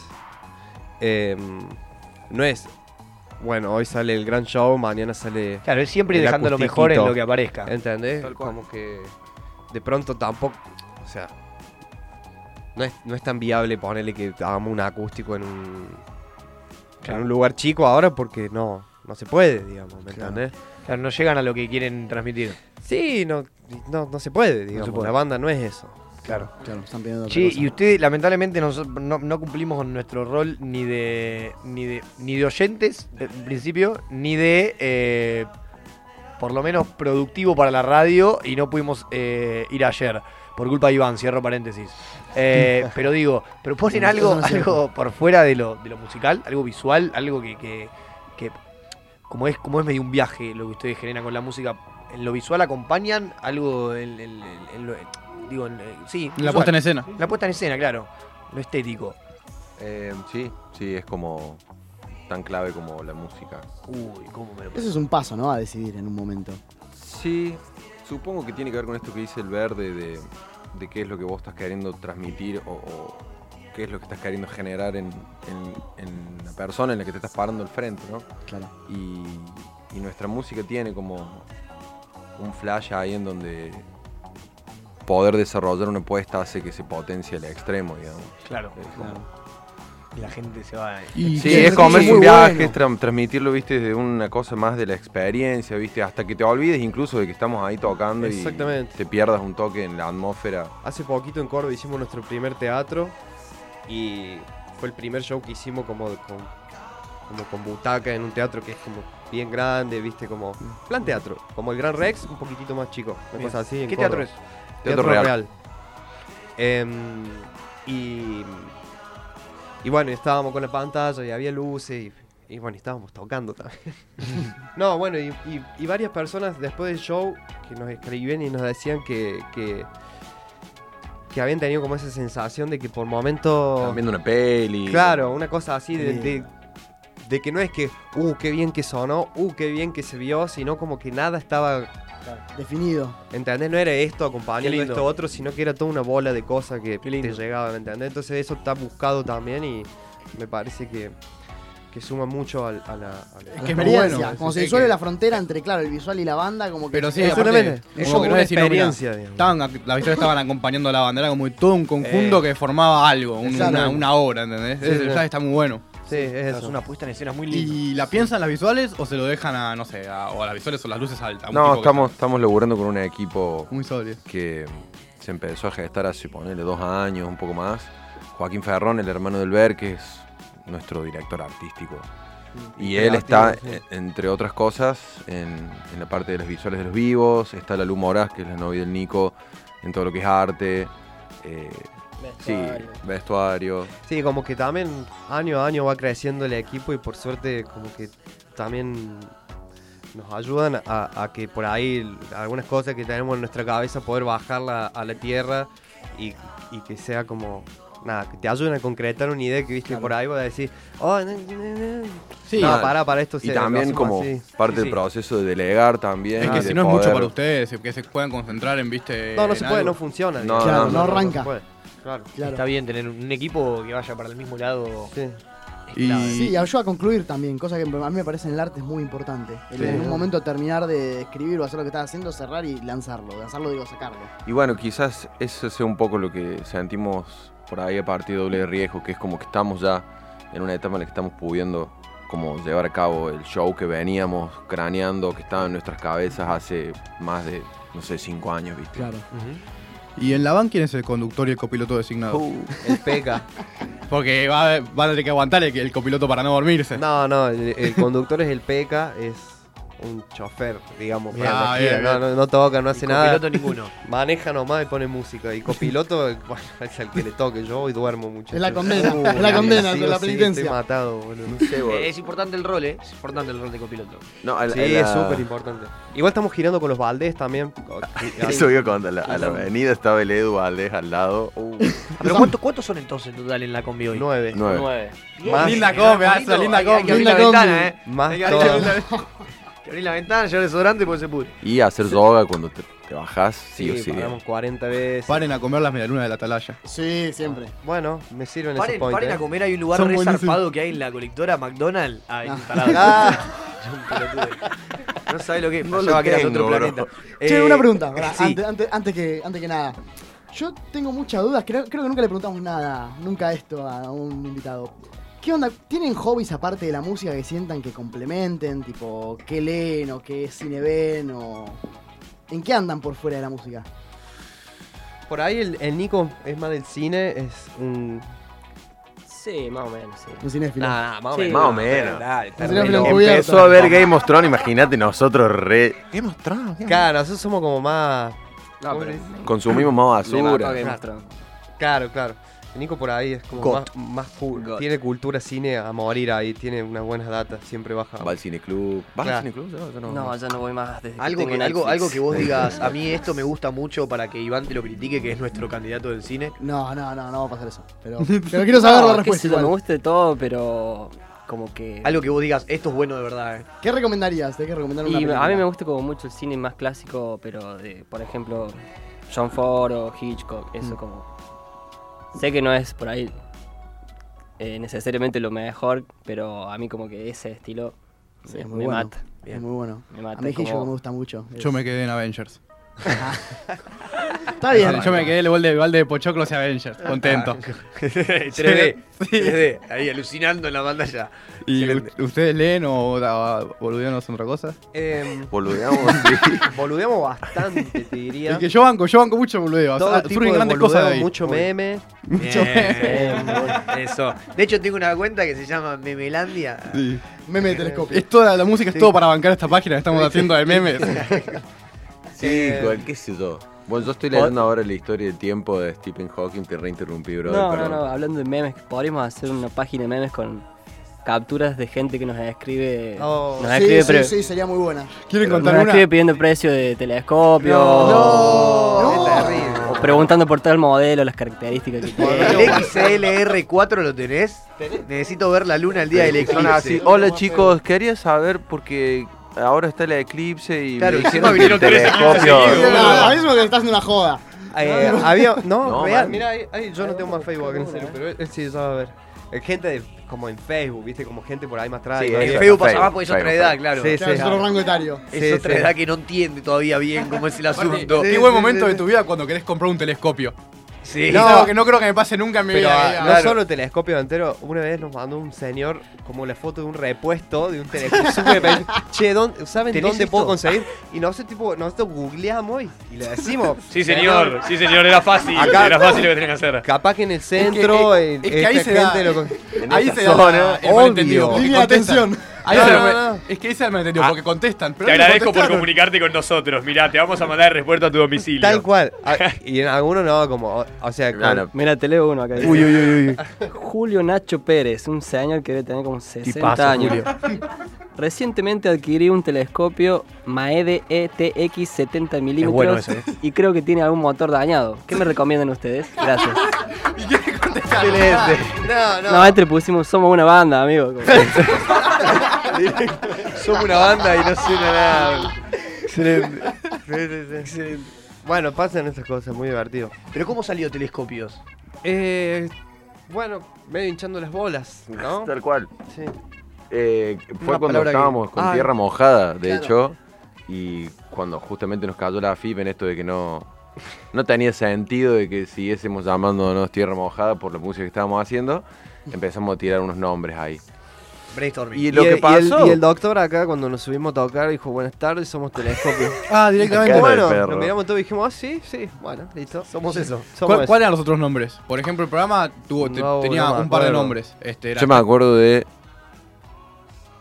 R: em, no es bueno, hoy sale el gran show, mañana sale.
A: Claro, es siempre
R: el
A: dejando lo mejor en
R: acustiquito.
A: lo que aparezca.
R: ¿Entendés? Como que de pronto tampoco. O sea, no es, no es tan viable ponerle que hagamos un acústico en un, en un lugar chico ahora porque no, no se puede, digamos. ¿Me
A: Claro.
R: entendés?
A: Claro, no llegan a lo que quieren transmitir.
R: Sí, no, no, no se puede, digamos.
A: puede.
R: La banda no es eso.
A: Claro.
B: Claro, están pidiendo otra
A: Sí,
B: cosa.
A: y ustedes lamentablemente nos- no, no cumplimos con nuestro rol ni de ni de ni de oyentes eh, en principio, ni de eh, por lo menos productivo para la radio y no pudimos eh, ir ayer por culpa de Iván. Cierro paréntesis. Eh, pero digo, proponen
B: Bueno,
A: algo
B: eso no es cierto.
A: algo por fuera de lo, de lo musical, algo visual, algo que, que- que- como es como es medio un viaje lo que ustedes generan con la música. En lo visual acompañan algo en, en- en- en lo- digo en- eh, sí
E: En la puesta en escena.
A: la puesta en escena, claro. Lo estético.
S: Eh, sí, sí, es como tan clave como la música.
A: Uy, cómo me lo
B: Eso es un paso, ¿no? A decidir en un momento.
S: Sí, supongo que tiene que ver con esto que dice el verde de, de qué es lo que vos estás queriendo transmitir o, o qué es lo que estás queriendo generar en, en- en la persona en la que te estás parando al frente, ¿no?
B: Claro.
S: Y, y nuestra música tiene como un flash ahí en donde poder desarrollar una apuesta hace que se potencie al extremo, digamos.
A: Claro.
S: Es como-
A: Y la gente se va. eh.
S: Sí, es como es un viaje, es tra- transmitirlo, viste, desde una cosa más de la experiencia, viste, hasta que te olvides incluso de que estamos ahí tocando
R: Exactamente.
S: y te pierdas un toque en la atmósfera.
R: Hace poquito en Córdoba hicimos nuestro primer teatro y fue el primer show que hicimos como de- con, como con butaca en un teatro que es como bien grande, viste, como plan teatro, como el Gran Rex, un poquitito más chico, una
A: Bien.
R: cosa así. en
A: ¿Qué teatro
R: Córdoba.
A: es?
R: Teatro,
S: Teatro
R: Real.
S: Real.
R: Em, y, y bueno, estábamos con la pantalla y había luces y, y bueno, estábamos tocando también. No, bueno, y, y- y varias personas después del show que nos escribían y nos decían que, que, que habían tenido como esa sensación de que por momentos...
S: Están viendo una peli.
R: Claro, una cosa así de,
S: Sí.
R: de- de que no es que, uh, qué bien que sonó, uh, qué bien que se vio, sino como que nada estaba...
B: Definido.
R: ¿Entendés? No era esto acompañando
B: lindo.
R: esto otro, sino que era toda una bola de cosas que te
A: lindo.
R: llegaban, ¿entendés? Entonces eso está buscado también y me parece que, que suma mucho al- a, la... a la-
B: La experiencia.
R: bueno,
B: como
R: sí,
B: se
R: sí,
B: disuelve
R: que-
B: la frontera entre, claro, el visual y la banda, como que.
E: Pero sí,
B: Es
E: aparte,
B: solamente-
E: como
B: es como
E: que
B: una
E: no es decir, mira,
B: experiencia, digamos.
E: Estaban, ac- las visuales estaban acompañando a la banda, era como todo un conjunto
A: Eh.
E: que formaba algo, un- una,
A: Exactamente.
E: una obra, ¿entendés?
A: Sí,
E: Ese
A: sí.
E: mensaje está muy bueno.
R: Sí, es
A: Es una puesta en escena muy linda.
E: ¿Y la piensan las visuales o se lo dejan a, no sé, a- o a las visuales o las luces altas? Un tipo
S: No,
E: que-
S: estamos, estamos laburando con un equipo
E: Muy sólido.
S: que se empezó a gestar hace, ponerle dos años, un poco más. Joaquín Ferrón, el hermano del Ver, que es nuestro director artístico. Y él está,
R: Creativo, sí.
S: e- entre otras cosas, en, en la parte de los visuales de los vivos. Está la Lu Moras, que es la novia del Nico, en todo lo que es arte. eh, Sí, vestuario.
R: Sí, como que también año a año va creciendo el equipo y por suerte como que también nos ayudan a, a que por ahí algunas cosas que tenemos en nuestra cabeza poder bajarla a la tierra y, y que sea como... Nada, que te ayuden a concretar una idea que viste por ahí, vas a decir, oh, no, no, no".
E: Sí.
R: no,
E: Claro.
R: para, para esto.
S: Y
R: se- lo
S: también
R: hacemos
S: como
R: así".
S: parte
R: Sí,
S: del
R: sí.
S: proceso de delegar también.
E: Es que
S: de
E: si no es mucho
S: poder-
E: para ustedes, que se puedan concentrar en, viste.
R: No, no se
E: en
R: puede,
E: algo.
R: no funciona.
S: No,
R: digamos.
S: Claro, no, no, no, no
B: arranca.
R: puede. Claro.
A: Está bien tener un equipo que vaya para el mismo lado.
R: Sí.
B: Sí, y ayuda a concluir también, cosa que a mí me parece en el arte es muy importante. El
S: Sí.
B: En un momento terminar de escribir o hacer lo que estás haciendo, cerrar y lanzarlo. Lanzarlo, digo, sacarlo.
S: Y bueno, quizás eso sea un poco lo que sentimos por ahí a partir de doble riesgo, que es como que estamos ya en una etapa en la que estamos pudiendo como llevar a cabo el show que veníamos craneando, que estaba en nuestras cabezas hace más de, no sé, cinco años, ¿viste?
B: Claro.
E: ¿Y en la van quién es el conductor y el copiloto designado?
R: el peca.
E: Porque va, a- van a tener que aguantar el, el copiloto para no dormirse.
R: No, no, el, el conductor es el PK, es un chofer, digamos. para
E: Bien.
R: la
E: Ah,
R: gira.
E: bien,
R: no,
E: bien.
R: no, no toca, no hace nada.
A: copiloto ninguno.
R: Maneja nomás y pone música. Y copiloto, bueno, es al que le toque. Yo hoy duermo mucho.
B: Es la condena, es la condena, es la penitencia.
R: estoy matado, boludo.
A: Eh, es importante el rol, eh. Es importante el rol de copiloto.
S: No, a la-
R: Sí,
S: a la-
R: es súper importante. Igual estamos girando con los Valdés también.
S: Eso vio cuando a la, a la avenida estaba el Edu Valdés al lado. Uh,
A: Pero ¿cuántos, ¿cuántos son entonces en total en la combi hoy?
R: Nueve.
S: Nueve.
A: Bien,
R: Más-
A: linda
E: combi,
A: combi,
E: Asa, linda
A: Hay que
E: combi.
A: abrir la
E: Linda
A: ventana, eh.
R: Más
A: Hay que abrir
R: todo.
A: la ventana.
R: Que abrí la ventana, llevar desodorante porque pues se pudre.
S: Y hacer yoga cuando te, te bajás, sí, o sí.
R: paramos 40 veces.
E: Paren a comer las medialunas de la atalaya.
B: Sí, siempre.
R: Bueno, me sirven esos
A: Paren,
R: points,
A: paren
R: eh.
A: a comer, hay un lugar
R: Son
A: re
R: buenísimos.
A: zarpado que hay en la colectora McDonald's. Ay,
R: Ah.
A: tarado.
R: Ah.
A: No sabes lo que es,
R: No lo
A: pensaba que eras de
R: tengo,
A: otro
R: bro.
A: planeta.
B: Che,
A: Eh,
B: una pregunta, pará,
A: sí.
B: antes, antes- antes que, antes que nada. Yo tengo muchas dudas, creo, creo que nunca le preguntamos nada, nunca esto a un invitado. ¿Qué onda? ¿Tienen hobbies aparte de la música que sientan que complementen? Tipo, ¿qué leen o qué cine ven o...? ¿En qué andan por fuera de la música?
R: Por ahí el, el Nico es más del cine, es un.
T: Sí, más o menos, sí.
B: Un cinéfilo.
R: Nah, nah, más o
T: Sí,
R: menos.
S: Más o menos.
R: Dale, está
B: Un cinéfilo
R: re loco.
S: Empezó a
B: Ah,
S: ver Game of Thrones, imagínate, nosotros re. Game of Thrones.
R: Claro, nosotros somos como más.
T: No, pero-
S: Consumimos más
R: Le mató
S: basura.
R: a Game of Thrones. Claro, claro. Nico por ahí es como
S: Got.
R: más, más cu- Tiene cultura cine a morir ahí, tiene unas buenas datas, siempre baja.
S: Va al cineclub. ¿Vas
R: Claro.
S: al cineclub? Yo- yo
T: No, ya no voy más desde
A: Algo
T: tengo
A: que, algo,
T: Netflix.
A: algo que vos digas, a mí esto me gusta mucho para que Iván te lo critique, que es nuestro candidato del cine.
B: No, no, no, no va a pasar eso. Pero, pero quiero saber
T: No,
B: la
T: qué
B: respuesta
T: sé yo,
B: igual.
T: Me gusta de todo, pero como que...
A: Algo que vos digas, esto es bueno de verdad. eh.
B: ¿Qué recomendarías? Tenés que recomendar una
T: Y
B: película.
T: a mí me gusta como mucho el cine más clásico, pero de, por ejemplo, John Ford o Hitchcock,
B: Mm.
T: eso como... Sé que no es por ahí eh, necesariamente lo mejor, pero a mí como que ese estilo
B: Sí,
T: me,
B: es muy
T: me
B: bueno.
T: mata.
B: Es muy bueno.
T: Me mata,
B: A mí
T: como-
B: Hitchcock me gusta mucho.
E: Yo me quedé en Avengers.
B: Está bien.
E: Yo me quedé el gol de, gol de Pochoclos y Avengers.
R: Ah,
E: Contento.
A: Ah, 3D, 3D, ahí alucinando en la pantalla.
E: ¿Y u- ustedes leen o, o boludean o hacen otra cosa?
R: Em,
S: Boludeamos.
R: boludeamos bastante, te diría.
E: Es que yo banco, yo banco mucho boludeo.
R: Todo
E: Ah,
R: tipo
E: surgen
R: de
E: grandes
R: boludeo,
E: cosas de ahí.
R: mucho
E: Obvio.
R: meme.
E: Mucho
A: Bien,
E: meme.
A: Eso. De hecho, tengo una cuenta que se llama Memelandia.
E: Sí.
B: Meme de telescopio.
E: Es toda, la música es
A: Sí.
E: todo para bancar esta página que estamos haciendo de memes.
S: Sí, cual- qué sé yo. Bueno, yo estoy leyendo ahora la historia del tiempo de Stephen Hawking. Te reinterrumpí, bro.
T: No, no, no, hablando de memes, podríamos hacer una página de memes con capturas de gente que nos escribe.
B: Oh,
T: nos
B: sí,
T: escribe,
B: sí,
T: pre-
B: sí, sería muy buena.
E: ¿Quieren
T: nos escribe pidiendo precio de telescopio.
B: No,
T: O preguntando por tal modelo, las características que tiene.
A: ¿El XLR4 lo tenés? Necesito ver la luna el día del
S: Son
A: eclipse.
S: así. Hola chicos, quería saber porque ahora está el eclipse y
A: Claro,
S: me
A: encima
S: dijeron que
A: vinieron
S: el
A: tres eclipses
S: telescopio.
A: seguidos.
B: No, a mí mismo que estás haciendo una joda.
R: Eh, había, no,
S: No,
R: real,
S: man.
R: mira, ahí- ahí yo no tengo más Facebook acá en serio, pero él, él sí sabe ver. Eh, Gente de- como en Facebook, viste, como gente por ahí más atrás.
S: Sí, en
R: ¿no?
A: El
R: Ah, Ahí- pues
A: Facebook
S: Facebook,
A: pasa más porque es otra
S: Facebook,
A: edad,
S: Facebook.
A: claro.
R: Sí,
B: Claro,
R: sí.
B: es otro rango etario.
A: Es
R: Sí,
A: otra
R: sí.
A: edad que no entiende todavía bien cómo es el asunto.
E: Qué buen momento de tu vida cuando querés comprar un telescopio.
A: Sí.
E: Es algo que no creo que me pase nunca en mi
R: Pero
E: vida.
R: ah,
E: que diga,
R: no
E: claro.
R: solo telescopio entero, una vez nos mandó un señor como la foto de un repuesto de un telescopio. Súper pe- che, ¿dónde- ¿saben
A: ¿Tenés
R: dónde puedo
A: esto?
R: conseguir? Y nosotros, tipo, nosotros googleamos y, y le decimos.
X: Sí, señor, sí, señor, era fácil.
R: Acá-
X: Era fácil lo que tenía que hacer.
R: Capaz que en el centro,
E: es
A: eh,
R: en-
E: que ahí
R: esta
E: se da-
R: gente lo con-
S: En
E: Ahí
S: esta
E: se da
S: zona,
E: el malentendido. porque
B: Línea de
E: contestan.
B: atención.
E: Ahí
R: No,
E: se
R: no,
E: lo-
R: no.
E: Es que ahí se da el
R: Ah.
E: malentendido, porque contestan. pero
X: Te
E: no
X: agradezco por
E: contestaron.
X: comunicarte con nosotros. Mirá, te vamos a mandar el respuesta a tu domicilio.
R: Tal cual. Ah, Y en algunos no, como. O, o sea, con-
S: Claro,
T: Mira, te leo uno acá. dice,
R: Ah, Uy, uy, uy, uy.
T: Julio Nacho Pérez, un señor que debe tener como 60
R: Tipazo,
T: años.
R: Julio.
T: Recientemente adquirí un telescopio E Maede ETX 70 mm
A: bueno ese, ¿eh?
T: y creo que tiene algún motor dañado. ¿Qué me recomiendan ustedes? Gracias.
R: Excelente. No,
T: No, este le pusimos somos una banda, amigo. Como-
R: Somos una banda y no suena nada. Excelente. Excelente. Bueno, pasan esas cosas, muy divertido.
A: Pero ¿cómo salió telescopios?
R: Eh, bueno, medio hinchando las bolas, ¿no?
S: tal cual.
R: Sí.
S: Eh, fue
R: Una
S: cuando
R: palabra que- Ah,
S: estábamos con
R: Ay.
S: tierra mojada, de
R: Claro.
S: hecho, y cuando justamente nos cayó la FIP en esto de que no, no tenía sentido de que siguiésemos llamándonos tierra mojada por la música que estábamos haciendo, empezamos a tirar unos nombres ahí.
A: Brainstorming.
S: Y lo que
R: el- y el-
S: pasó...
R: Y el, doctor acá, cuando nos subimos a tocar, dijo: Buenas tardes, somos telescopio.
E: Ah, directamente.
S: Cara de
R: bueno,
S: perro.
R: nos miramos todos y dijimos: Ah, sí, sí, bueno, listo. Somos eso. Somos
E: ¿Cuál- ¿Cuáles eran los otros nombres? Por ejemplo, el programa tuvo, te-
R: No,
E: tenía
R: no me
E: un par de
R: acuerdo.
E: nombres. Este, era
S: Yo me acuerdo de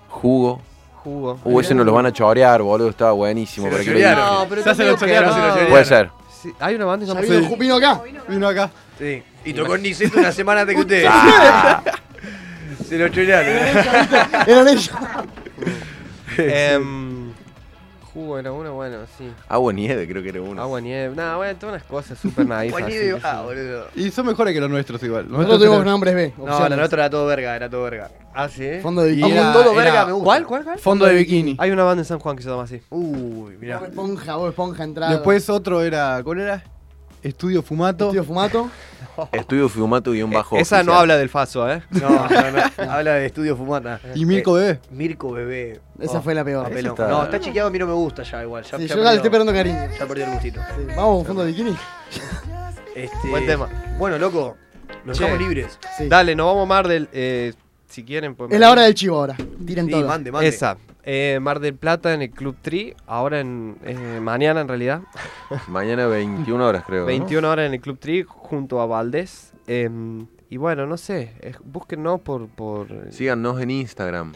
S: Jugo.
R: Jugo.
S: Uh, ese nos lo van a chorear, boludo, estaba buenísimo.
A: Se lo
S: ¿para qué lo dije?
A: chorearon.
R: pero
E: Se hace
R: te digo
E: lo
R: que
E: chorearon,
R: no.
E: se lo chorearon.
S: Puede ser.
R: Sí, hay una banda
B: Ya
R: llamada.
B: vino, vino acá.
E: Vino acá.
A: Sí. Y tocó en Niceto una semana antes que ustedes.
R: Ah.
A: Ah. Se lo chorearon.
B: Eran ellos.
R: Em, Cubo era uno, bueno, sí.
S: Agua nieve, creo que era uno.
R: Agua nieve. Nada, bueno, todas unas cosas súper naif.
A: Agua
R: así,
A: nieve,
R: qué sé
A: ah,
R: yo.
A: boludo.
G: Y son mejores que los nuestros igual. Los
B: Nosotros
G: nuestros
B: tenemos
G: eran-
B: nombres B.
R: No, la otra era todo verga, era todo verga. Ah, sí.
B: Fondo de
R: Ah,
B: bikini.
R: con
B: Era-
R: todo verga
B: era-
R: me gusta.
B: ¿Cuál, cuál, cuál?
G: Fondo de bikini.
R: Hay una banda en San Juan que se llama así. Uy, mirá.
B: Bob Esponja, Bob Esponja entrada.
G: Después otro era, ¿cuál era? Estudio Fumato.
B: Estudio Fumato.
S: Estudio Fumato y un bajo.
R: E, Esa no
S: oficial.
R: habla del Faso, ¿eh? No, no, no. habla de Estudio Fumata.
G: Y Mirko
A: Eh,
G: Bebé.
R: Mirko Bebé.
A: Oh,
B: Esa fue la peor.
R: papelón.
B: Esa está-
R: No, está chequeado, a mí no me gusta ya igual. Ya,
B: Sí,
R: ya
B: yo ya le
R: perdió-
B: estoy perdiendo cariño.
R: Ya perdió el gustito.
B: Vamos, fondo de bikini.
R: Este,
B: Buen tema.
R: Bueno, loco, nos
B: Che.
R: dejamos libres.
B: Sí.
R: Dale, nos vamos a Mar del. eh, si quieren, podemos.
B: Es la hora del chivo ahora. Tiren
R: Sí,
B: todo.
R: mande, mande. Esa. Eh, Mar del Plata en el Club Tri. Ahora en. eh, mañana en realidad.
S: Mañana 21 horas, creo. ¿no?
R: 21 horas en el Club Tri junto a Valdés. Em, y bueno, no sé. eh, búsquennos por, por. eh,
S: Síganos en Instagram.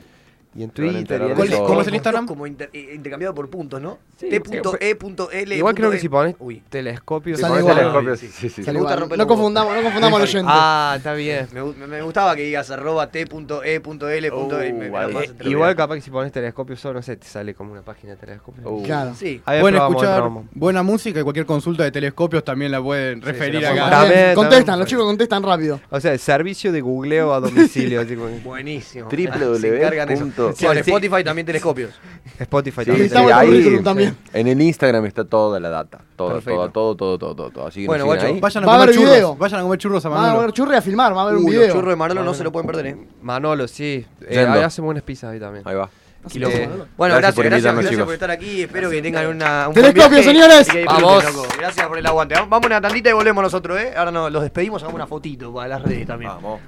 R: Y en
S: Se van a
R: Twitter.
S: enterar
R: y en
S: de todo.
R: Discord.
A: Como inter- eh, intercambiado por puntos, ¿no? E
R: Sí,
A: T.E.L.
R: Igual creo que si pones
A: Uy.
R: telescopio.
S: Si Sale pones igual. telescopio, sí, sí, sí.
A: E. Me gusta romper
B: No
A: los huevos.
B: confundamos, no confundamos al oyente.
R: Ah, está bien.
A: Me, gu- me gustaba que digas arroba E t.e.l. me- me la
R: Eh,
A: paso entre
R: igual capaz que si pones telescopio solo, no sé, te sale como una página de telescopio.
S: Uh.
B: Claro.
A: Sí.
R: A ver,
G: Pueden
R: probamos,
G: escuchar
R: probamos.
G: buena música y cualquier consulta de telescopios también la pueden referir
R: la
G: acá.
R: pueden- También, también.
B: contestan, los chicos contestan rápido.
R: O sea, el servicio de googleo a domicilio. así como-
A: Buenísimo.
S: www.
A: Se encargan eso.
S: punto.
A: Sí, en
R: Sí.
A: Spotify también telescopios.
R: Spotify
S: Sí,
R: también.
S: sí,
B: Necesitamos el
S: ahí,
B: currículum también.
S: En el Instagram está toda la data. Toda,
R: Perfecto.
S: toda, todo, todo, todo, todo, todo. Así que
R: Bueno,
S: nos siguen
R: guacho,
S: ahí.
G: Vayan a
B: Va a
G: comer
B: haber
G: churros.
B: video.
G: Vayan a comer churros a
B: Va a
G: Manolo.
B: haber churri a filmar, va a haber un
A: Uy, los
B: video.
A: churros de Marolo no se lo pueden perder, ¿eh?
R: Manolo, sí. Eh,
S: Yendo.
R: ahí hacemos unas pizzas ahí también.
S: Ahí va.
R: Quilombo.
A: Eh,
R: Manolo.
A: bueno,
S: Gracias
A: gracias,
S: por
A: gracias, gracias,
S: invitarnos, chicos.
A: por estar aquí. Espero que tengan una. Un
B: Telescopio,
A: buen viaje
B: señores.
A: y que disfruten, loco. Gracias por el aguante. Vamos- Vamos una tandita y volvemos nosotros, ¿eh? Ahora nos los despedimos, hagamos una fotito para las redes también.
S: Vamos.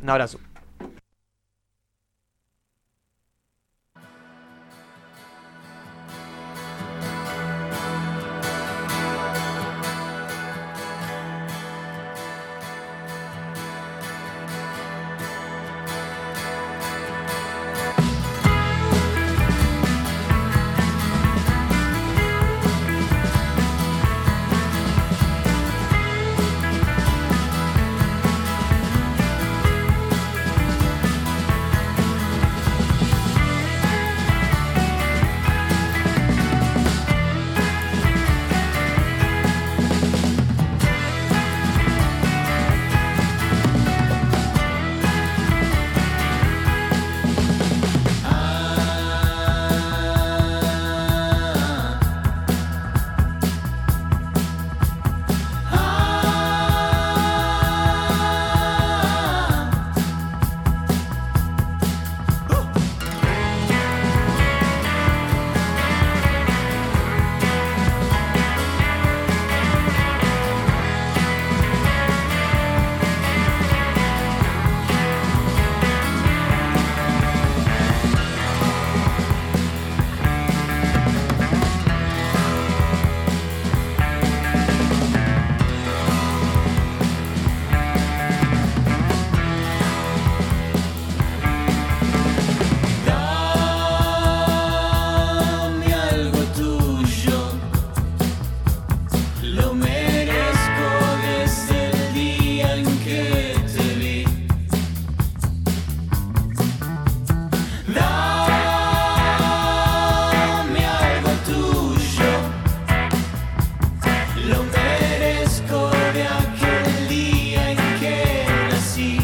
A: Un abrazo.
I: Dame algo tuyo, lo merezco desde el día en que te vi. Dame algo tuyo, lo merezco de aquel día en que nací.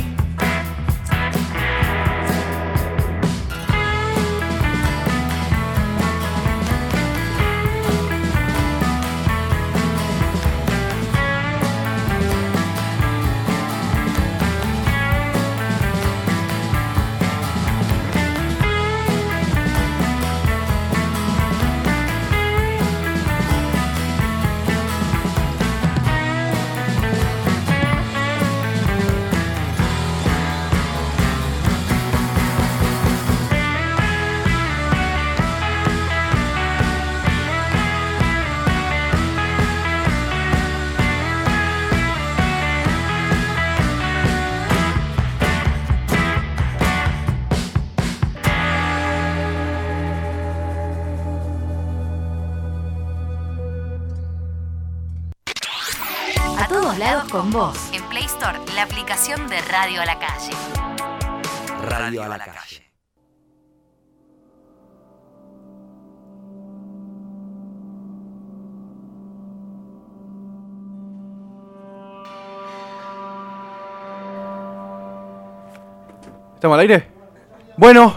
L: A todos lados con vos. En Play Store, la aplicación de Radio a la Calle.
N: Radio a la calle.
G: ¿Estamos al aire? Bueno,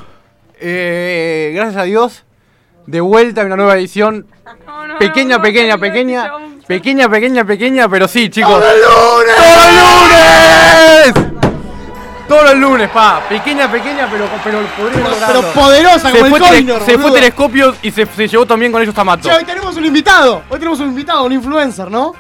G: eh, gracias a Dios, de vuelta a una nueva edición. pequeña, pequeña, pequeña. Pequeña, pequeña, pequeña, pero sí, chicos. ¡Todos los lunes! Todos los lunes, pa. Pequeña, pequeña, pero, pero podremos lograrlo.
B: pero poderosa
G: se
B: como
G: fue
B: el
G: tele-
B: Coinor,
G: Se fue
B: boludo.
G: telescopios y se, se llevó también con ellos a Mato.
B: Che, hoy tenemos un invitado. Hoy tenemos un invitado, un influencer, ¿no?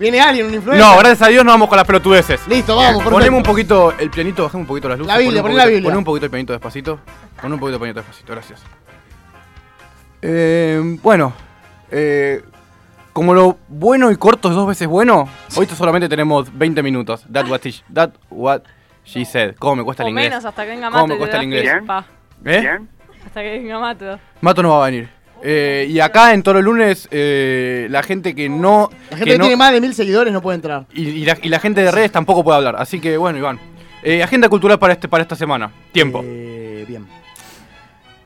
B: Viene alguien, un influencer.
G: No, gracias a Dios nos vamos con las pelotudeces.
B: Listo, vamos, perfecto.
G: Ponemos un poquito el pianito, bajemos un poquito las luces.
B: La Biblia,
G: ponemos
B: poné
G: un
B: la
G: poquito-
B: Biblia.
G: ponemos un poquito el pianito despacito. Pon un poquito el pianito despacito, gracias. Eh, bueno, eh, como lo bueno y corto es dos veces bueno, hoy solamente tenemos 20 minutos. That what, she, that what she said. ¿Cómo me cuesta
M: O
G: el inglés?
M: menos, hasta que venga
G: ¿Cómo
M: Mate.
G: me
M: te
G: cuesta el
M: das
G: inglés?
M: culpa.
G: ¿Eh?
M: Hasta que venga Mate.
G: Mato no va a venir. Eh, y acá en Toro Lunes, eh, la gente que no.
B: La gente que,
G: no-
B: tiene más de mil seguidores no puede entrar.
G: Y, y la, y la gente de redes tampoco puede hablar. Así que bueno, Iván. Eh, agenda cultural para este para esta semana. Tiempo.
B: Eh, bien.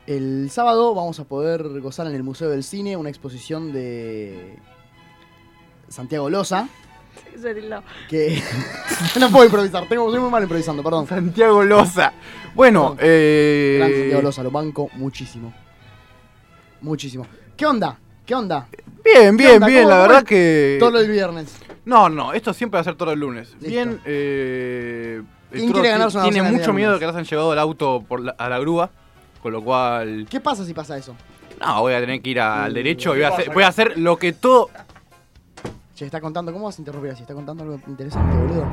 B: El sábado vamos a poder gozar en el Museo del Cine una exposición de Santiago Loza. Que. no puedo improvisar, tengo, soy muy mal improvisando, perdón.
G: Santiago Loza. Bueno, eh.
B: Gran Santiago Loza, lo banco muchísimo. Muchísimo. ¿Qué onda? ¿Qué onda?
G: Bien,
B: ¿Qué
G: bien,
B: onda?
G: bien.
B: ¿Cómo-
G: La
B: cómo
G: verdad
B: es
G: que.
B: Todo lo del viernes.
G: No, no, esto siempre va a ser todo el lunes.
B: Listo.
G: Bien, eh. el
B: ¿Quién
G: Toro
B: quiere ganarse una
G: Tiene
B: docena de
G: mucho miedo
B: diamantes?
G: de que las han llevado el auto por la- a la grúa. Con lo cual.
B: ¿Qué pasa si pasa eso?
G: No, voy a tener que ir al derecho y voy a
B: ¿Qué
G: hacer,
B: pasa?
G: voy a hacer lo que todo.
B: Che, está contando, ¿cómo vas a interrumpir así? Está contando algo interesante, boludo.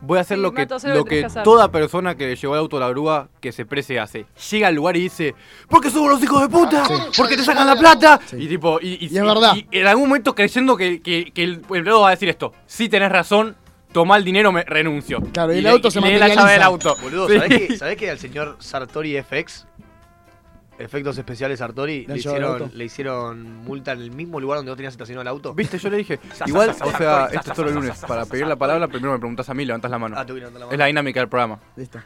G: Voy a hacer
B: Sí,
G: lo que,
B: Mato, hacé lo
G: lo
B: que tenés
G: que
B: que hacer.
G: toda persona que llevó el auto a la grúa que se prece hace. Llega al lugar y dice, porque somos los hijos de
B: Ah,
G: puta, porque te sacan la plata. Y tipo, y, y- y- y en algún momento creyendo que, que- que el empleado va a decir esto, si tenés razón, toma el dinero, me renuncio.
B: Claro,
A: y el
G: le-
A: auto
B: se
G: le da la llave del auto.
A: Boludo,
G: Sí.
A: ¿sabés, que, sabés que al señor Sartori FX, efectos especiales Sartori,
G: Le
A: le
G: llevó el
A: hicieron,
G: auto.
A: le hicieron multa en el mismo lugar donde vos tenías estacionado el auto?
G: Viste, yo le dije, Igual, o sea, esto es solo el lunes. Para pedir la palabra, primero me preguntas a mí, levantás la mano.
A: Ah, tengo que levantar la mano.
G: Es la dinámica del programa.
B: Listo.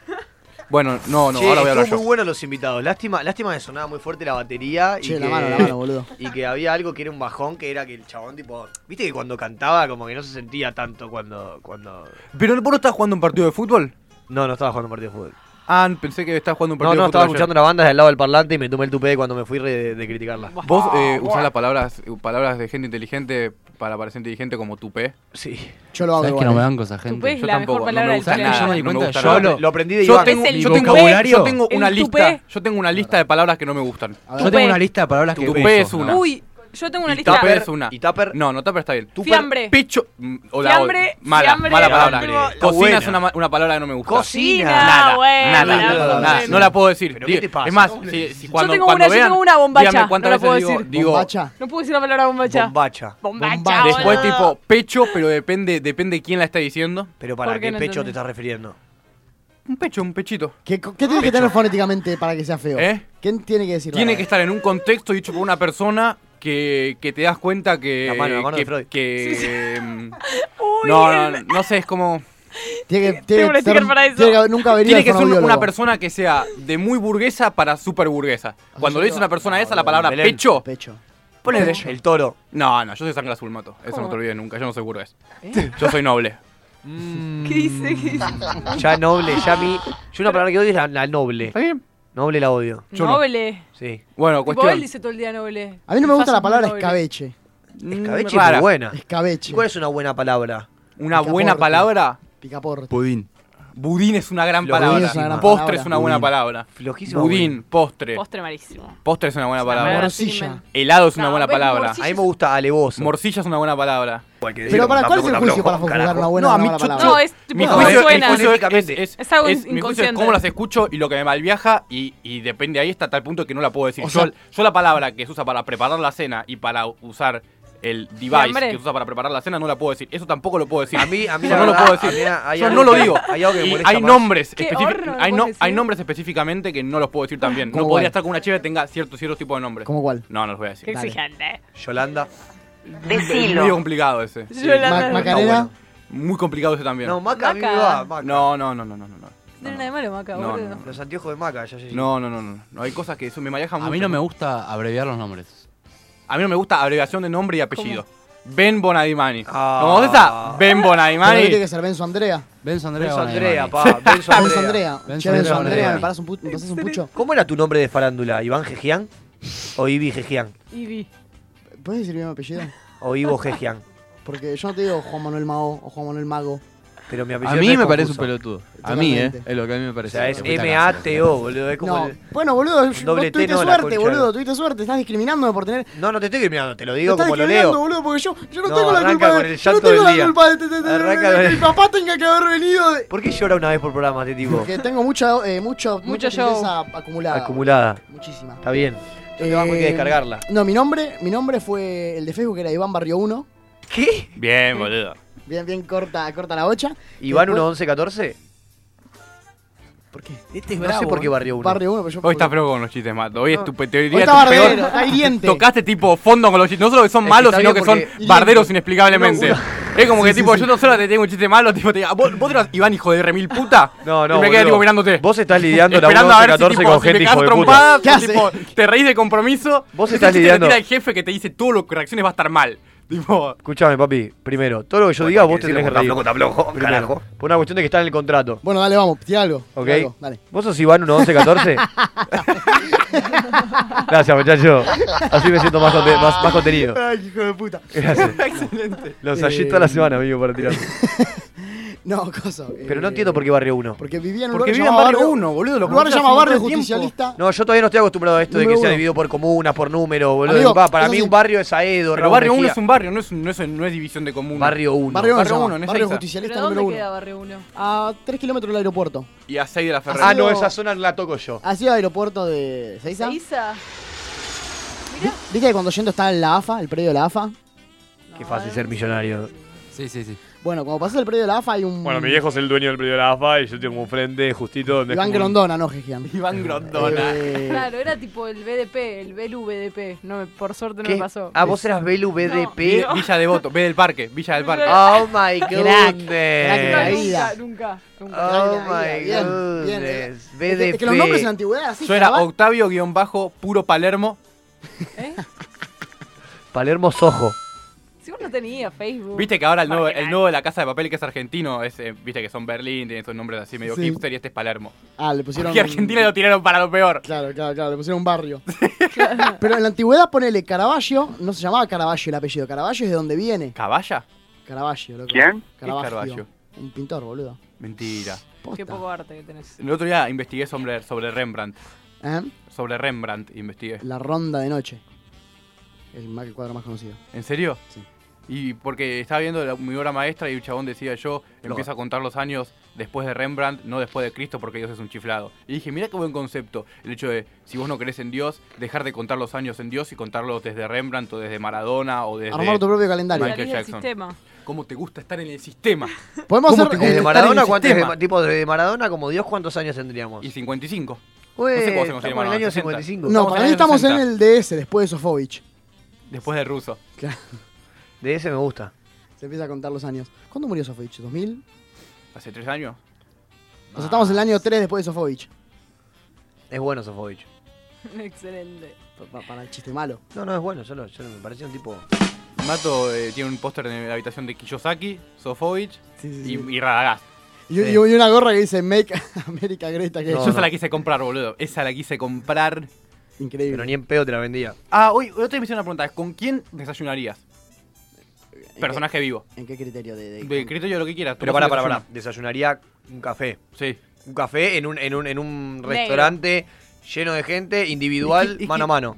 G: Bueno, no, no,
A: Che,
G: ahora voy a hablar
A: estuvo
G: yo.
A: muy buenos los invitados. Lástima, lástima que sonaba muy fuerte la batería. y
B: Che,
A: que,
B: la mano, la mano, boludo.
A: Y que había algo que era un bajón, que era que el chabón, tipo. Viste que cuando cantaba, como que no se sentía tanto cuando. cuando...
G: ¿Pero vos no estás jugando un partido de fútbol?
A: No, no estaba jugando un partido de fútbol.
G: Ah, pensé que estabas jugando un partido
A: no, no,
G: de fútbol.
A: estaba escuchando una banda desde el lado del parlante y me tomé el tupé cuando me fui re- de, de criticarla.
G: ayer. ¿Vos
A: Ah,
G: eh, usás las palabras, palabras de gente inteligente para parecer inteligente como tupé?
A: Sí.
B: Yo lo hago
C: ¿Sabes que
G: igual.
C: no
A: eh.
C: me banco esa gente?
M: Tupé es la mejor palabra del
G: gusta
M: planeta.
G: nada,
M: Yo me di
G: no
C: cuenta,
G: gusta
C: yo
G: nada.
C: lo- lo aprendí de
G: yo
C: Iván.
G: Tengo,
C: Es el
G: yo, tengo,
C: vocabulario.
G: yo tengo una
M: El
G: lista.
M: tupé.
G: Yo tengo una lista de palabras que no me gustan.
C: Yo tengo una lista de palabras que
G: Tupé
C: uso,
G: es una.
M: Uy, yo tengo una
G: Y
M: lista.
G: tupper es una. ¿Y tupper? No, no, tupper está bien. Tupper,
M: Fiambre.
G: Picho. mm, O la odio.
M: Fiambre,
G: Mala,
M: fiambre,
G: mala
M: fiambre.
G: palabra.
M: La
G: Cocina
M: buena.
G: es una, ma- una palabra que no me gusta.
M: Cocina,
G: Nada,
M: buena,
G: nada,
M: la
G: nada,
M: buena.
G: No la puedo decir.
A: Pero, ¿qué te
G: Digo,
A: pasa?
G: Es más,
A: ¿Cómo
G: si, si cuando,
M: yo tengo
G: cuando
M: una,
G: vean,
M: yo tengo una bombacha.
G: díganme
M: No
G: cuántas
M: la
G: veces
M: puedo
G: digo,
M: decir.
G: digo
M: No puedo decir la palabra bombacha.
A: Bombacha.
M: Bombacha.
G: Después
M: boludo.
G: tipo pecho, pero depende, depende quién la está diciendo.
A: Pero
M: ¿para ¿Por qué qué no pecho entendés? te
A: estás refiriendo?
G: Un pecho, un pechito.
B: ¿Qué, co- qué tiene que tener fonéticamente para que sea feo?
G: ¿Eh?
B: ¿Quién tiene que decir
G: Tiene que estar en un contexto dicho por una persona que, que te das cuenta que.
A: La mano, la mano
G: que,
A: de Freud.
G: que- mm, no, no, no, no sé, es como.
B: Tiene que,
G: Tengo
B: tiene
G: un
B: que
G: sticker
B: ser-
G: para eso.
B: tiene que- nunca venir
G: Tiene que ser una, una persona que sea de muy burguesa para super
A: Ah,
G: burguesa. Cuando le dice una persona esa la palabra
A: Belén.
G: pecho.
B: Pecho.
G: Ponele.
A: El toro.
G: No, no, yo soy sangre azul, mato. Eso no
A: ¿Cómo?
G: te olvides nunca. Yo no soy burgués.
A: ¿Eh?
G: Yo soy noble.
M: ¿Qué dice? ¿Qué dice?
A: Ya noble, ya mi. Yo una palabra que odio es la, la noble. ¿Está
G: bien?
A: Noble la odio.
M: Noble.
A: Sí.
G: Bueno,
M: Tipo, él dice todo el día noble.
B: A mí no me gusta
M: Estás
B: la palabra
M: muy noble.
B: escabeche.
A: Escabeche es
G: Mm, rara.
A: muy buena.
B: Escabeche.
A: ¿Cuál es una buena palabra?
G: Una buena palabra.
B: Picaporte.
G: Budín. Budín es una gran
A: Flojísima.
G: palabra.
A: Budín es una gran
G: postre
A: palabra.
G: es una buena
A: Budín.
G: palabra.
A: Flojísima,
G: Budín,
A: budín.
G: postre.
M: Postre malísimo.
G: Postre es una buena palabra.
M: palabra sin Morcilla. invento.
G: Helado es una
M: No,
G: buena
M: ves,
G: palabra.
M: morcilla A mí
A: me gusta alevoso.
G: Morcilla es una buena palabra.
B: Pero para cuál es el juicio para juzgar una buena o
G: a
B: una
G: mí
B: mala
G: yo-
B: palabra.
M: No, es tipo
G: mi
M: cómo
G: juicio,
M: suena.
G: mi juicio es, es- es-
M: Es algo
G: es- mi juicio es
M: inconsciente.
G: cómo las escucho y lo que me malviaja y, y depende ahí hasta tal punto que no la puedo decir.
B: O
G: yo,
B: sea-
G: yo la palabra que se usa para preparar la cena y para usar el device
A: Fiambre.
G: que se usa para preparar la cena no la puedo decir. Eso tampoco lo puedo decir.
A: A mí- a mí
G: Yo
A: la
G: no
A: verdad,
G: lo puedo
A: a mí
G: decir.
A: hay
G: Yo
A: algo
G: no lo
A: que-
G: digo.
A: hay algo que me
G: Y
A: molesta
G: hay
A: más.
G: nombres
M: Qué
G: específic-
M: horror,
G: hay,
M: ¿lo
G: no-
M: puedes
G: hay
M: decir?
G: nombres específicamente que no los puedo decir también. No
A: ¿Cómo cuál?
G: podría estar con una chica que tenga cierto cierto tipo de nombres.
B: ¿Cómo cuál?
G: No, no los voy a decir.
M: Qué exigente.
A: Yolanda.
G: Es medio complicado ese.
M: Sí. Yolanda. Ma- Macarena.
G: No, bueno. Muy complicado ese también.
A: No, Maca, a mí me
M: Maca.
A: va. Maca.
G: No, no, no, no, no, no. no.
M: Tiene nada de malo, Maca,
G: No,
M: boludo.
G: no,
A: Los anteojos de Maca, ya, ya, ya.
G: No, no, no, no. no. Hay cosas que eso me manejan
C: A
G: mucho.
C: mí no me gusta abreviar los nombres.
G: A mí no me gusta abreviación de nombre y apellido. Ben Bonadimani.
A: Ah.
G: ¿Cómo es esa? Ben
B: Pero
G: Bonadimani.
B: tiene que ser Benzo Andrea.
C: Benzo
G: Andrea
B: Benzo
G: Benzo Andrea,
B: Bonadimani.
G: pa, Benzo
B: Ah, Benzo
G: Andrea.
B: Andrea. Che,
G: Benzo
B: Benzo
G: Andrea
B: Andrea,
G: Bonadimani.
B: ¿me parás un, pu- me pasás un pucho?
A: ¿Cómo era tu nombre de farándula? ¿Iván Gejian? ¿O Ibi Gejian?
M: Ibi.
B: ¿Puedes decir bien mi apellido?
A: ¿O Ivo Gejian?
B: Porque yo no te digo Juan Manuel Mao o Juan Manuel Mago.
A: Pero mi
B: A
A: apellido
C: mí
A: no es
C: me parece
A: confuso.
C: un pelotudo. A mí, eh, es lo que a mí me
A: O
C: parece.
A: sea, es
C: Me gusta
A: M-A-T-O, boludo. Es como
B: No.
A: el-
B: Bueno, boludo, yo-
A: doble
B: vos tuviste
A: T, no, la
B: suerte,
A: concha.
B: boludo. Tuviste suerte. Estás discriminándome por tener.
A: No, no te estoy mirando, te lo digo
B: estás
A: como lo
B: discriminando,
A: leo.
B: boludo, porque yo, yo no,
A: No,
B: tengo la
A: arranca
B: culpa.
A: con
B: de-
A: el
B: yo
A: llanto
B: no tengo
A: del
B: la
A: día.
B: culpa de, de- de- de-
A: Arranca
B: de-
A: con
B: que
A: el-
B: mi papá tenga que haber venido. de-
A: ¿Por qué llora una vez por programa este tipo?
B: Porque tengo mucha, eh, mucho, mucha
M: Mucho show.
B: tristeza acumulada.
A: Acumulada.
B: Muchísima.
A: Está bien.
B: Eh,
A: banco, Ah, hay que descargarla.
B: No, mi nombre, mi nombre fue el de Facebook, era Iván Barrio 1.
A: ¿Qué?
G: Bien, boludo.
B: Bien, bien corta, corta la bocha.
A: ¿Iván
B: Después-
A: 1114?
B: ¿Por qué?
A: Este
B: es
A: No sé
B: bravo,
A: por qué
B: eh.
A: barrio 1.
B: Barrio 1, pero yo.
G: Hoy estás feo con los chistes, Mato. Hoy es tu pe- teoría.
B: Hoy
G: es
B: está
G: tu peor.
B: bardero, está hiriente.
G: Tocaste tipo fondo con los chistes. No solo que
A: Es
G: son
A: que
G: malos,
A: está
G: sino que
A: bien
G: son
A: porque-
G: barderos
A: Lindo.
G: inexplicablemente.
A: No,
G: Es como que tipo, yo no solo te tengo un chiste malo, tipo, te diga, vos, vos eras Iván, hijo de remil puta.
A: No, no,
G: Y me quedé
A: boludo.
G: tipo mirándote.
A: Vos estás lidiando la
G: Esperando a ver
A: 1114
G: si, tipo,
A: con
G: si
A: gente
G: te
A: hijo de puta.
G: trompadas, tipo, te reís de compromiso.
A: Vos
G: ese
A: estás
G: chiste te
A: lidiando-
G: tira el jefe que te dice todo lo que reacciones va a estar mal. Tipo,
A: Escuchame, papi. Primero, todo lo que yo diga, vos te
G: decirle
A: tenés que
G: como
A: reír.
G: está flojo, está flojo,
A: Primero,
G: carajo.
A: Por una cuestión de que está en el contrato.
B: Bueno, dale, vamos, tira algo. tira
A: ¿Ok?
B: algo, dale.
A: ¿Vos sos Iván 1114? Gracias, muchacho. Así me siento más, conte- más, más contenido.
B: Ay, hijo de puta.
A: Gracias.
B: Excelente.
A: Los
B: Eh,
A: allí toda la semana, amigo, para tirar.
B: No, cosa. eh,
A: Pero no entiendo por qué barrio 1.
B: Porque vivía en un
G: Porque
B: lugar
G: vive en
B: llamado
G: barrio uno, boludo, lo
B: Un lugar
G: conocí hace
B: llamado
G: un
B: Barrio
G: montón de tiempo.
B: Justicialista.
A: No, yo todavía no estoy acostumbrado a esto de
B: Número
A: que sea
B: uno.
A: dividido por comunas, por número, boludo.
B: Amigo,
A: Pa, para
B: eso
A: mí
B: sí.
A: un barrio es Aedo,
G: Pero
A: Raúl
G: barrio 1
A: Mejía.
G: es un barrio, no es, un- no es, no es división de común.
A: Barrio 1.
B: Barrio 1,
G: Barrio uno, no es
B: barrio
G: esa.
B: justicialista
M: ¿Pero
B: número
M: dónde
B: 1.
M: queda Barrio 1?
B: A 3 kilómetros del aeropuerto.
G: Y a 6 de la
A: Ah,
G: Ferrari.
A: no, esa zona la toco yo.
B: Ha sido aeropuerto de Seiza.
M: Isa.
B: ¿Viste que cuando yendo está en la AFA, el predio de la AFA?
A: Qué fácil ser millonario.
C: Sí, sí, sí.
B: Bueno, cuando pasas el predio de la AFA hay un.
Y: Bueno, mi viejo es el dueño del primer AFA y yo tengo un frente justito donde. es
B: Iván
Y: como un-
B: Grondona, no, Gejian.
G: Iván Grondona.
B: Eh,
M: Claro, era tipo el BDP, el Belu BDP. No, me- por suerte no
A: ¿Qué?
M: me pasó.
A: Ah, vos eras Belu BDP.
G: Villa- Villa Devoto, ve del parque, Villa del parque.
A: Oh my
B: Crack,
M: No,
A: goodness.
B: crack. vida.
M: nunca, nunca, nunca.
A: Oh
B: Ay,
A: my
B: bien, bien, eh.
A: goodness.
B: es que-
A: BDP.
B: es que los nombres en la antigüedad, así.
G: Yo era
B: chaval.
G: Octavio guión bajo puro Palermo.
M: ¿Eh?
A: Palermo Sojo.
M: Si vos no tenías Facebook.
G: Viste que ahora el nuevo,
M: Para que
G: el
M: la-
G: nuevo de la casa de papel que es argentino, es, eh, viste que son Berlín, tienen esos nombres así medio
B: Sí.
G: hipster y este es Palermo.
B: Ah, le pusieron.
G: Porque Argentina lo tiraron para lo peor.
B: Claro, claro, claro, le pusieron un barrio. Pero en la antigüedad, ponele Caravaggio, no se llamaba Caravaggio el apellido, Caravaggio es de donde viene.
G: ¿Caballa?
B: Caravaggio, loco.
G: ¿Quién? ¿Qué es
B: Caravaggio.
G: Caravaggio?
B: Un pintor, boludo.
G: Mentira.
M: Qué poco arte que tenés.
G: El otro día investigué sobre, sobre Rembrandt.
B: ¿Eh?
G: Sobre Rembrandt investigué.
B: La ronda de noche. El, ma- el cuadro más conocido.
G: ¿En serio? Sí. Y porque estaba viendo la- mi obra maestra y un chabón decía yo, empiezo a contar los años después de Rembrandt, no después de Cristo, porque Dios es un chiflado. Y dije, mira qué buen concepto, el hecho de, si vos no crees en Dios, dejar de contar los años en Dios y contarlos desde Rembrandt o desde Maradona o desde...
B: Armar tu propio calendario.
G: Michael
M: Salís del
G: Jackson.
M: sistema.
G: ¿Cómo te gusta estar en el sistema?
B: Podemos
G: ¿Cómo
B: hacer. eh,
G: te gusta estar
A: Desde
G: en
A: Maradona,
G: el
A: ¿cuántos,
G: sistema?
A: de- tipo, desde Maradona como Dios, ¿cuántos años tendríamos?
G: Y 55.
A: Güey,
G: sé cuándo se
A: estamos
G: consigue
A: en el
G: Maradona,
A: año
G: 60.
A: 55.
B: no,
G: estamos
B: para
G: en
B: mí
G: el
B: estamos en
G: 60.
B: el DS después de Sofovich.
G: Después de Russo.
B: Claro,
A: De ese me gusta.
B: se empieza a contar los años. ¿Cuándo murió Sofovich? ¿2000?
G: ¿Hace tres años? Ah,
B: O sea, estamos en el año 3 después de Sofovich.
A: Es bueno Sofovich.
M: Excelente.
B: Pa- pa- Para el chiste malo.
A: No, no, es bueno, yo, lo- yo lo- me parecía un tipo...
G: Mato eh, tiene un póster en la habitación de Kiyosaki, Sofovich
B: Sí, sí,
G: y,
B: sí.
G: y Radagast.
B: Y, y- y una gorra que dice Make America Great Again.
G: Yo esa la quise comprar, boludo. Esa la quise comprar.
B: Increíble.
A: Pero ni en pedo te la vendía.
G: Ah, hoy, hoy te hice una pregunta. ¿Con quién desayunarías? Personaje vivo.
B: ¿En qué criterio? De, de-
G: De criterio lo que quieras.
A: Pero
G: Tomás
A: pará,
G: el
A: pará, pará.
G: desayuno.
A: Desayunaría un café.
G: Sí.
A: Un café en un, en un, en un restaurante lleno de gente, individual,
G: Es que- es
A: mano a
G: que-
A: mano.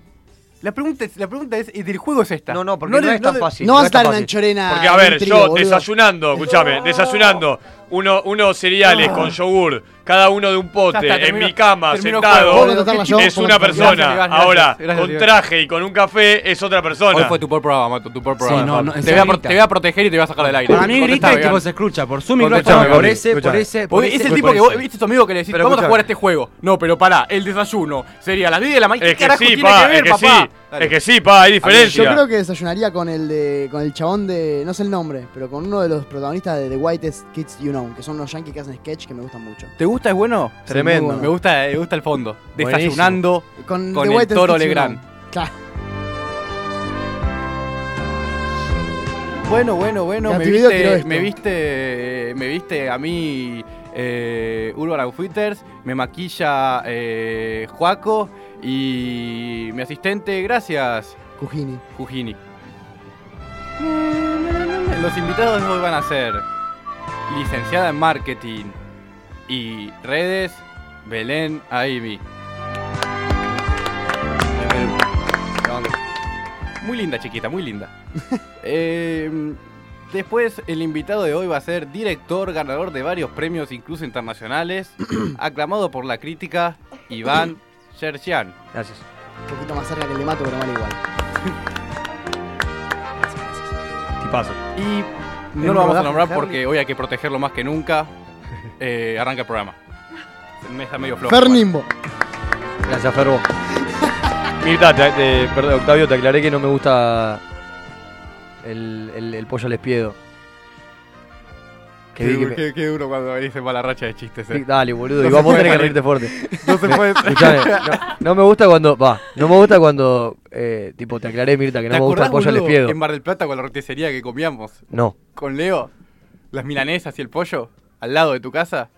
G: La pregunta es, la pregunta es, ¿y del juego es esta?
A: No, no, porque
G: No
A: no,
G: le-
A: es
G: no
A: tan
G: le-
A: fácil.
B: no vas a
A: es tan
B: estar en la
A: fácil.
B: anchorena.
Y: Porque a
B: en un
Y: ver,
B: trío,
Y: yo
B: boludo.
Y: desayunando, escúchame, desayunando. Uno, uno cereales con yogur, cada uno de un pote,
G: Ya está,
Y: en
G: terminó-
Y: mi cama,
G: terminó el
Y: sentado.
G: juego.
B: Voy a anotarla yo,
Y: es
B: por
Y: una
B: la-
Y: persona.
G: Gracias, Iván, gracias,
Y: Ahora,
G: gracias,
Y: con
G: Iván.
Y: traje y con un café es otra persona.
G: Hoy fue tu por programa, Mato, tu por programa.
C: no,
G: Mato.
C: no, en
G: te, voy a,
C: serio
G: pro-
C: grita.
G: te voy a proteger y te voy a sacar del aire.
C: Para mí grita y
G: Contestame,
C: tipo
G: Iván.
C: se escucha por su
G: Contestame,
C: micrófono, por
G: Gabriel.
C: ese, por
A: Escuchame.
C: ese, por
G: Porque
C: ese.
G: es
C: y
G: el
C: por
G: tipo que
C: ese.
G: vos, viste tu amigo que le decís,
A: Pero
G: vamos a
A: escuchame.
G: jugar a este juego. No, pero pará, el desayuno sería a las 10 de la mañana. ¿Qué
Y: Es que
G: carajo
Y: sí,
G: tiene
Y: pa,
G: que ver,
Y: es que
G: papá?
Y: sí. Es que sí, pa, hay
B: Yo
Y: diferencia.
B: creo que desayunaría con el de, con el chabón de. no sé el nombre, pero con uno de los protagonistas de The Whitest Kids You Know, que son unos yankees que hacen sketch que me gustan mucho.
G: ¿Te gusta? ¿Es bueno?
A: Tremendo.
B: muy bueno.
G: Me gusta, me gusta el fondo.
A: Buenísimo.
G: Desayunando.
B: Con,
G: Con
B: The
G: el
B: Whitest
G: Toro
B: Kids You
G: Legrand.
B: Know. Claro.
G: Bueno, bueno, bueno, me
E: Natividad tiró
G: viste,
E: esto.
G: me viste, me viste a mí eh, Urban Outfitters, me maquilla eh, Juaco y mi asistente, gracias.
B: Cujini.
G: Cujini. Los invitados hoy van a ser licenciada en marketing y redes Belén Aimi. Muy linda, chiquita, muy linda. Eh, después, el invitado de hoy va a ser director, ganador de varios premios, incluso internacionales, aclamado por la crítica, Iván Sherchian.
A: Gracias.
B: Un poquito más cerca que el de Mato, pero mal igual.
X: Tipazo.
G: Y
X: En
G: no lo vamos a
X: rodaje,
G: nombrar
X: Charlie.
G: porque hoy hay que protegerlo más que nunca. Eh, arranca el programa. Me está medio flojo.
B: Fernimbo.
X: Gracias, Ferbo. Mirta, te- te- perdón, Octavio, te aclaré que no me gusta
A: el, el- el pollo al espiedo. Que
G: Qué,
A: vi que
G: du-
A: me-
G: qué- qué duro cuando dice mala racha de chistes. eh.
A: Sí, Dale, boludo,
G: No
A: y
G: se
A: vamos a
G: puede
A: tener que
G: salir.
A: reírte fuerte.
G: No se
A: Me-
G: puede.
A: escuchame, no, no me gusta cuando. Va, no me gusta cuando. eh, tipo, te aclaré, Mirta, que no
G: ¿Te
A: me gusta
G: acordás,
A: el pollo al
G: boludo,
A: espiedo.
G: En Mar del Plata con la roticería que comíamos.
A: No.
G: Con Leo, las milanesas y el pollo, al lado de tu casa.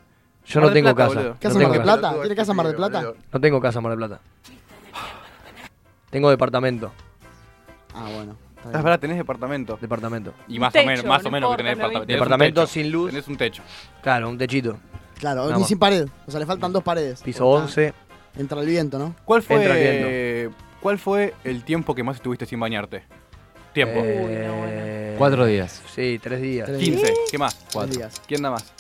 A: Yo
G: Mar
A: no
G: del
A: tengo
G: Plata,
A: casa.
G: boludo.
A: no tengo casa.
B: Plata? ¿Tiene casa en Mar del Plata?
A: No tengo casa en Mar del Plata. Tengo departamento.
B: Ah, bueno.
G: Ah, Es verdad, tenés departamento.
A: Departamento.
G: Y más
A: Un
G: o menos,
A: techo,
G: más
A: no
G: o menos que
A: importa,
G: tenés
A: lo vi.
G: departamento.
A: Departamento
G: sin luz. Tenés un techo.
A: Claro, un techito.
B: Claro,
A: Nada
B: ni
A: más.
B: sin pared. O sea, le faltan dos paredes.
A: Piso
B: Porque
A: 11.
B: Entra el viento, ¿no?
G: ¿Cuál fue,
A: Entra
G: ¿Cuál fue el tiempo que más estuviste sin bañarte? Tiempo.
A: Eh,
C: Cuatro días.
A: Sí, tres días.
G: 15. ¿Qué más?
C: Cuatro.
G: días. ¿Quién da más?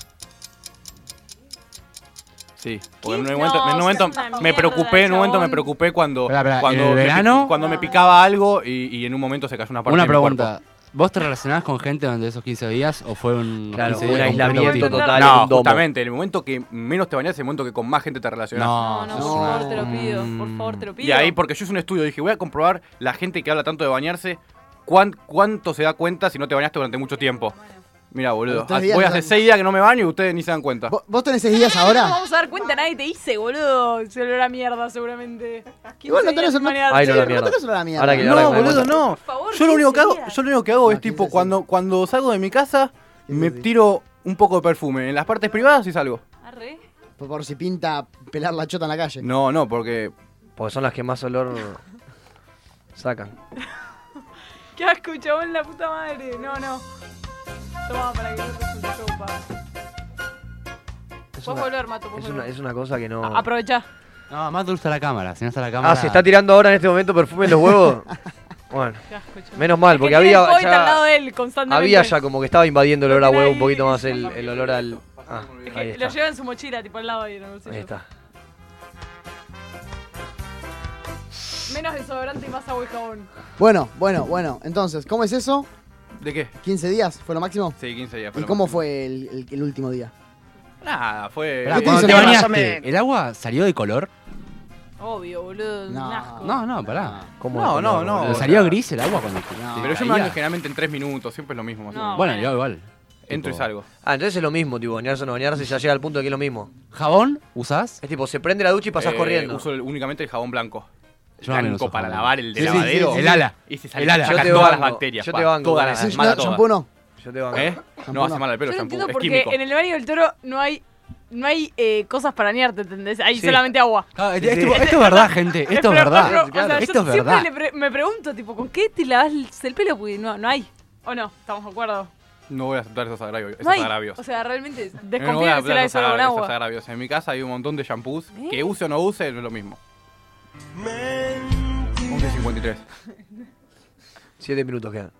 G: Sí, porque en un
H: Quince-
G: momento,
H: no,
G: en un momento
H: seas una
G: me
H: mierda,
G: preocupé, en un momento me
H: chabón.
G: preocupé cuando,
C: Pará, pará,
G: cuando,
C: ¿en el
G: me, pi-
C: verano?
G: cuando me picaba algo y, y en un momento se cayó una parte
C: Una
G: de mi cuerpo.
C: pregunta. ¿Vos te relacionás con gente durante esos 15 días o fue un,
A: Claro,
C: 15
A: un
C: días completo
A: aislamiento
C: contigo?
A: total,
G: No,
A: un domo.
G: justamente, el momento que menos te bañás es el momento que con más gente te relacionás. Mm.
C: No,
M: No, por favor, te lo pido, por favor, te lo pido.
G: Y ahí, porque yo hice un estudio, dije, voy a comprobar la gente que habla tanto de bañarse, cuán- cuánto se da cuenta si no te bañaste durante mucho tiempo. Mira, boludo,
B: Tres
G: hace-
B: días
G: voy
B: no
G: hace
B: se-
G: seis días que no me baño y ustedes ni se dan cuenta.
B: ¿Vos tenés seis días
M: No
B: ahora?
M: vamos a dar cuenta, nadie te dice, boludo. Se olor a mierda, seguramente.
B: Igual no tenés
M: una
A: Ay, no, la mierda. Ahora que- ahora
G: no,
A: que me doy
G: boludo,
A: cuenta.
G: no. Yo lo único que hago, yo lo único que hago es tipo cuando, cuando salgo de mi casa, me tiro un poco de perfume en las partes privadas y salgo.
B: Por, por si pinta pelar la chota en la calle.
G: No, no, porque.
A: Porque son las que más olor sacan.
M: ¿Qué asco, chabón, la puta madre? No, no. Toma, para que no te chupa.
A: Es
M: Puedes
A: una-
M: volver, Mato, puedes
A: Es una,
M: volver.
A: es una cosa que no.
M: Aprovechá.
C: No, más te gusta la cámara. Si no está la cámara.
A: Ah, se está tirando ahora en este momento perfume en los huevos. bueno. Menos mal, porque
M: Tiene
A: había
M: el COVID al lado
A: ya,
M: de él constantemente.
A: había ya como que estaba invadiendo el olor a huevo un poquito más el, el olor al. Ah, ahí
M: Lo
A: está.
M: lleva en su mochila, tipo al lado ahí en el bolsillo.
A: Ahí está.
M: Menos desodorante y más agua y jabón.
B: Bueno, bueno, bueno. Entonces, ¿cómo es eso?
G: ¿De qué?
B: ¿15 días? ¿Fue lo máximo?
G: Sí, 15 días.
B: ¿Y
G: pero-
B: cómo fue el, el- el último día?
G: Nada, fue.
C: Pará, cuando te bañaste, ¿el agua salió de color?
M: Obvio, boludo. un asco.
C: No, no, pará.
G: ¿Cómo No, de color, no, no. boludo?
C: ¿Salió gris el agua cuando te- te
G: Pero yo me
C: caía?
G: baño generalmente en tres minutos, siempre es lo mismo. más o menos.
C: Bueno, yo igual.
G: Entro y
C: Tipo,
G: salgo.
A: Ah, entonces es lo mismo, tipo, bañarse o no bañarse, ya llega al punto de que es lo mismo.
C: ¿Jabón usás?
A: Es tipo, se prende la ducha y pasás
G: Eh,
A: corriendo.
G: Uso el- únicamente el jabón blanco.
A: Yo también
G: blanco
A: uso
G: para
A: jabón
G: lavar
A: blanco.
G: el de
A: Sí, sí, sí,
G: lavadero.
A: sí, sí. El ala.
G: Y se
A: El ala.
G: salen
A: Yo te
G: todas las
A: banco,
G: bacterias.
A: yo
G: pa,
A: te banco con
G: Todas
A: eso.
G: las
A: Sí,
G: mata
A: no,
G: todas.
A: shampoo no. Yo te banco.
G: ¿Eh?
A: Shampoo
G: No hace
A: no.
G: mal al
M: Yo
G: pelo,
M: no
G: shampoo.
M: entiendo
G: Es
M: porque
G: químico.
M: en el baño del toro no hay, no hay eh, cosas para bañarte, ¿entendés? Hay
C: Sí.
M: solamente agua.
C: Ah, es- es tipo, esto es verdad, gente. Esto es
M: Pero,
C: verdad.
M: pero, o sea,
C: Esto
M: yo
C: es verdad.
M: siempre le pre- me pregunto, tipo, ¿con qué te lavas el- el pelo? Porque no, no hay. ¿O no? ¿Estamos de acuerdo?
G: No voy a aceptar esos agravios.
M: No
G: Esos
M: hay.
G: agravios.
M: O sea, realmente
G: No voy a
M: desconfío que se
G: aceptar
M: lave
G: esos
M: solo con
G: agravios,
M: agua. ¿Eh?
G: esos agravios. En mi casa hay un montón de shampoos que use o no use, no es lo mismo. 11.53.
A: 7 minutos quedan.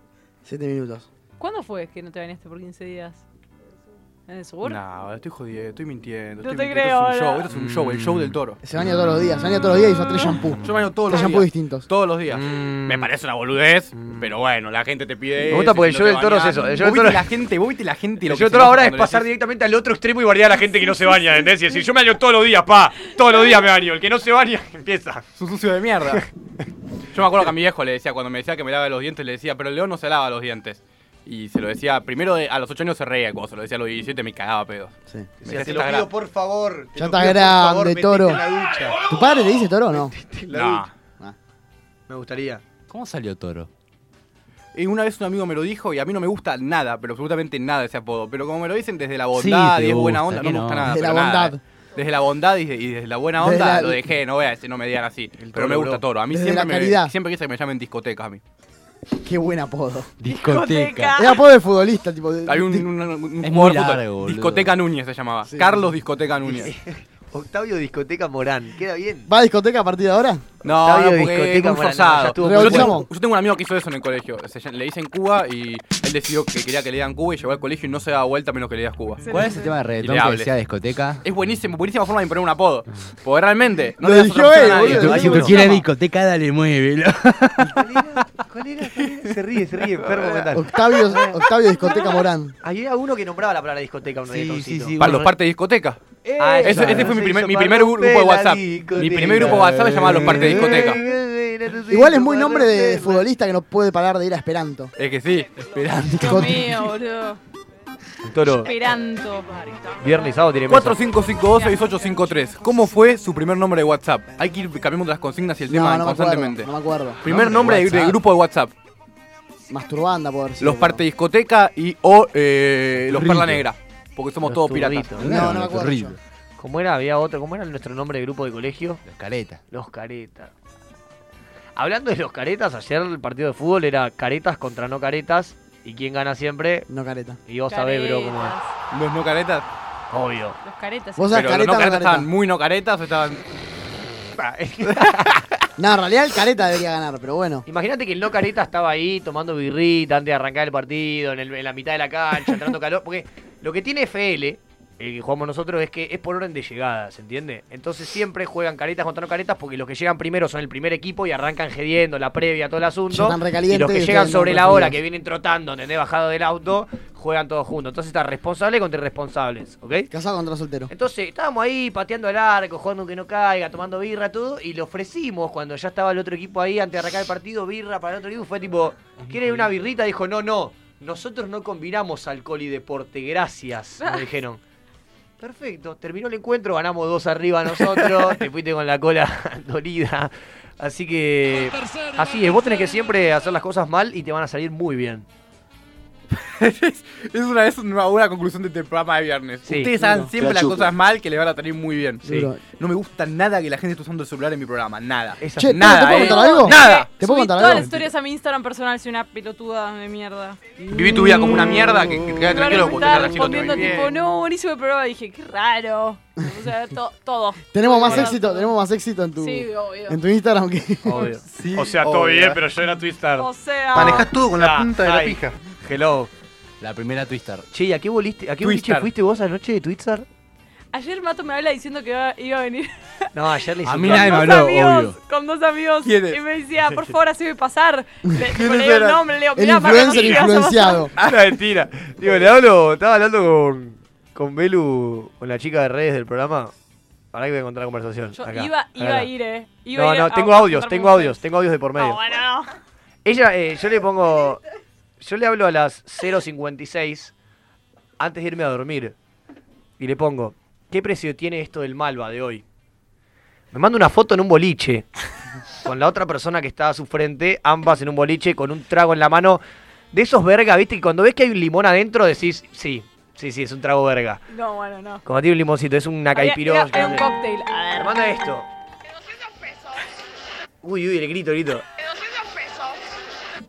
B: 7 minutos.
M: ¿Cuándo fue que no te bañaste por 15 días? ¿En el sur?
G: No, estoy jodiendo, estoy mintiendo.
M: No
G: estoy
M: te
G: mintiendo.
M: creo,
G: Esto es un
M: no.
G: show, esto es un show, el show del toro.
B: Se baña todos los días, se baña todos los días y usa tres shampoos.
G: Yo baño todos los
B: Tres
G: días.
B: shampoos distintos.
G: Todos los días.
A: Mm.
G: Me parece una boludez, pero bueno, la gente te pide.
A: Me gusta
G: eso,
A: porque
G: si
A: el
G: no
A: show
G: te
A: del toro es
G: bañás.
A: eso, el show
G: Vos
A: del
G: viste
A: toro-
G: la gente, vos viste la gente. lo
A: Yo
G: que se
A: otro
G: enoja
A: ahora es
G: cuando le
A: pasar
G: decís-
A: directamente al otro extremo
X: y bardear a la gente que no se baña, ¿entendés? Y decir, yo me baño todos los días, pa. Todos los días me baño. El que no se baña, empieza.
G: Es un sucio de mierda. Yo me acuerdo que a mi viejo le decía, cuando me decía que me lava los dientes, le decía, pero el león no se lava los dientes. Y se lo decía, primero de- a los 8 años se reía, cuando se lo decía a los 17 me cagaba pedo.
B: Sí.
G: Me decía,
M: te
G: "Estás
M: lo
G: gra-".
M: pido por favor. te
B: Ya
M: lo pido,
B: está
M: por favor,
B: grande,
M: metete
B: toro.
M: en la ducha.
B: ¿Tu padre le dice toro o no?
M: la
G: No.
A: Ah. Me gustaría.
C: ¿Cómo salió toro?
G: eh, una vez un amigo me lo dijo y a mí no me gusta nada, pero absolutamente nada ese apodo. Pero como me lo dicen desde la bondad
B: Sí, te
G: y es buena
B: gusta,
G: onda, no
B: que
G: me
B: no.
G: gusta nada.
B: Desde
G: pero
B: la
G: nada,
B: bondad.
G: eh. Desde la bondad y, y desde la buena onda
B: Desde la-
G: lo dejé, no voy a decir- no me digan así. pero me gusta toro. A mí
B: Desde
G: siempre,
B: la
G: me,
B: calidad.
G: siempre quise que me llamen discotecas a mí.
B: Qué buen apodo.
G: Discoteca.
B: Era apodo de futbolista, tipo. de-
G: Hay un,
B: de-
G: un- un- un
B: Es muy
G: jugador de fútbol,
B: largo, boludo.
G: Discoteca Núñez se llamaba.
B: Sí.
G: Carlos Discoteca Núñez.
A: Octavio Discoteca Morán, queda bien.
B: ¿Va a discoteca a partir de ahora?
G: No, no, porque
B: Morán,
G: es muy
B: no,
G: forzado.
B: ya estuvo
G: yo,
B: muy
G: tengo,
B: bueno.
G: yo tengo un amigo que hizo eso en el colegio. Se ll- le hice en Cuba y él decidió que quería que le dieran Cuba y llegó al colegio y no se daba vuelta menos que le dieras Cuba.
C: ¿Cuál es el tema de reggaetón
G: eh.
C: que decía discoteca?
G: Es buenísimo, buenísima forma de imponer un apodo. Porque realmente, no
C: Lo
G: le das
C: eligió
G: otra opción a
C: él,
G: nadie.
C: boludo.
G: Hay
C: Si
G: uno.
C: tú quieres discoteca, dale, muévelo.
A: Se ríe, se ríe, enfermo mental.
B: Octavio, Octavio Discoteca Morán.
A: Había uno que nombraba la palabra discoteca, un reggaetoncito.
G: Para los partes de discoteca.
A: Ah,
G: Ese-
A: claro.
G: ese fue mi
A: Se
G: primer,
A: hizo
G: mi primer
A: para
G: grupo de
A: romper la
G: WhatsApp. Mi primer grupo de WhatsApp se llamaba Los Partes de Discoteca.
B: Igual es muy nombre de futbolista que no puede parar de ir a Esperanto.
G: Es que sí.
M: Dios mío, boludo.
G: Toro.
M: Esperanto.
A: Viernes y sábado tiene
G: 4552-6853. ¿Cómo fue su primer nombre de WhatsApp? Hay que ir cambiando las consignas y el
B: No,
G: tema
B: no me acuerdo,
G: constantemente.
B: no me acuerdo.
G: Primer
B: Nombre
G: nombre
B: de
G: de, de
B: WhatsApp.
G: grupo de WhatsApp.
B: Masturbanda, por
G: Los parte discoteca y o eh, los perla negra. Porque somos todos piratas.
A: turbitos. ¿Cómo era? Había otro. ¿Cómo era nuestro nombre de grupo de colegio? Los
C: caretas.
A: Los caretas. Hablando de los caretas, ayer el partido de fútbol era caretas contra no caretas. ¿Y quién gana siempre?
B: No careta.
A: Y vos sabés, bro, cómo es.
G: Los no caretas.
A: Obvio.
M: Los caretas.
B: Vos sabés,
G: Pero los no
B: careta, no
G: caretas
B: careta.
G: estaban muy no caretas o estaban.
B: No, en realidad el careta debería ganar, pero bueno.
A: Imagínate que el no careta estaba ahí tomando birrita antes de arrancar el partido, en, el- en la mitad de la cancha, entrando calor. Porque lo que tiene FL, el que jugamos nosotros, es que es por orden de llegada, ¿se entiende? Entonces siempre juegan caretas contra no caretas porque los que llegan primero son el primer equipo y arrancan gediendo la previa, todo el
B: Ya
A: asunto.
B: están
A: Y los
B: recalientes
A: que
B: y
A: llegan
B: ustedes no
A: sobre la hora,
B: refríos.
A: que vienen trotando, ¿entendés? Bajado del auto, juegan todos juntos. Entonces está responsable contra irresponsables, ¿ok?
B: Casado contra soltero.
A: Entonces estábamos ahí pateando al arco, jugando que no caiga, tomando birra, todo, y le ofrecimos cuando ya estaba el otro equipo ahí antes de arrancar el partido, birra para el otro equipo. Fue tipo, ¿quieren una birrita? Dijo, no, no, nosotros no combinamos alcohol y deporte, gracias, me dijeron. Perfecto, terminó el encuentro, ganamos dos arriba nosotros, te fuiste con la cola dolida. Así que, así es, vos tenés que siempre hacer las cosas mal y te van a salir muy bien.
G: Es una, es una buena conclusión de este programa de viernes.
A: Sí.
G: Ustedes hagan
A: Duro.
G: siempre
A: Te la
G: las
A: chupo.
G: cosas mal que les van a salir muy bien.
A: Sí. Duro.
G: No me gusta nada que la gente esté usando el celular en mi programa. Nada.
B: Che, ¿te-
G: nada.
B: ¿te puedo
G: eh.
B: contar algo?
G: Nada.
B: ¿Te puedo contar
M: Todas las
B: algo?
M: historias a mi Instagram personal soy una pelotuda de mierda.
G: Viví tu vida como una mierda que, que queda
M: Claro,
G: tranquilo
M: me
G: porque
M: estaba
G: la chico te va
M: respondiendo
G: bien.
M: tipo, no, buenísimo el programa. Dije, qué raro. O sea, to- todo.
B: Tenemos más
M: Todo.
B: éxito, tenemos más éxito en tu,
M: Sí, obvio.
B: en tu Instagram que.
X: o sea, todo
B: obvio.
X: bien, pero yo era Twister.
M: O sea.
G: Manejás
X: todo
G: con la punta de la
X: pija. Hello.
C: La primera Twister.
A: Che, ¿y ¿a qué, boliste, a qué
C: Twister.
A: boliche fuiste vos anoche de Twitter?
M: Ayer Mato me habla diciendo que iba, iba a venir
A: No, ayer le
C: A
A: hice un
C: mí
A: plan.
C: nadie me
M: con dos
C: habló,
M: amigos,
C: obvio.
M: con dos amigos.
C: ¿Quién es?
M: Y me decía, por favor, así pasar. Le, tipo,
B: ¿Quiénes
M: le digo el
B: eran?
M: nombre, le digo,
B: El
M: mirá, Mato, no
B: influencer
M: te ibas a
B: influenciado.
A: Ah, la mentira. Digo, le hablo, estaba hablando con, con Belu, con la chica de redes del programa. Ahora que voy a encontrar la conversación.
M: Yo
A: acá,
M: iba,
A: acá,
M: iba
A: acá.
M: a ir, eh. Iba
A: no,
M: a ir
A: no,
M: a-
A: tengo
M: a
A: audios,
M: juntarme
A: tengo
M: con
A: audios, tengo audios de por medio.
M: ustedes. No, bueno.
A: Ella, eh, yo le pongo. Yo le hablo a las 0.56 antes de irme a dormir. Y le pongo, ¿qué precio tiene esto del Malva de hoy? Me manda una foto en un boliche. Con la otra persona que estaba a su frente, ambas en un boliche, con un trago en la mano. De esos verga, viste, y cuando ves que hay un limón adentro, decís, sí, sí, sí, es un trago verga.
M: No, bueno, no.
A: Como tiene un limoncito, es una
M: Había-
A: caipirosa.
M: era- era un cóctel. A ver.
A: Manda esto. Uy, uy, el grito, el grito.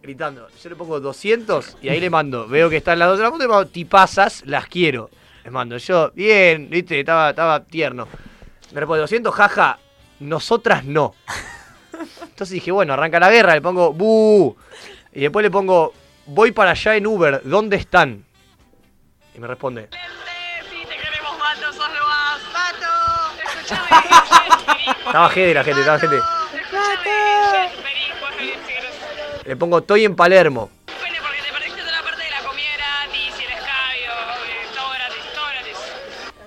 A: Gritando. Yo le pongo 200 y ahí le mando. Veo que están las dos de la foto y le mando tipazas, las quiero. Les mando yo, bien, viste, estaba, estaba tierno. Me responde 200, jaja, nosotras no. Entonces dije, bueno, arranca la guerra, le pongo, bu. Y después le pongo, voy para allá en Uber, ¿dónde están? Y me responde, estaba gente la gente, estaba gente. Le pongo, estoy en Palermo.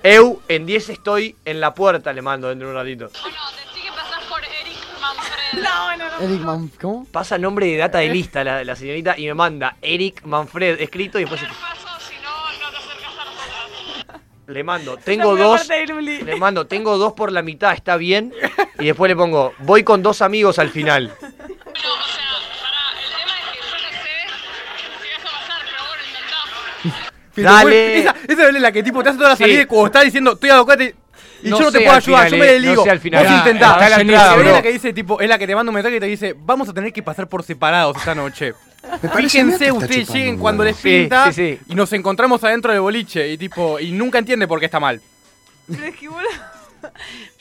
A: Eu en 10 estoy en la puerta, le mando dentro de un ratito.
M: No, no, no.
B: Eric Man, ¿cómo?
A: Pasa nombre de data de lista la, la señorita y me manda Eric Manfred escrito y después. Le mando, tengo
M: La peor
A: dos.
M: parte de Luli.
A: Le mando, tengo dos por la mitad, está bien. Y después le pongo, voy con dos amigos al final. Dale.
G: Esa, esa es la que tipo te hace toda la
A: Sí.
G: salida y cuando está diciendo, estoy abocado y
X: No
G: yo no te
X: sé
G: puedo
X: al
G: ayudar,
X: final,
G: yo me
X: eh,
G: le
X: no
G: digo.
X: sé al final.
G: Vos
X: Ah,
G: intentá.
X: está la
G: Y
X: entrada,
G: es
X: bro.
G: la que dice, tipo, es la que te manda un mensaje y te dice, vamos a tener que pasar por separados esta noche.
X: parece bien que
G: Fíjense,
X: está
G: ustedes
X: chupando
G: lleguen
X: un
G: cuando
X: huevo.
G: les
X: Sí,
G: pinta
X: sí,
G: y nos encontramos adentro del boliche y tipo, y nunca entiende por qué está mal.
M: Pero es que boludo,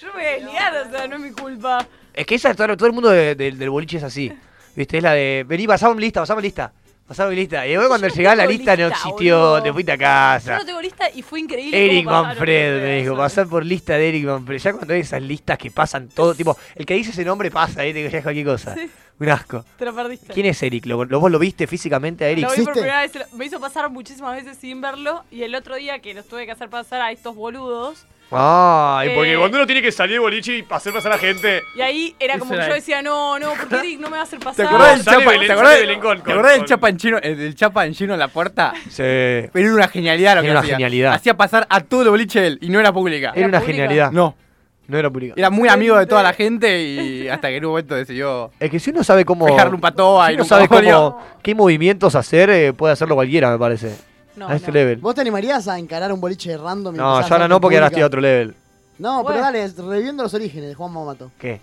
M: Yo me voy a desliar, o sea, no es mi culpa.
A: Es que esa, todo, todo el mundo de- de- del boliche es así. ¿Viste? Es la de. Vení, pasame lista, pasame lista. Pasame lista. Y después cuando llegás la
M: tengo
A: lista no
M: lista,
A: existió,
M: boludo.
A: te fuiste a
M: Yo
A: casa.
M: no tengo lista y fue increíble.
A: Eric
M: cómo pasaron.
A: Manfred me dijo, pasar por lista de Eric Manfred. Ya cuando hay esas listas que pasan todo, tipo, el que dice ese nombre pasa, ¿eh? Te- ya es cualquier cosa.
M: Sí.
A: Un asco.
M: Te lo perdiste.
A: ¿Quién es Eric? ¿Lo, lo- vos lo viste físicamente a Eric?
M: Lo vi por primera vez, lo- me hizo pasar muchísimas veces sin verlo y el otro día que los tuve que hacer pasar a estos boludos
A: Ay,
X: porque
M: Eh.
X: cuando uno tiene que salir de boliche y hacer pasar a la gente.
M: y ahí era como
X: Ese
M: que
X: era
M: yo
X: él.
M: decía, no, no, porque Eric no me va a hacer
G: ¿Te
M: pasar.
G: acordás del
X: Sale
G: Chapa,
X: Belén-
G: ¿te acordás,
X: sale Belén con-
G: ¿te acordás del
X: con-
G: Chapa en chino, eh, del Chapa en chino en la puerta?
A: Sí. Era
G: Pero era una genialidad lo que
A: Era una
G: hacía.
A: genialidad.
G: Hacía pasar a todo el boliche él y no era pública.
A: una genialidad.
G: No.
A: No era pública.
G: Era muy amigo de toda la gente y hasta que en un momento decidió
A: Es que si uno sabe cómo.
G: dejarle un patoa
A: Si
G: y
A: uno
G: no
A: sabe cómo, qué movimientos hacer, eh, puede hacerlo cualquiera, me parece. a este level.
B: ¿Vos te animarías a encarar un boliche random? y empezar
A: No, yo ahora
B: hacer
A: no, porque ahora estoy
B: pública?
A: a otro level.
B: No,
M: Bueno.
B: pero dale, reviviendo los orígenes de Juan Mato.
A: ¿Qué?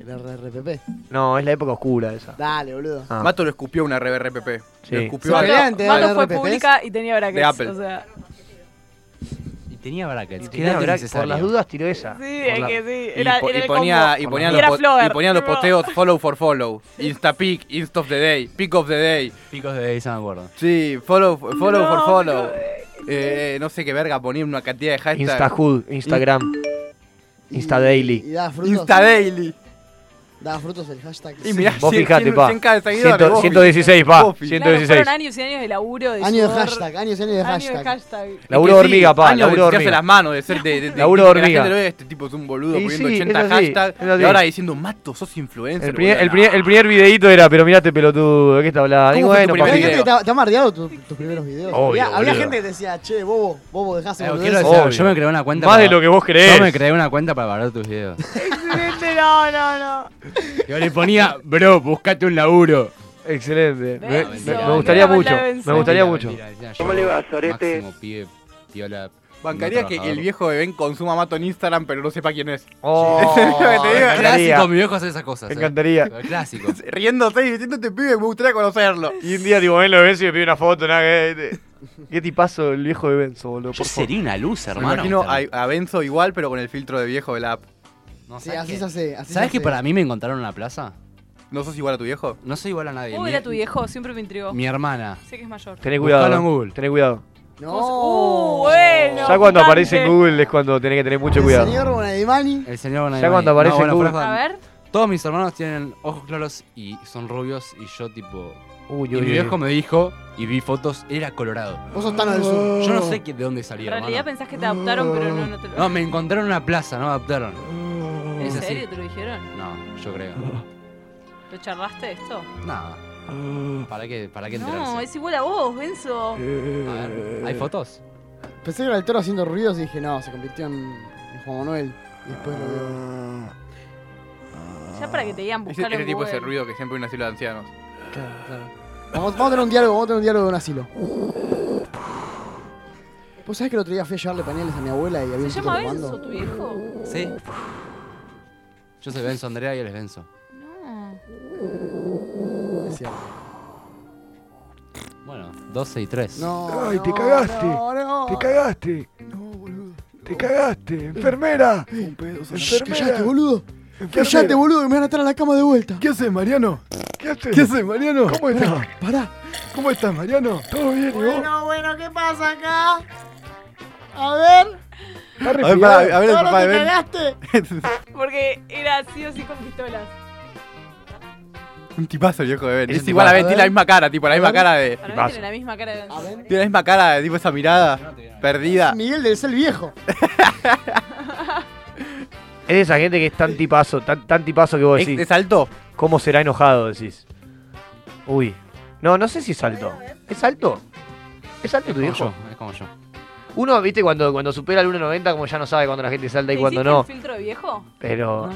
B: El RRPP.
A: No, es la época oscura esa.
B: Dale, boludo.
A: Ah.
G: Mato lo escupió una RBRPP.
A: Sí.
G: Lo
M: Mato-
G: escupió a-
B: pelean, te
M: Mato
B: dan
M: fue
B: RPPs.
M: pública y tenía brackets.
G: De Apple.
M: O sea,
C: Y tenía brackets.
A: Qué dato necesario. Por las dudas tiró esa.
M: sí,
A: Por
M: es
A: la-
M: que sí.
G: Y,
M: Era,
G: po-
M: era
G: y
M: el
G: ponía,
M: combo.
G: y, ponía
M: Y
G: los
M: era
G: po-
M: Flower,
G: y ponía los
M: bro.
G: posteos follow for follow. Insta pick, insta of the day, pick of the day.
C: Picos de ahí, se me acuerdo.
G: Sí, follow, follow
M: No,
G: for follow. Eh, eh, no sé qué verga, ponía una cantidad de hashtags.
A: Instahood, Instagram,
B: Y
A: Instadaily.
B: daba frutos.
G: Insta daily.
B: Daba frutos el hashtag.
G: Y mirá,
A: Vos
G: cien-
A: fijate,
G: cien-
A: pa.
G: 100K de seguidores,
A: Ciento-
G: vos,
A: 116, pa.
G: vos,
A: Cien-
M: Claro,
A: 116.
M: fueron años y años de laburo. De
B: Años de
M: sudor,
B: hashtag, años y años de
M: Años de
B: hashtag.
M: hashtag.
A: Laburo
G: Es
A: de
G: que sí,
A: hormiga, pa.
G: años de
A: Laburo de
G: tirarse las
A: hormiga.
G: manos, de ser de, de- de-
A: Laburo
G: que
A: de hormiga.
G: La gente lo ve, este tipo es un boludo
A: Y
G: poniendo
A: sí,
G: 80
A: es así,
G: hashtags.
A: es así.
G: Y ahora diciendo, Mato, sos influencer.
A: El primer,
G: boludo".
A: el, primer, el primer videíto era, pero mirate pelotudo, ¿de qué está hablando?
G: ¿Cómo
A: Y
G: fue tu
A: bueno,
G: primer
B: Pero hay
A: papi.
B: gente
G: video?
B: que te ha- te ha mardeado tu- tus primeros videos.
A: Obvio,
B: había había
A: boludo.
B: gente que decía, che, bobo, bobo, dejás
C: Eh,
B: el
C: quiero
A: eso.
C: decir,
A: Obvio.
C: yo me creé una cuenta.
A: Más de lo que vos creés.
C: Yo me creé una cuenta para parar tus videos.
M: Excelente, no, no, no.
C: Yo le ponía, bro, buscate un laburo.
A: Excelente. Me,
M: Benzo,
A: me- me gustaría
M: mira,
A: mucho,
M: Benzo.
A: me gustaría mucho.
C: ¿Cómo le vas, Sorete? Máximo pibe, piola.
G: Bancaría que el viejo de Ben consuma Mato en Instagram, pero no sepa quién es.
A: Oh,
G: Te digo,
A: me encantaría.
C: Clásico, mi viejo hace esas cosas.
A: Me
C: eh.
A: encantaría.
C: Clásico.
G: Riéndose y diciendo, este pibe me gustaría conocerlo.
X: Y un día, tipo, ven lo ves y me pide una foto, nada que. eh.
A: ¿Qué tipazo el viejo de Benzo, boludo?
C: Yo
A: Por favor.
C: sería una luz,
G: Me
C: hermano.
G: imagino a, a Benzo igual, pero con el filtro de viejo de la app.
C: No,
B: Sí,
C: ¿sabes
B: así
C: qué?
B: se hace. así
C: ¿Sabes
B: se
C: que
B: hace.
C: para mí me encontraron en la plaza?
G: ¿No sos igual a tu viejo?
C: No soy igual a nadie.
M: ¿Cómo
C: Mi-
M: era tu viejo? Siempre me intrigó.
C: Mi hermana.
M: Sé que es mayor.
A: Tené
C: Buscalo en
A: cuidado.
C: Google.
A: Tené cuidado.
M: Uh, bueno.
A: Ya cuando
M: picante.
A: aparece en Google es cuando tenés que tener mucho
B: El
A: cuidado.
B: señor Bonadimani.
C: El señor Bonadimani.
A: Ya cuando aparece
C: bueno,
A: Google.
C: fuera
M: A
C: joda.
M: ver.
C: Todos mis hermanos tienen ojos claros y son rubios y yo tipo...
A: Uy,
C: Y mi viejo me dijo y vi fotos, era colorado.
B: Vos sos Tano del Sur.
C: Yo no sé qué- de dónde
M: En
C: salí,
M: realidad
C: hermano.
M: pensás que te adoptaron, pero no, no te lo
C: No, me encontraron en una plaza, no me adoptaron.
M: ¿En
C: es así.
M: serio te lo dijeron?
C: No, yo creo.
M: ¿Lo charlaste esto?
C: Nada. ¿Para qué, para qué enterarse?
M: No, es igual a vos, Benzo.
C: A ver, ¿hay fotos?
B: Pensé que era el toro haciendo ruidos y dije, no, se convirtió en, en Juan Manuel. Y después lo veo.
M: Ya para que te digan
G: Ese,
M: buscar
G: ese
M: en
G: tipo ese
M: Google.
G: ruido que siempre hay un asilo de ancianos.
B: Vamos, vamos a tener un diálogo, vamos a tener un diálogo de un asilo. Vos sabés que el otro día fui a llevarle pañales a mi abuela y había un
M: ¿Se
B: chico
M: llama Benzo
B: tomando.
M: tu viejo?
C: Sí. Yo soy Benzo Andrea y él es Benzo.
M: No.
B: Decía,
C: Bueno, 12 y 3.
B: No.
A: Ay, te
B: no,
A: cagaste.
B: No, no.
A: Te cagaste. Te cagaste, enfermera. Un pedo,
B: Shh, Callate, boludo. Callate, boludo, que me van a estar a la cama de vuelta.
E: ¿Qué haces, Mariano?
A: ¿Qué haces?
E: ¿Qué haces, Mariano? ¿Cómo estás?
B: Pará.
E: ¿Cómo estás, Mariano? ¿Todo bien, y vos?
D: bueno, ¿qué pasa acá? A ver,
E: ¿Estás resfriado?
G: pará, a ver el papá de Ben.
D: cagaste.
M: Porque era así o así con pistolas.
G: Un tipazo el viejo de Ben.
A: Es
G: Es,
A: un
G: igual a
A: tipazo.
G: Ben, tiene la misma cara, Ah, tipo, la misma cara de.
M: Para mí tiene la misma cara de Benzo.
G: Tiene la misma cara de tipo esa mirada perdida.
B: Miguel debe ser viejo.
A: Es de esa gente que es tan tipazo, tan, tan tipazo que vos
G: ¿Es,
A: decís.
G: es alto?
A: ¿Cómo será enojado? Decís. Uy. No, no sé si es alto. ¿Es alto? ¿Es alto
C: Es
A: tu
C: como
A: viejo?
C: yo, es como yo.
A: Uno, viste, cuando, cuando supera el 1.90, como ya no sabe cuando la gente salta
M: ¿Te
A: y cuando
M: hiciste
A: no.
M: el filtro de viejo?
A: Pero.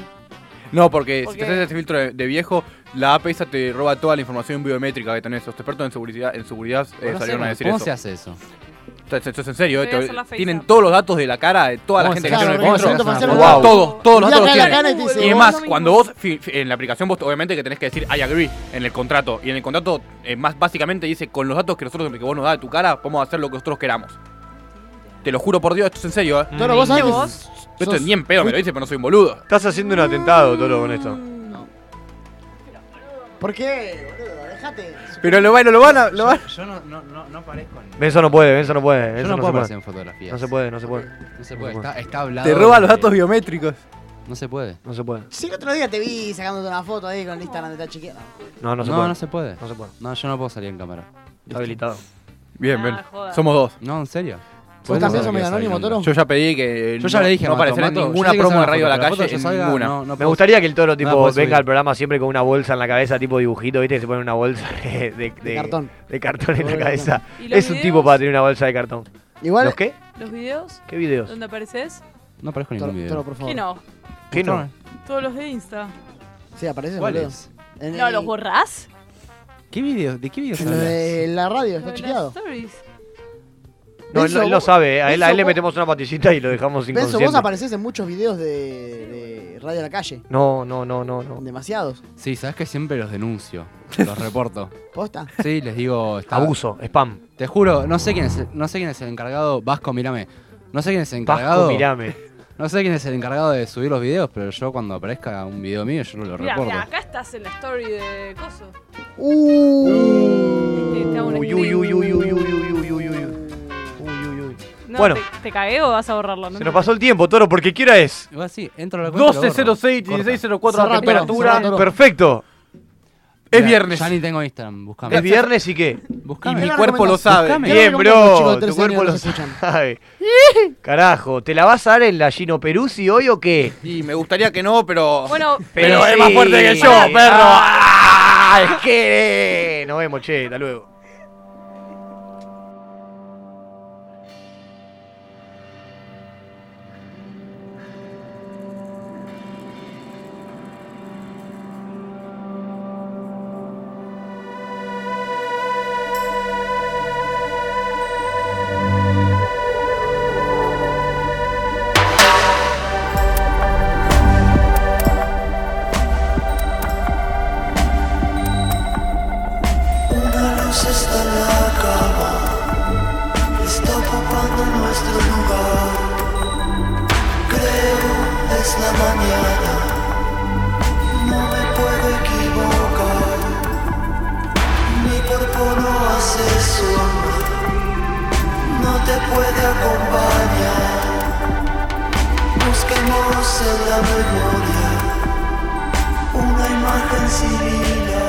G: No, porque si
M: Porque-
G: te haces ese filtro de, de viejo, la AP esa te roba toda la información biométrica que tenés. Los expertos en seguridad, en seguridad eh,
C: No sé
G: salieron a
C: cómo-
G: decir
C: ¿Cómo
G: eso.
C: se hace eso?
G: Esto esto es en serio, eh,
C: Te voy a
G: te-
C: hacer la face
G: tienen todos los datos de la cara de toda la
C: ¿Cómo
G: gente
C: se
G: que tiene
C: hace?
G: en el
C: ¿Cómo se
G: centro.
C: hace para hacer
G: Wow.
C: una-
G: Todos, todos los
C: Mirá
G: datos los
C: acá la cara y te
G: tienen.
C: dice,
G: Y es
C: vos
G: más,
C: no me
G: cuando vos fi- fi- en la aplicación vos obviamente que tenés que decir I agree en el contrato y en el contrato eh, más básicamente dice con los datos que nosotros que vos nos da de tu cara, podemos hacer lo que nosotros queramos. Te lo juro por Dios, esto es en serio, eh.
B: Toro, vos sabés que vos
G: Esto
B: sos-
G: ni en pedo me lo dice, pero no soy un boludo.
Z: Estás haciendo un atentado, Toro, con esto.
B: ¿Por qué, boludo? Dejate.
G: Pero lo, van- lo van a. Lo van
B: Yo, no, no, no, parezco ni.
A: Benzo no puede, Benzo no puede.
C: Yo
A: Benzo
C: no
A: se
C: puedo
A: puede.
C: aparecer en fotografías.
A: No se puede, no se puede.
C: No se puede, está, está hablado.
G: Te roba los
C: de-
G: datos biométricos.
C: No se puede.
A: No se puede.
B: Sí, el otro día te vi sacándote una foto ahí con el Instagram de esta chiquera.
A: No, no se
C: no,
A: puede.
C: No, se puede.
A: No se puede.
C: No, yo no puedo salir en cámara.
A: Está habilitado.
G: Bien,
C: Ah,
G: bien.
C: joda.
G: Somos dos.
C: No, en serio.
G: ¿Vos
C: Podemos salir
G: también sos
C: a
G: medio
C: salir
G: anónimo,
C: un-
G: Toro? Yo ya pedí que
C: Yo ya
G: no-
C: le dije a
G: no
C: Mato,
G: aparecer en
C: Mato,
G: ninguna
C: yo sé que
G: promo
C: sos
G: de Radio
C: una
G: de la
C: foto, pero
G: Calle,
C: la
G: en
C: foto ya
G: ninguna.
C: salga, no, no
A: Me
C: puedo-
A: gustaría que el toro tipo
C: no la puedo subir.
A: venga al programa siempre con una bolsa en la cabeza, tipo dibujito, ¿viste? Que se pone una bolsa de, de- de-
B: cartón.
A: de cartón en
B: Todo
A: la
B: de
A: cabeza.
M: cartón. ¿Y los
A: Es un tipo
M: videos?
A: para tener una bolsa de cartón.
B: Igual-
A: ¿Los qué?
M: ¿Los videos?
A: ¿Qué videos?
M: ¿Dónde apareces?
C: No aparezco en ningún video.
B: Toro, por favor.
M: ¿Qué no?
A: ¿Qué no?
M: Todos los de Insta.
B: Sí, aparece.
C: ¿Cuáles?
M: ¿No los borrás?
C: ¿Qué video? ¿De qué video
B: Lo de la radio, está
M: Las
B: chequeado.
M: stories.
A: No, él,
B: Benzo,
A: él lo
B: vos-
A: sabe, a él, a él
B: Benzo,
A: le
B: vos-
A: metemos una patillita y lo dejamos
B: Penso, vos
A: inconsciente.
B: apareces en muchos videos de, de Radio a la Calle.
A: No, no, no, no, no.
B: Demasiados.
C: Sí, sabes que siempre los denuncio. Los reporto.
B: ¿Posta?
C: Sí, les digo. está-
A: Abuso, spam.
C: Te juro, no sé quién es el, no sé quién es el encargado. Vasco, mírame. No sé quién es el encargado.
A: mírame.
C: No sé quién es el encargado de subir los videos, pero yo cuando aparezca un video mío, yo lo
M: Mira,
C: reporto.
M: mira, acá estás en la story de Coso.
D: Uh.
M: Este,
A: Uy, uy, uy, uy, uy, uy, uy, uy, uy, uy. Uy, uy, uy.
M: No,
A: Bueno,
M: te, te cagué o vas a borrarlo? No
A: se nos pasó el tiempo, Toro, porque ¿qué hora es?
C: Igual sí, entro a la cuenta.
G: 12.06, 16.04
C: Cerrá,
G: la temperatura.
C: cerrá, Toro.
A: Perfecto.
G: Es viernes.
C: Ya ni tengo Instagram, buscame.
A: ¿Es viernes y qué?
C: Buscame.
G: Y mi cuerpo lo sabe.
A: Bien, bro. Tu cuerpo lo sabe. Carajo, ¿te la vas a dar en la Gino Peruzzi hoy o qué?
G: Y me gustaría que no, pero.
M: Bueno,
G: pero es más
A: sí.
G: fuerte que yo,
A: Ay,
G: perro.
A: ay, es que nos vemos, che, hasta luego.
N: Una luz está en la cama, está ocupando nuestro lugar. Creo es la mañana, no me puedo equivocar. Mi cuerpo no hace sombra, no te puede acompañar. Busquemos en la memoria una imagen similar.